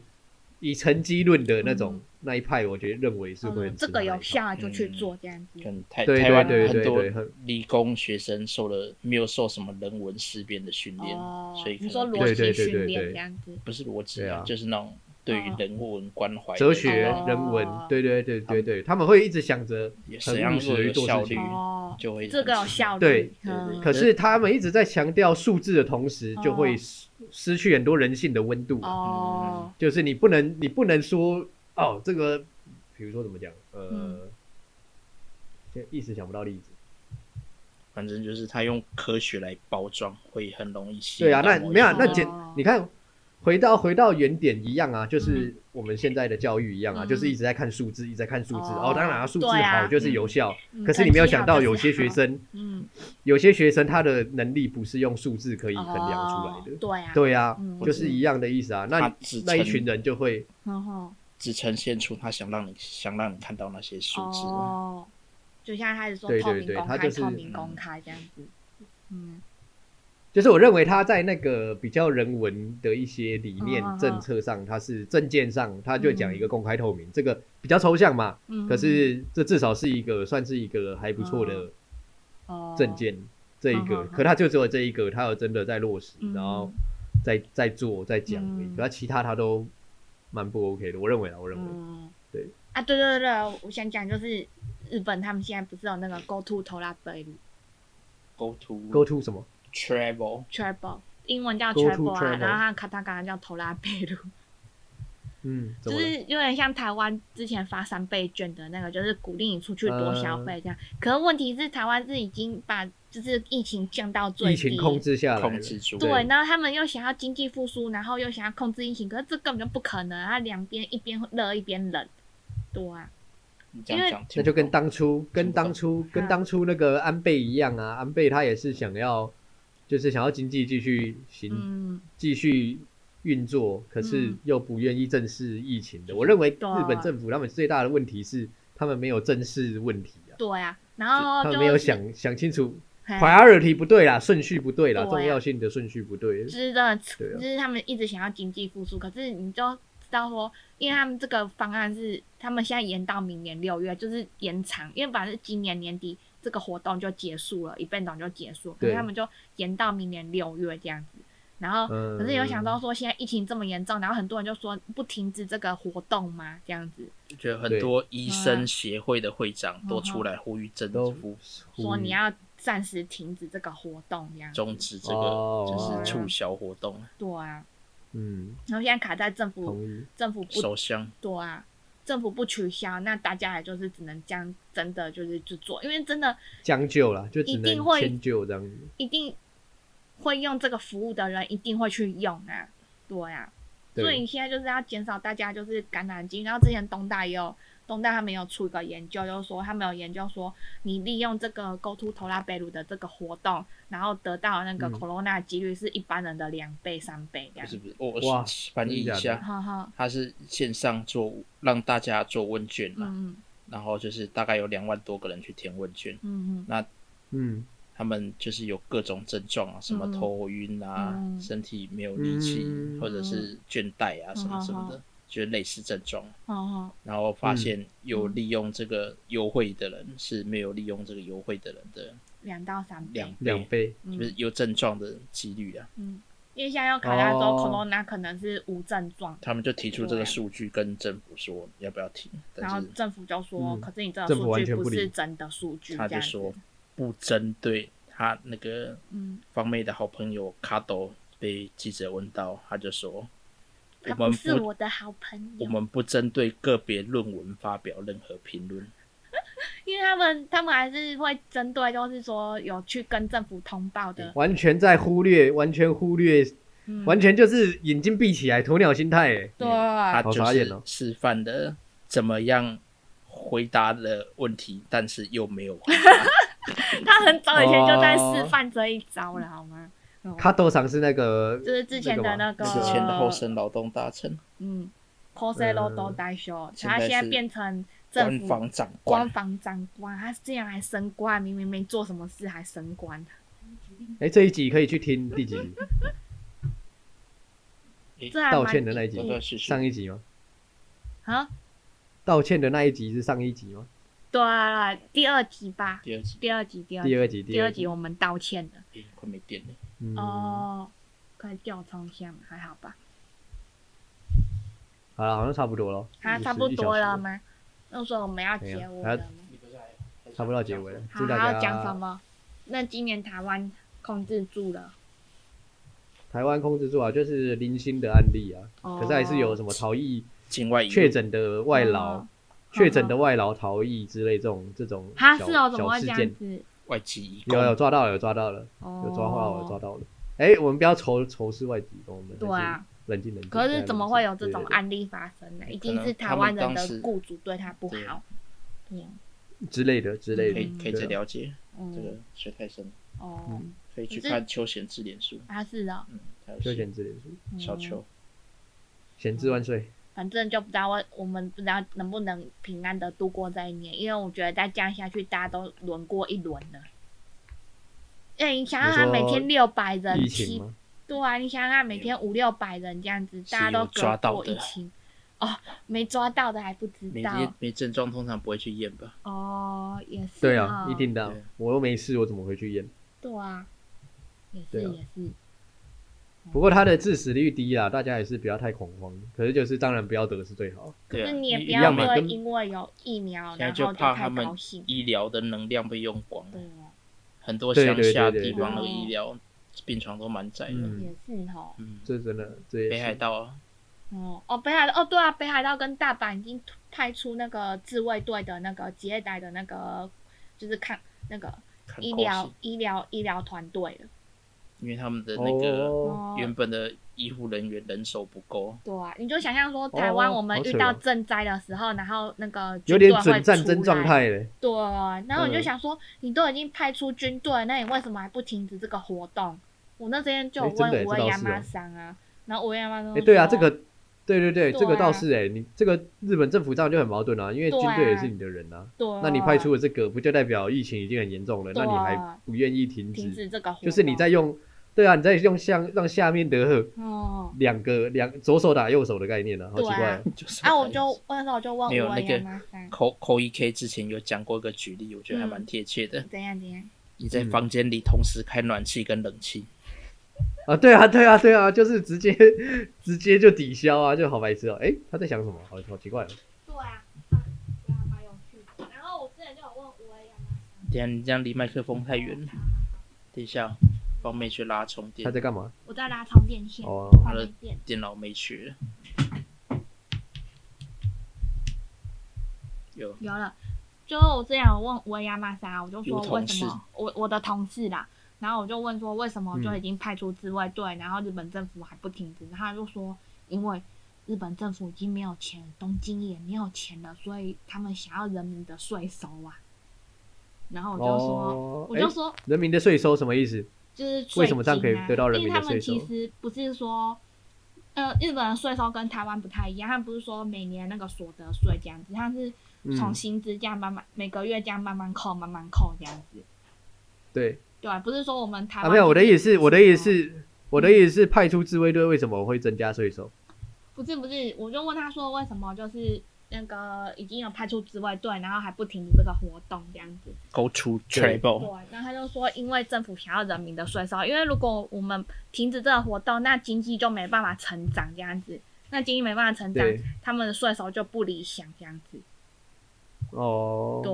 Speaker 2: 以成绩论的那种
Speaker 3: 嗯
Speaker 2: 那一派，我觉得认为是会
Speaker 3: 嗯
Speaker 2: 很
Speaker 3: 这
Speaker 2: 吃
Speaker 3: 个
Speaker 2: 那一
Speaker 3: 有
Speaker 2: 套
Speaker 3: 效就去
Speaker 1: 嗯
Speaker 3: 做这样子
Speaker 1: 可，能台
Speaker 2: 对
Speaker 1: 台湾
Speaker 2: 对对
Speaker 1: 很多
Speaker 2: 对很
Speaker 1: 理工学生受了没有受什么人文思辨的
Speaker 2: 嗯
Speaker 1: 训练，
Speaker 3: 哦
Speaker 1: 所以，可
Speaker 3: 你说
Speaker 1: 能
Speaker 3: 逻
Speaker 2: 对
Speaker 3: 辑
Speaker 2: 对对
Speaker 3: 训
Speaker 2: 对
Speaker 3: 练
Speaker 2: 对
Speaker 3: 这样子，
Speaker 1: 不是逻辑
Speaker 2: 对
Speaker 1: 啊
Speaker 2: 啊，
Speaker 1: 就是那种对于
Speaker 3: 哦
Speaker 1: 人文关怀、
Speaker 2: 哲学、
Speaker 3: 哦
Speaker 2: 人文，对对对对对，他们会一直想着
Speaker 1: 怎样
Speaker 2: 很务实
Speaker 1: 做有
Speaker 2: 于做
Speaker 1: 效
Speaker 2: 事
Speaker 1: 率
Speaker 2: 情，
Speaker 3: 哦，
Speaker 1: 就会
Speaker 3: 这个有效率，
Speaker 2: 对
Speaker 3: 嗯
Speaker 2: 可是他们一直在强调数字的同时，就会失失去很多人性的温度。
Speaker 3: 哦，
Speaker 2: 就是你不能，你不能说哦，这个，比如说怎么讲，
Speaker 3: 嗯
Speaker 2: 呃，就一时想不到例子。
Speaker 1: 反正就是他用科学来包装，会很容易吸引
Speaker 2: 对啊，
Speaker 1: 到
Speaker 2: 那
Speaker 1: 某一
Speaker 2: 没有啊
Speaker 1: 些
Speaker 2: 那
Speaker 1: 人
Speaker 2: 简
Speaker 3: 哦，
Speaker 2: 你看。回到回到原点一样啊，就是我们现在的教育一样啊，
Speaker 3: 嗯
Speaker 2: 就是一直在看数字，一直在看数字。
Speaker 3: 哦
Speaker 2: 哦，当然啊，数字
Speaker 3: 对啊
Speaker 2: 好就是有效，
Speaker 3: 嗯
Speaker 2: 可是你没有想到
Speaker 3: 成绩好
Speaker 2: 有些
Speaker 3: 就是
Speaker 2: 学
Speaker 3: 好
Speaker 2: 生
Speaker 3: 嗯，
Speaker 2: 有些学生他的能力不是用数字可以衡量
Speaker 3: 哦
Speaker 2: 出来的，
Speaker 3: 对啊，
Speaker 2: 对啊，
Speaker 3: 嗯
Speaker 2: 就是一样的意思啊。那
Speaker 1: 他
Speaker 2: 你
Speaker 1: 只
Speaker 2: 那一
Speaker 1: 呈
Speaker 2: 群人就会，
Speaker 3: 然后
Speaker 1: 只呈现出他想让你想让你看到那些数字，
Speaker 3: 哦，就像开始说
Speaker 2: 对
Speaker 3: 透
Speaker 2: 对
Speaker 3: 明
Speaker 2: 对
Speaker 3: 公
Speaker 2: 他
Speaker 3: 开，
Speaker 2: 就是
Speaker 3: 透明公开这样子，嗯，
Speaker 2: 就是我认为他在那个比较人文的一些理念
Speaker 3: 嗯嗯嗯
Speaker 2: 政策上，他是政见上，他就讲
Speaker 3: 嗯
Speaker 2: 一个公开透明，这个比较抽象嘛。
Speaker 3: 嗯
Speaker 2: 可是这至少是一个算是一个还不错的
Speaker 3: 哦
Speaker 2: 政，见，这一个
Speaker 3: 嗯嗯，嗯
Speaker 2: 可他就只有这一个，他有真的在落实，
Speaker 3: 嗯
Speaker 2: 然后在在做在讲而已，
Speaker 3: 嗯
Speaker 2: 可他其他他都蛮不 OK 的，我认为啊，我认为。
Speaker 3: 嗯，
Speaker 2: 对
Speaker 3: 啊，对对对对，我想讲就是日本他们现在不是有那个 Go to t o r a b e l
Speaker 1: ，Go to
Speaker 2: Go to 什么？
Speaker 1: travel，
Speaker 3: Travel。英文叫
Speaker 2: Go to
Speaker 3: travel 啊，
Speaker 2: travel
Speaker 3: 然后它卡塔卡叫头拉贝 鲁，
Speaker 2: 嗯，怎
Speaker 3: 就
Speaker 2: 么了？
Speaker 3: 是有点像台湾之前发三倍券的那个，就是鼓励你出去多
Speaker 2: 嗯
Speaker 3: 消费这样。可是问题是，台湾是已经把就是疫情降到最低，
Speaker 2: 疫情控制下来了，
Speaker 1: 控制住，
Speaker 2: 对
Speaker 3: 对，然后他们又想要经济复苏，然后又想要控制疫情，可是这根本就不可能啊！两边一边热一边冷，对啊，
Speaker 1: 你这样讲，
Speaker 2: 那
Speaker 1: 听
Speaker 2: 就
Speaker 1: 不
Speaker 2: 跟
Speaker 1: 懂
Speaker 2: 当初跟当初
Speaker 3: 嗯
Speaker 2: 跟当初那个安倍一样啊，安倍他也是想要，就是想要经济继续行
Speaker 3: 嗯，
Speaker 2: 继续运作，可是
Speaker 3: 嗯
Speaker 2: 又不愿意正视疫情的。我认为
Speaker 3: 对啊
Speaker 2: 日本政府他们最大的问题是他们没有正视问题啊，
Speaker 3: 对啊，然后
Speaker 2: 他
Speaker 3: 就
Speaker 2: 们没
Speaker 3: 是
Speaker 2: 有想想清楚
Speaker 3: 嘿
Speaker 2: priority 不对啦，顺序不对啦，
Speaker 3: 对啊
Speaker 2: 重要性的顺序不对
Speaker 3: 就。是真的，
Speaker 2: 对啊
Speaker 3: 就是他们一直想要经济复苏，可是你就知道说，因为他们这个方案是他们现在延到明年六月，就是延长，因为反正今年年底这个活动就结束了，一变动就结束，可是
Speaker 2: 对
Speaker 3: 他们就延到明年六月这样子。然后，
Speaker 2: 嗯
Speaker 3: 可是有想到说现在疫情这么严重，然后很多人就说不停止这个活动吗？这样子
Speaker 1: 就觉得很
Speaker 2: 对
Speaker 1: 多医生协会的会长都
Speaker 3: 嗯
Speaker 1: 出来呼吁政
Speaker 2: 都
Speaker 1: 府
Speaker 3: 说你要暂时停止这个活动这样子。
Speaker 1: 终止这个
Speaker 2: 哦，
Speaker 1: 就是
Speaker 3: 出
Speaker 1: 促销活动，
Speaker 3: 对啊，
Speaker 2: 嗯，
Speaker 3: 然后现在卡在政府
Speaker 2: 同意。
Speaker 3: 政府不
Speaker 1: 首相
Speaker 3: 对啊，政府不取消，那大家也就是只能这样，真的就是去做，因为真的
Speaker 2: 将就啦，就只
Speaker 3: 一定
Speaker 2: 能
Speaker 3: 会
Speaker 2: 迁就这样子。
Speaker 3: 一定会用这个服务的人一定会去用啊，对啊，所以
Speaker 2: 对，
Speaker 3: 你现在就是要减少大家就是感染机，然后之前东大也有东大他们有出一个研究，就是说他们有研究说，你利用这个 Go to 头拉贝鲁的这个活动，然后得到那个
Speaker 2: 嗯
Speaker 3: Corona 几率是一般人的两倍、三倍
Speaker 1: 不
Speaker 3: 这样嗯
Speaker 1: 是。不是，我
Speaker 2: 哇
Speaker 1: 我翻译一
Speaker 2: 真的假
Speaker 1: 下
Speaker 2: 的，
Speaker 3: 哈哈，
Speaker 1: 它是线上做让大家做问卷嘛，
Speaker 3: 嗯嗯
Speaker 1: 然后就是大概有两万多个人去填问卷，
Speaker 3: 嗯
Speaker 2: 嗯，
Speaker 1: 他们就是有各种症状啊，什么
Speaker 3: 嗯
Speaker 1: 头晕啊，
Speaker 3: 嗯
Speaker 1: 身体没有力气，
Speaker 2: 嗯
Speaker 1: 或者是倦怠啊，
Speaker 3: 嗯
Speaker 1: 什么什么的，就是类似症状。
Speaker 3: 嗯，哦
Speaker 1: 然后发现有
Speaker 3: 嗯
Speaker 1: 利用这个优惠的人是没有利用这个优惠的人的
Speaker 3: 两到三倍
Speaker 1: 两。
Speaker 2: 两倍，
Speaker 3: 嗯
Speaker 1: 就是有症状的几率啊。
Speaker 3: 嗯，因为现在要考量说
Speaker 2: 哦
Speaker 3: Corona 可能是无症状，
Speaker 1: 他们就提出这个数据跟政府说要不要停，
Speaker 3: 然后
Speaker 1: 但是
Speaker 3: 政府就说，
Speaker 2: 嗯
Speaker 3: 可是你这个
Speaker 2: 政府
Speaker 3: 数
Speaker 2: 完
Speaker 3: 据
Speaker 2: 全
Speaker 3: 不
Speaker 2: 不
Speaker 3: 是
Speaker 2: 理
Speaker 3: 真的数据，
Speaker 1: 他
Speaker 3: 这
Speaker 1: 就
Speaker 3: 样子
Speaker 1: 说。不针对他那个
Speaker 3: 嗯，
Speaker 1: 方妹的好朋友卡斗被记者问到，他就说
Speaker 3: 他
Speaker 1: 我
Speaker 3: 不
Speaker 1: 们
Speaker 3: 是
Speaker 1: 不
Speaker 3: 我的好朋
Speaker 1: 我
Speaker 3: 友，
Speaker 1: 们不针对个别论文发表任何评论。
Speaker 3: 因为他们他们还是会针对，就是说有去跟政府通报的，
Speaker 2: 完全在忽略，完全忽略，
Speaker 3: 嗯，
Speaker 2: 完全就是眼睛闭起来，鸵鸟心态，哎
Speaker 3: 对，
Speaker 1: 他
Speaker 2: 好
Speaker 1: 就
Speaker 2: 傻眼
Speaker 1: 是
Speaker 2: 哦
Speaker 1: 示范了怎么样回答的问题，但是又没 有回
Speaker 3: 他很早以前就在
Speaker 2: 哦
Speaker 3: 示范这一招了，好吗？嗯
Speaker 2: 他都尝是那个
Speaker 3: 就是之前的那
Speaker 2: 那
Speaker 3: 个
Speaker 1: 答。之前的厚生劳动大臣、
Speaker 3: 嗯 c o s e
Speaker 2: 嗯
Speaker 3: 都代休，
Speaker 1: 现在
Speaker 3: 他现在
Speaker 1: 是
Speaker 3: 变成政
Speaker 1: 官
Speaker 3: 府
Speaker 1: 方长官
Speaker 3: 官，方长官，他竟然还升官，明明没做什么事还升官，
Speaker 2: 哎、这一集可以去听第几集？
Speaker 3: 这 还蛮嗯
Speaker 2: 道歉的那一集
Speaker 1: 我都要试试
Speaker 2: 上一集吗？
Speaker 3: 啊，
Speaker 2: 道歉的那一集是上一集吗？
Speaker 3: 对啊，第二集吧，
Speaker 1: 第二集
Speaker 3: 第二集，第二
Speaker 2: 第
Speaker 3: 集，
Speaker 2: 二集，
Speaker 3: 第二
Speaker 2: 二
Speaker 3: 集，我们道歉了。
Speaker 1: 诶快没电了。
Speaker 2: 嗯，
Speaker 3: 哦，快掉冲箱还好吧？
Speaker 2: 好了，好像差不多了，
Speaker 3: 啊，
Speaker 2: 50
Speaker 3: 差不多
Speaker 2: 一小
Speaker 3: 了
Speaker 2: 时？
Speaker 3: 吗？那时候我们要结尾了吗，
Speaker 2: 差不多要结尾了，
Speaker 3: 好
Speaker 2: 祝大
Speaker 3: 还
Speaker 2: 家
Speaker 3: 要讲什么？那今年台湾控制住了，
Speaker 2: 台湾控制住啊，就是零星的案例啊，
Speaker 3: 可
Speaker 2: 可是还是有什么逃逸
Speaker 1: 境外移入
Speaker 2: 确诊的外劳
Speaker 3: 哦、
Speaker 2: 确诊的外劳逃逸之类这种这种
Speaker 3: 他
Speaker 2: 小
Speaker 3: 是哦，怎么
Speaker 2: 小
Speaker 3: 会
Speaker 2: 事
Speaker 3: 这样
Speaker 2: 件，
Speaker 3: 子？
Speaker 1: 外籍移工
Speaker 2: 有有抓到了有抓到了
Speaker 3: 哦，
Speaker 2: 有抓到了有抓到了。哎，我们不要仇仇视外籍工，我们
Speaker 3: 对啊，
Speaker 2: 冷静冷静。
Speaker 3: 可是怎么会有这种
Speaker 2: 对对
Speaker 3: 案例发生呢？一
Speaker 1: 可能
Speaker 3: 定是台湾
Speaker 1: 他
Speaker 3: 人
Speaker 1: 们当
Speaker 3: 的
Speaker 1: 时
Speaker 3: 雇主对他不
Speaker 1: 对
Speaker 3: 好。对啊，
Speaker 2: 对之类的之类
Speaker 1: 可
Speaker 2: 的
Speaker 1: 以
Speaker 3: 嗯？
Speaker 1: 可以
Speaker 2: 对
Speaker 1: 再
Speaker 2: 啊
Speaker 1: 了解这个
Speaker 3: 嗯，
Speaker 1: 水太深了，
Speaker 3: 哦，
Speaker 2: 嗯
Speaker 1: 可以去
Speaker 3: 可是
Speaker 1: 看邱显志脸书，
Speaker 3: 他是哦，
Speaker 1: 嗯，还
Speaker 2: 休
Speaker 1: 有
Speaker 2: 闲之类的，
Speaker 3: 嗯
Speaker 1: 小邱，
Speaker 2: 闲之万岁。
Speaker 3: 反正就不知道我我们不知道能不能平安的度过这一年，因为我觉得再这样下去，大家都轮过一轮了。因为你想想看，
Speaker 2: 你
Speaker 3: 每
Speaker 2: 说
Speaker 3: 天六百人
Speaker 2: 疫
Speaker 3: 七
Speaker 2: 情，吗？
Speaker 3: 对啊，你想想看，每天五六百人这样子，
Speaker 1: 是
Speaker 3: 大家都
Speaker 1: 有抓
Speaker 3: 隔
Speaker 1: 到
Speaker 3: 过
Speaker 1: 的
Speaker 3: 疫情。哦，没抓到的还不嗯知
Speaker 1: 没
Speaker 3: 道
Speaker 1: 没症状通常不会去验吧？
Speaker 3: 哦，也是
Speaker 2: 对
Speaker 3: 哦
Speaker 2: 啊，一定的啊
Speaker 1: 对。
Speaker 2: 我又没事，我怎么回去验？
Speaker 3: 对啊，也是
Speaker 2: 对啊
Speaker 3: 也是，
Speaker 2: 不过他的致死率低啦，大家也是不要太恐慌。可是就是当然不要得是最好。
Speaker 1: 对
Speaker 3: 就
Speaker 1: 啊，
Speaker 3: 是你也不
Speaker 1: 一
Speaker 2: 一
Speaker 3: 要
Speaker 2: 样嘛
Speaker 3: 会
Speaker 2: 跟
Speaker 3: 因为有疫苗，
Speaker 1: 现在
Speaker 3: 然后
Speaker 1: 就
Speaker 3: 就
Speaker 1: 怕
Speaker 3: 太
Speaker 1: 他们
Speaker 3: 高兴。
Speaker 1: 医疗的能量被用光
Speaker 3: 对
Speaker 1: 了，
Speaker 3: 啊，
Speaker 1: 很多
Speaker 2: 对
Speaker 1: 乡
Speaker 2: 对
Speaker 1: 下
Speaker 2: 对对
Speaker 1: 地方的
Speaker 3: 对
Speaker 1: 医疗病床都满载的。
Speaker 2: 嗯
Speaker 3: 也是吼。
Speaker 1: 嗯，
Speaker 2: 这真的，这也
Speaker 1: 北海
Speaker 2: 是
Speaker 1: 道啊，
Speaker 3: 哦哦，北海道哦，对啊，北海道跟大阪已经派出那个自卫队的那个职业队的那个，就是看那个
Speaker 1: 看
Speaker 3: 医
Speaker 1: 过
Speaker 3: 疗
Speaker 1: 去
Speaker 3: 医疗医疗团队了。
Speaker 1: 因为他们的那个
Speaker 2: 哦
Speaker 3: 哦，
Speaker 1: 原本的医护人员人手不够，
Speaker 3: 对啊，你就想象说台湾
Speaker 2: 哦
Speaker 3: 我们
Speaker 2: 好
Speaker 3: 遇
Speaker 2: 扯
Speaker 3: 到
Speaker 2: 哦
Speaker 3: 赈灾的时候，然后那个
Speaker 2: 有
Speaker 3: 军队
Speaker 2: 点
Speaker 3: 会
Speaker 2: 准战争
Speaker 3: 出
Speaker 2: 状
Speaker 3: 来。
Speaker 2: 态嘞。
Speaker 3: 对啊，然后你就
Speaker 2: 嗯
Speaker 3: 想说，你都已经派出军队了，那你为什么还不停止这个活动？我那天就有
Speaker 2: 哎真的
Speaker 3: 问
Speaker 2: 耶
Speaker 3: 五位
Speaker 2: 这倒
Speaker 3: 亚
Speaker 2: 是
Speaker 3: 妈
Speaker 2: 哦
Speaker 3: 桑啊，然后五位亚妈桑
Speaker 2: 哎、
Speaker 3: 说，
Speaker 2: 对啊，这个，对对对，
Speaker 3: 对
Speaker 2: 这个
Speaker 3: 啊
Speaker 2: 倒是哎、你这个日本政府这样就很矛盾啊，因为
Speaker 3: 对
Speaker 2: 军
Speaker 3: 啊
Speaker 2: 队也是你的人啊，
Speaker 3: 对啊，
Speaker 2: 那你派出了这个，不就代表疫情已经很严重了？
Speaker 3: 对
Speaker 2: 那
Speaker 3: 啊
Speaker 2: 你还不愿意停止？
Speaker 3: 停止啊这个活动，
Speaker 2: 就是你在用，对啊，你在用下让下面的
Speaker 3: 哦。
Speaker 2: 两个两左手打右手的概念啊，好
Speaker 3: 对
Speaker 2: 奇
Speaker 3: 啊
Speaker 2: 怪、啊。
Speaker 1: 就是
Speaker 3: 啊，我
Speaker 1: 很
Speaker 3: 就那时候我就问
Speaker 1: 没有
Speaker 3: 我
Speaker 1: 那
Speaker 3: 也
Speaker 1: 个
Speaker 3: 麻 烦，
Speaker 1: 扣扣 E K 之前有讲过一个举例，我觉得还
Speaker 3: 嗯
Speaker 1: 蛮贴切的。
Speaker 3: 怎样怎样？
Speaker 1: 你在
Speaker 2: 嗯
Speaker 1: 房间里同时开暖气跟冷气，
Speaker 2: 啊，对啊，对啊，对啊，就是直接直接就抵消啊，就好白痴哦、哎、他在想什么？好好奇怪、哦。
Speaker 3: 对啊，啊对啊，蛮有趣的。然后我之前就有问我也麻烦，
Speaker 1: 等一下你这样离麦克风太远了。等一下哦，帮妹去拉充
Speaker 2: 他
Speaker 1: 电，
Speaker 2: 在干嘛？
Speaker 3: 我在拉充电线，
Speaker 2: 哦
Speaker 3: 放
Speaker 1: 呃
Speaker 3: 电线。
Speaker 1: 电脑没去了。有
Speaker 3: 有了，就是我之前有问维亚玛莎，我就说
Speaker 1: 有同
Speaker 3: 为什
Speaker 1: 事
Speaker 3: 么我我的同事啦，然后我就问说为什么
Speaker 2: 嗯
Speaker 3: 就已经派出自卫队，然后日本政府还不停止，然后他就说因为日本政府已经没有钱，东京也没有钱了，所以他们想要人民的税收啊。然后我就说，
Speaker 2: 哦，
Speaker 3: 我就
Speaker 2: 诶
Speaker 3: 说，
Speaker 2: 人民的税收什么意思？
Speaker 3: 就是税
Speaker 2: 为什么这样
Speaker 3: 金
Speaker 2: 可以
Speaker 3: 啊
Speaker 2: 得到人
Speaker 3: 因为
Speaker 2: 民
Speaker 3: 他
Speaker 2: 的
Speaker 3: 们
Speaker 2: 税收
Speaker 3: 其实不是说，呃，日本的税收跟台湾不太一样，他们不是说每年那个所得税这样子，他是
Speaker 2: 嗯，
Speaker 3: 从薪资这样慢慢、每个月这样慢慢扣，慢慢扣这样子。
Speaker 2: 对
Speaker 3: 对、啊，不是说我们台湾、
Speaker 2: 啊，没有，我的意思，我的意思
Speaker 3: 嗯
Speaker 2: 是，我的意思是派出自卫队为什么会增加税收？
Speaker 3: 不是不是，我就问他说为什么就是那个已经有派出自卫队，然后还不停止这个活动这样子。
Speaker 1: Go to
Speaker 2: 对
Speaker 1: travel，
Speaker 3: 哦对，然后他就说因为政府想要人民的税收，因为如果我们停止这个活动，那经济就没办法成长这样子，那经济没办法成长，
Speaker 2: 对，
Speaker 3: 他们的税收就不理想这样子。
Speaker 2: 哦，
Speaker 3: 对，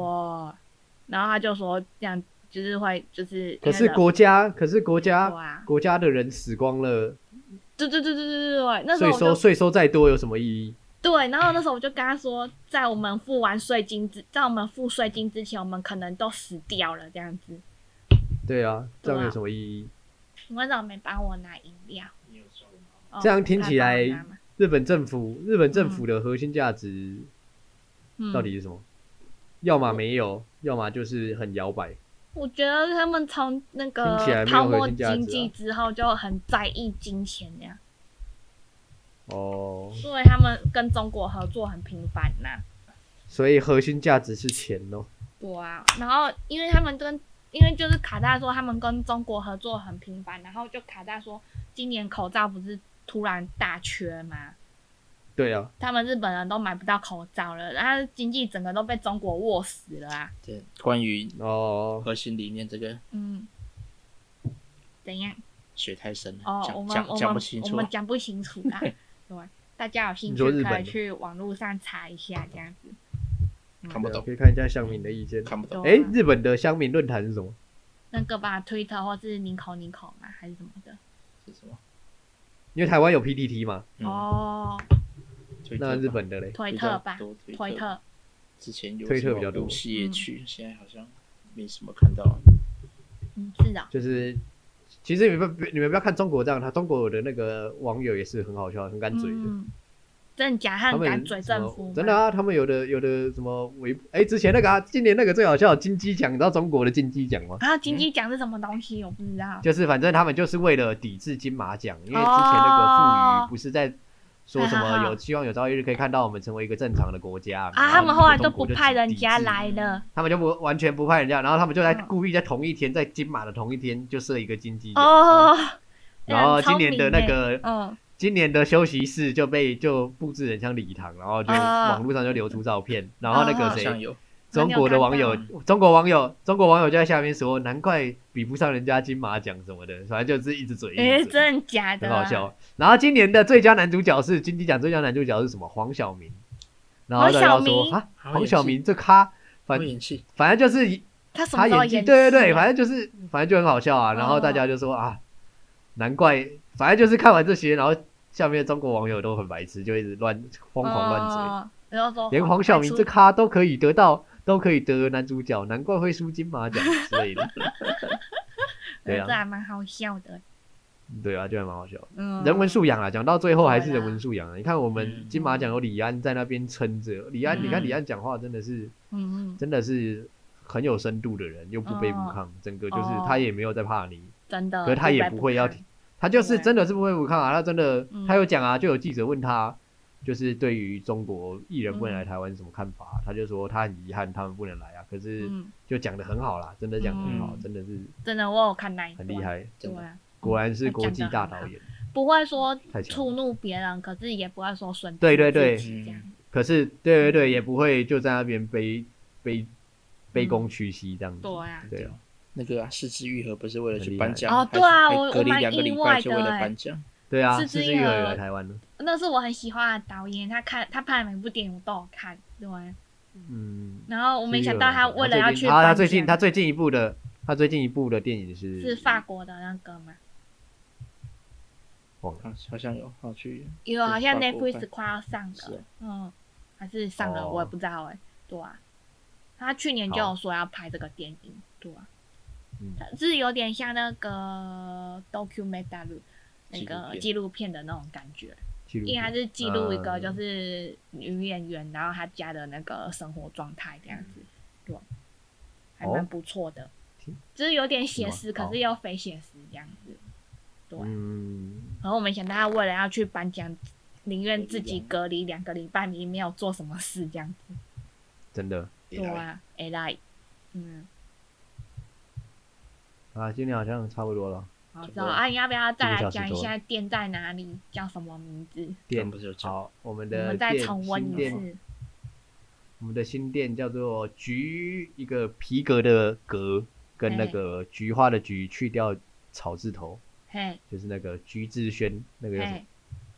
Speaker 3: 然后他就说这样就是会就是
Speaker 2: 可是
Speaker 3: 因为
Speaker 2: 国家，可是国
Speaker 3: 人对
Speaker 2: 家，
Speaker 3: 啊，
Speaker 2: 国家的人死光了，
Speaker 3: 对对对对对对对，那时
Speaker 2: 税
Speaker 3: 候我就
Speaker 2: 收税收再多有什么意义？
Speaker 3: 对，然后那时候我就跟他说，在我们付完税金之，在我们付税金之前，我们可能都死掉了这样子。
Speaker 2: 对啊，这样
Speaker 3: 对啊
Speaker 2: 有什么意义？
Speaker 3: 你为什么没帮我拿饮料？哦
Speaker 2: 这样听起来
Speaker 3: 他帮我拿吗
Speaker 2: 日本政府，日本政府的核心价值
Speaker 3: 嗯
Speaker 2: 到底是什么？要么没有，要么就是很摇摆。
Speaker 3: 我觉得他们从那个
Speaker 2: 听起来没有
Speaker 3: 泡沫
Speaker 2: 核心价值啊
Speaker 3: 经济之后就很在意金钱那样，
Speaker 2: 哦，
Speaker 3: 所以他们跟中国合作很频繁呐、
Speaker 2: 所以核心价值是钱哦。
Speaker 3: 对啊，然后因为他们跟因为就是卡大说他们跟中国合作很频繁，然后就卡大说今年口罩不是突然大缺吗？
Speaker 2: 对啊，
Speaker 3: 他们日本人都买不到口罩了，然后经济整个都被中国握死了啊。
Speaker 1: 对，关于
Speaker 2: 哦，
Speaker 1: 核心理念这个
Speaker 3: 嗯，怎样？
Speaker 1: 水太深了，啊
Speaker 3: 哦，我
Speaker 1: 讲讲
Speaker 3: 们我
Speaker 1: 讲不
Speaker 3: 们
Speaker 1: 清
Speaker 3: 我
Speaker 1: 楚啊
Speaker 3: 们。讲不清楚啊。对，大家有兴
Speaker 2: 你
Speaker 3: 趣
Speaker 2: 说日
Speaker 3: 可
Speaker 2: 本
Speaker 3: 以
Speaker 2: 的
Speaker 3: 去网络上查一下，这样子。
Speaker 1: 看不
Speaker 2: 对啊
Speaker 1: 懂，
Speaker 2: 可以看一下乡民的意见。
Speaker 1: 看不懂。
Speaker 2: 哎、
Speaker 3: 对啊
Speaker 2: 日本的乡民论坛是什么？
Speaker 3: 那个吧，Twitter 或是宁口宁口嘛，还是什么的。
Speaker 1: 是什么？
Speaker 2: 因为台湾有 PTT 嘛，
Speaker 1: 嗯，
Speaker 3: 哦，
Speaker 1: 推特
Speaker 2: 那
Speaker 1: 吧
Speaker 2: 日本的嘞，
Speaker 3: 推
Speaker 1: 比
Speaker 3: 特
Speaker 1: 较
Speaker 3: 吧，
Speaker 1: 多
Speaker 3: 推
Speaker 1: 特
Speaker 3: 特。
Speaker 1: 之前有
Speaker 2: 推特
Speaker 1: 什么
Speaker 2: 比较多
Speaker 1: 游戏也
Speaker 3: 嗯
Speaker 1: 去，现在好像没什么看到。
Speaker 3: 嗯，是的。
Speaker 2: 就是其实你们不你们不要看中国这样，他中国的那个网友也是很好笑、很敢嘴的。
Speaker 3: 嗯，真假
Speaker 2: 他
Speaker 3: 汉
Speaker 2: 们
Speaker 3: 敢嘴
Speaker 2: 什
Speaker 3: 政
Speaker 2: 么
Speaker 3: 府吗，
Speaker 2: 真的啊，他们有的有的什么微哎、之前那个啊，今年那个最好笑的金鸡奖，你知道中国的嗯金鸡奖吗？
Speaker 3: 啊！金鸡奖是什么东西？我不知道。
Speaker 2: 就是反正他们就是为了抵制金马奖，因为之前那个
Speaker 3: 哦
Speaker 2: 傅宇不是在说什
Speaker 3: 哈哈
Speaker 2: 么
Speaker 3: 哈
Speaker 2: 有希望有朝一日可以看到我们成为一个正常的国家
Speaker 3: 啊，他们后来都不派
Speaker 2: 拍
Speaker 3: 人家，来了。
Speaker 2: 他们就不完全不派人家，然后他们就在
Speaker 3: 嗯
Speaker 2: 故意在同一天，在金马的同一天就设一个金鸡奖，
Speaker 3: 哦，
Speaker 2: 然后
Speaker 3: 嗯
Speaker 2: 今年的那，个
Speaker 3: 超嗯
Speaker 2: 今年的休息室就被就布置很像礼堂，然后就
Speaker 3: 啊
Speaker 2: 网络上就流出照片，然后
Speaker 1: 好
Speaker 2: 那
Speaker 3: 哦
Speaker 2: 个
Speaker 1: 像
Speaker 2: 谁，
Speaker 1: 有，
Speaker 2: 中国的网友
Speaker 3: 那你，
Speaker 2: 中国网友，中国网友就在下面说，难怪比不上人家金马奖什么的，反正就是一直嘴，
Speaker 3: 明
Speaker 2: 一
Speaker 3: 年嗯，哎，
Speaker 2: 直嘴
Speaker 3: 真的假的？
Speaker 2: 很好。笑。然后今年的最佳男主角是金鸡奖最佳男主角是什么？黄晓明，然后大家
Speaker 3: 黄晓
Speaker 2: 说
Speaker 3: 明
Speaker 2: 啊，
Speaker 1: 好
Speaker 2: 黄
Speaker 1: 演
Speaker 2: 晓
Speaker 1: 戏
Speaker 2: 明这咖，反
Speaker 1: 会演戏，
Speaker 2: 反正就是
Speaker 3: 他什么
Speaker 2: 他
Speaker 3: 时候
Speaker 2: 演
Speaker 3: 演戏
Speaker 2: 技，
Speaker 3: 啊？
Speaker 2: 对对对，反正就是反正就很好笑啊。然后
Speaker 3: 哦
Speaker 2: 大家就说啊，难怪，反正就是看完这些，然后下面的中国网友都很白痴，就一直乱疯狂乱嘴，
Speaker 3: 哦。然后说
Speaker 2: 连黄晓明这咖都可以得到，都可以得男主角，难怪会输金马奖之类 的。对
Speaker 3: 这
Speaker 2: 啊，
Speaker 3: 还蛮好笑的。
Speaker 2: 对啊，就还蛮好笑的。
Speaker 3: 嗯，
Speaker 2: 人文素养啊，讲到最后还是
Speaker 3: 对啊
Speaker 2: 人文素养啊。你看我们
Speaker 1: 嗯
Speaker 2: 金马奖有李安在那边撑着，李安，你看
Speaker 1: 嗯
Speaker 2: 李安讲话真的是
Speaker 3: 嗯，嗯嗯，
Speaker 2: 真的是很有深度的人，又不卑不
Speaker 3: 哦
Speaker 2: 亢，整个就是
Speaker 3: 哦
Speaker 2: 他也没有在怕你。
Speaker 3: 真的。
Speaker 2: 可是他也不会要
Speaker 3: 看
Speaker 2: 他就是
Speaker 3: 对
Speaker 2: 真的是不会不看啊，他真的、
Speaker 3: 嗯
Speaker 2: 他有讲啊，就有记者问他，就是对于中国艺人不能来台湾什么看法啊、他就说他很遗憾他们不能来啊，可是
Speaker 3: 嗯，
Speaker 2: 就讲的很好啦，真的讲的很好，
Speaker 1: 嗯
Speaker 2: 真的是
Speaker 3: 真的，我有看那一段
Speaker 2: 很厉，害，
Speaker 3: 对
Speaker 1: 真的
Speaker 3: 啊，
Speaker 2: 果然是国际大导演，
Speaker 3: 不会说
Speaker 2: 太强
Speaker 3: 触
Speaker 2: 了。
Speaker 3: 怒别人，可是也不会说损自己
Speaker 2: 对对对
Speaker 3: 这样
Speaker 2: 可是对对对，也不会就在那边卑卑卑躬屈膝这样子，
Speaker 3: 对啊。
Speaker 2: 嗯对啊，
Speaker 1: 那个啊，四肢愈合不是为了
Speaker 2: 很
Speaker 1: 去
Speaker 2: 厉
Speaker 1: 颁
Speaker 2: 害
Speaker 1: 奖
Speaker 3: 哦
Speaker 1: 还是
Speaker 3: 对啊
Speaker 1: 被
Speaker 3: 我
Speaker 1: 隔
Speaker 3: 我
Speaker 1: 离
Speaker 3: 蛮
Speaker 1: 两个
Speaker 3: 意
Speaker 1: 礼
Speaker 3: 外
Speaker 1: 拜就为
Speaker 3: 的
Speaker 1: 了
Speaker 3: 欸
Speaker 1: 颁奖，
Speaker 2: 对啊，
Speaker 3: 是
Speaker 2: 是
Speaker 3: 这
Speaker 2: 因为
Speaker 3: 样
Speaker 2: 有来台湾了，
Speaker 3: 那是我很喜欢的导演，他看他拍的每部电影我都有看，对。啊
Speaker 2: 嗯，
Speaker 3: 然后我
Speaker 2: 我
Speaker 3: 没想到他为了要去
Speaker 2: 啊，他
Speaker 3: 颁
Speaker 2: 最近
Speaker 3: 奖
Speaker 2: 他最近一部的他最近一部的电影是
Speaker 3: 是法国的那个嘛，
Speaker 2: 忘了。
Speaker 1: 好啊好像有，好去
Speaker 3: 有好像
Speaker 1: 法国
Speaker 3: Netflix
Speaker 1: 版
Speaker 3: 快要上
Speaker 1: 是
Speaker 3: 了
Speaker 1: 哦，
Speaker 3: 嗯，还是上了，
Speaker 2: 哦
Speaker 3: 我也不知道哎、对啊，他去年就有说要拍这个电影，对啊
Speaker 2: 嗯，
Speaker 3: 它是有点像那个 documentary 那
Speaker 1: 纪录
Speaker 3: 个
Speaker 1: 片
Speaker 3: 纪录片的那种感觉，
Speaker 2: 记录
Speaker 3: 因为他
Speaker 2: 片
Speaker 3: 是记录一个
Speaker 2: 嗯
Speaker 3: 就是女演员，然后她家的那个生活状态这样子，对，还蛮不错的，
Speaker 2: 挺
Speaker 3: 就是有点写
Speaker 2: 是
Speaker 3: 实，
Speaker 2: 吗好
Speaker 3: 可是又非写实这样子。对
Speaker 2: 嗯，
Speaker 3: 然后我们想大家为了要去颁奖，宁愿自己隔离两个礼拜，你没有做什么事这样子，
Speaker 2: 真的
Speaker 3: 对啊，哎来，嗯，
Speaker 2: 啊，今天好像差不多了。
Speaker 1: 差
Speaker 3: 好，
Speaker 1: 不
Speaker 3: 之
Speaker 1: 多
Speaker 3: 后啊，你要不要再
Speaker 2: 一个小
Speaker 3: 来
Speaker 2: 时
Speaker 3: 讲一
Speaker 2: 多
Speaker 3: 下店在哪里，叫什么名字？
Speaker 1: 店
Speaker 2: 店
Speaker 1: 不是有讲，
Speaker 2: 好，我们
Speaker 3: 我
Speaker 2: 的
Speaker 3: 们再
Speaker 2: 店
Speaker 3: 重温
Speaker 2: 新
Speaker 3: 一
Speaker 2: 店
Speaker 3: 次。
Speaker 2: 我们的新店叫做菊，一个皮革的革，跟那
Speaker 3: 嘿
Speaker 2: 个菊花的菊去掉草字头，
Speaker 3: 嘿，
Speaker 2: 就是那个菊志轩，那个叫什么
Speaker 3: 嘿，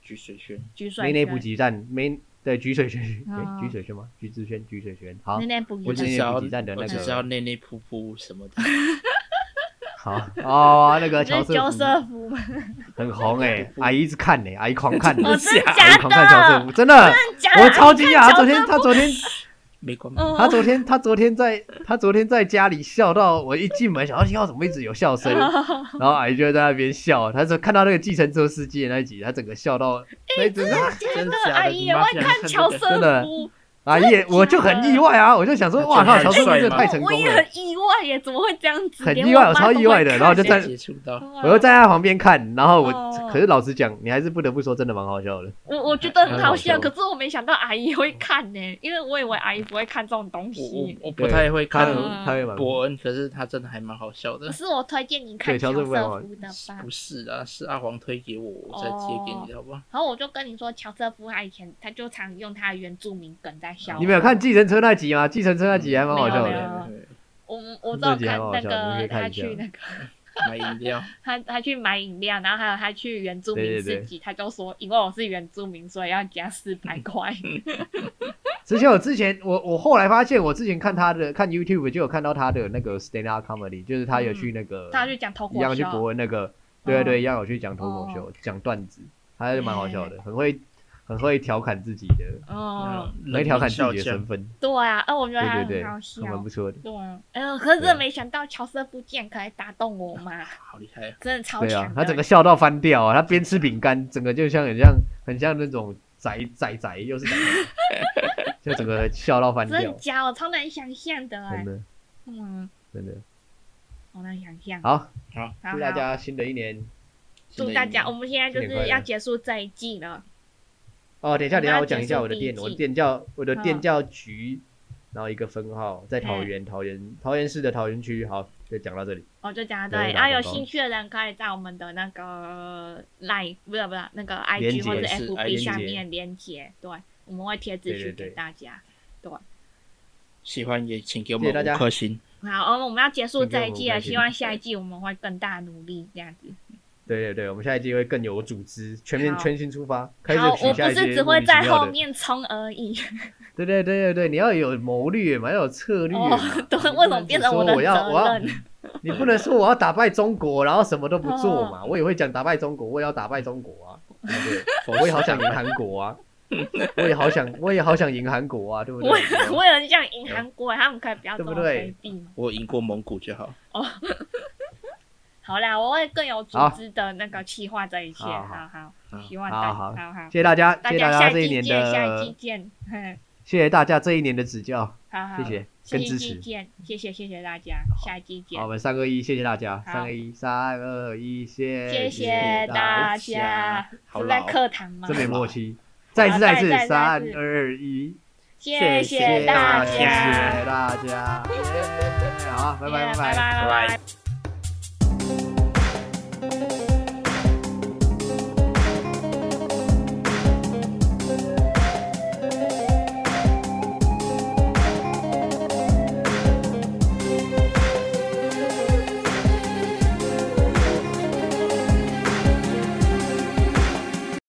Speaker 1: 菊水轩，
Speaker 3: 菊水
Speaker 2: 梅内
Speaker 3: 轩
Speaker 2: 补给站，梅对菊水轩，
Speaker 3: 哦
Speaker 2: 诶菊水轩吗？菊志轩，菊水轩，好
Speaker 3: 内内补
Speaker 1: 我
Speaker 3: 给
Speaker 1: 只
Speaker 3: 站
Speaker 1: 知道
Speaker 2: 是那个补给站的那个
Speaker 1: 我只知道内内噗噗什么的，
Speaker 2: 好哦，那个
Speaker 3: 是
Speaker 2: 乔瑟
Speaker 3: 乔
Speaker 2: 夫
Speaker 3: 瑟夫吗？
Speaker 2: 很红哎，阿姨一直看哎， 阿姨狂看，
Speaker 3: 哦，真的
Speaker 2: 阿姨
Speaker 3: 假
Speaker 2: 狂看乔瑟
Speaker 3: 的
Speaker 2: 夫，？真的，
Speaker 3: 假
Speaker 2: 我
Speaker 3: 的？
Speaker 2: 超惊讶，
Speaker 3: 看
Speaker 2: 她昨
Speaker 3: 乔
Speaker 2: 天
Speaker 3: 瑟
Speaker 2: 她昨天
Speaker 1: 没关系。
Speaker 2: 他
Speaker 3: 嗯，
Speaker 2: 昨天他昨天在他昨天在家里笑到我一进门想要听到怎么一直有笑 声，然后阿姨就在那边笑。他说看到那个计程车司机的那一集，他整个笑到那一整个、
Speaker 1: 真
Speaker 3: 哎真
Speaker 1: 的
Speaker 3: 的
Speaker 1: 假的
Speaker 3: 阿姨也会看乔瑟
Speaker 2: 真的
Speaker 3: 夫，
Speaker 2: 阿姨也我就很意外啊，我就想说哇靠，乔治这个太成
Speaker 3: 我
Speaker 2: 功
Speaker 3: 也
Speaker 2: 了，
Speaker 3: 很意外耶，怎么会这样子？
Speaker 2: 很
Speaker 3: 连
Speaker 2: 意外我
Speaker 3: 我妈
Speaker 2: 超
Speaker 3: 都
Speaker 2: 意外
Speaker 3: 会
Speaker 2: 的
Speaker 3: 看
Speaker 2: 然后就
Speaker 3: 耶
Speaker 2: 在
Speaker 1: 接触到，
Speaker 2: 我又在他旁边看，然后我、
Speaker 3: 哦
Speaker 2: 可是老实讲，你还是不得不说真的蛮好笑的，
Speaker 3: 我我觉得很好笑，
Speaker 2: 很好笑
Speaker 3: 可是我没想到阿姨会看呢，因为我以为阿姨不会看这种东
Speaker 1: 我我
Speaker 3: 西。
Speaker 1: 我不太会
Speaker 2: 他
Speaker 1: 看
Speaker 2: 很
Speaker 3: 嗯
Speaker 2: 他会蛮
Speaker 1: 伯恩，可是他真的还蛮好笑的
Speaker 3: 可。是我推荐你看
Speaker 2: 对乔
Speaker 3: 乔
Speaker 2: 瑟
Speaker 3: 瑟
Speaker 2: 夫
Speaker 3: 夫
Speaker 2: 还
Speaker 3: 的
Speaker 2: 好
Speaker 3: 吧
Speaker 1: 不。是啊，是阿黄推给我，我
Speaker 3: 哦
Speaker 1: 再接给你的，好不好？
Speaker 3: 然后我就跟你说，乔瑟夫他以前他就常用他的原住民梗在笑。
Speaker 2: 你们有看计程车那集吗？计程车那集还蛮好笑
Speaker 3: 没有没有
Speaker 2: 的，
Speaker 3: 我我都有
Speaker 2: 这集还
Speaker 3: 看
Speaker 2: 蛮好
Speaker 3: 那
Speaker 2: 笑的你可
Speaker 3: 个
Speaker 2: 以看
Speaker 3: 他
Speaker 2: 一下
Speaker 3: 去那个
Speaker 1: 买饮料，
Speaker 3: 他他去买饮料，然后还有他去原住
Speaker 2: 对
Speaker 3: 民
Speaker 2: 对嗯
Speaker 3: 市集，他就说因为我是原住民，所以要加四百块。
Speaker 2: 之前我之前我我后来发现，我之前看他的看 YouTube 就有看到他的那个 stand up comedy，就是他有去那个、
Speaker 3: 嗯他就讲脱
Speaker 2: 一
Speaker 3: 口
Speaker 2: 样去
Speaker 3: 秀，
Speaker 2: 博文那个，对对对，
Speaker 3: 嗯哦
Speaker 2: 一样有去讲脱口秀，讲段子，他就蛮好笑的，很会很会调侃自己的，
Speaker 3: 哦，
Speaker 1: 嗯
Speaker 2: 很会调侃自
Speaker 1: 笑
Speaker 2: 己的
Speaker 1: 匠
Speaker 2: 身，份，
Speaker 3: 对啊，哦，我觉得
Speaker 2: 对
Speaker 3: 他
Speaker 2: 对
Speaker 3: 很
Speaker 2: 对，
Speaker 3: 好
Speaker 2: 还
Speaker 3: 笑，
Speaker 2: 蛮不错的。
Speaker 3: 对啊，嗯，可是
Speaker 2: 对啊
Speaker 3: 真没想到乔瑟夫竟然可以打动我妈，
Speaker 1: 好厉害啊！
Speaker 3: 真的超
Speaker 2: 对
Speaker 3: 强的。
Speaker 2: 啊，他整个笑到翻掉啊！他边吃饼 干，整个就像很像很像那种宅宅宅，又是宅 宅就整个笑到翻
Speaker 3: 真欸的
Speaker 2: 掉，
Speaker 3: 假的？我超难想象的哎
Speaker 2: 真，的
Speaker 3: 嗯，
Speaker 2: 真的。
Speaker 3: 好难想象。
Speaker 2: 好，
Speaker 3: 好
Speaker 2: 祝大
Speaker 3: 好
Speaker 2: 家新的一年
Speaker 3: 祝大家，我哦们现在就
Speaker 2: 新年快乐
Speaker 3: 是要结束这一季了。
Speaker 2: 哦，等一下，
Speaker 3: 我
Speaker 2: 等一
Speaker 3: 们
Speaker 2: 下，
Speaker 3: 要
Speaker 2: 我讲一
Speaker 3: 结
Speaker 2: 下
Speaker 3: 束
Speaker 2: 我的
Speaker 3: 第一
Speaker 2: 店，我的
Speaker 3: 季
Speaker 2: 店叫我的店
Speaker 3: 嗯
Speaker 2: 叫菊，然后一个分号在桃园，桃园桃园市的桃园区。好，就讲到这里。
Speaker 3: 我就讲到
Speaker 2: 没有
Speaker 3: 这里
Speaker 2: 打
Speaker 3: 啊，
Speaker 2: 广
Speaker 3: 有
Speaker 2: 告
Speaker 3: 兴趣的人可以在我们的那个 line 不是不是那个
Speaker 2: 连
Speaker 3: IG
Speaker 2: 结
Speaker 3: 或者
Speaker 1: 是哎连
Speaker 3: FB 下
Speaker 2: 结
Speaker 3: 面连接，对，我们会贴资
Speaker 2: 对对
Speaker 3: 讯
Speaker 2: 对
Speaker 3: 给大家。
Speaker 1: 喜欢也请给我
Speaker 2: 谢
Speaker 1: 们
Speaker 2: 谢大家
Speaker 1: 五颗星，
Speaker 3: 好，哦我们我们要结束
Speaker 2: 请给
Speaker 3: 这
Speaker 2: 我
Speaker 3: 一
Speaker 2: 们
Speaker 3: 季
Speaker 2: 五
Speaker 3: 了，
Speaker 2: 颗星
Speaker 3: 希望下一季我们会更大努力这样子。
Speaker 2: 对对对，我们下一季会更有组织，全面
Speaker 3: 好
Speaker 2: 全新出发，开始
Speaker 3: 好，
Speaker 2: 取
Speaker 3: 我不
Speaker 2: 下一些
Speaker 3: 是只
Speaker 2: 莫
Speaker 3: 会
Speaker 2: 名其
Speaker 3: 在
Speaker 2: 妙
Speaker 3: 后
Speaker 2: 的。
Speaker 3: 面冲而已。
Speaker 2: 对对对对对，你要有谋略嘛，要有策略嘛。
Speaker 3: 哦， 对，为什么变成我的
Speaker 2: 哎我要我
Speaker 3: 责
Speaker 2: 要
Speaker 3: 任？
Speaker 2: 你不能说我要打败中国，然后什么都不
Speaker 3: 哦
Speaker 2: 做嘛。我也会讲打败中国，我也要打败中国啊，对不对？ 我也好想赢韩国啊，我也好想，我也好想赢韩国啊，对不对？
Speaker 3: 我也 我也很想银行过，他们可以不要这么
Speaker 2: 对不对
Speaker 3: 卑鄙吗？
Speaker 1: 我赢过蒙古就好。
Speaker 3: 好啦，我会更有组
Speaker 2: 好
Speaker 3: 织的那个计划这一切。
Speaker 2: 好好
Speaker 3: 好好，
Speaker 1: 好
Speaker 3: 希望
Speaker 2: 好
Speaker 3: 大
Speaker 2: 好
Speaker 3: 好好，
Speaker 2: 谢谢大家，
Speaker 3: 大
Speaker 2: 谢谢大
Speaker 3: 下
Speaker 2: 家这一
Speaker 3: 季
Speaker 2: 年
Speaker 3: 见，
Speaker 2: 的，
Speaker 3: 下一季见。 嘿
Speaker 2: 谢谢大家这一年的指教，
Speaker 3: 好好，
Speaker 2: 谢谢
Speaker 3: 下
Speaker 2: 跟
Speaker 3: 一
Speaker 2: 支
Speaker 3: 季
Speaker 2: 持。
Speaker 3: 见，谢谢谢谢大家，下一季见
Speaker 2: 好，我，们三二一，谢谢大家，
Speaker 3: 好
Speaker 2: 三二一，三二一，谢
Speaker 3: 谢
Speaker 2: 谢
Speaker 3: 谢大
Speaker 1: 家
Speaker 3: 家。
Speaker 1: 好
Speaker 3: 是
Speaker 1: 老
Speaker 3: 在
Speaker 1: 哦，
Speaker 3: 课堂吗
Speaker 2: 真？没默契，再
Speaker 3: 再
Speaker 2: 一次，
Speaker 3: 次
Speaker 2: 再
Speaker 3: 再
Speaker 2: 一
Speaker 3: 一
Speaker 2: 次三
Speaker 3: 次，
Speaker 2: 二一，
Speaker 3: 谢
Speaker 2: 谢
Speaker 3: 大
Speaker 2: 谢
Speaker 3: 家，
Speaker 2: 谢大家，耶好，拜拜，
Speaker 3: 拜拜
Speaker 1: 拜拜
Speaker 3: 拜。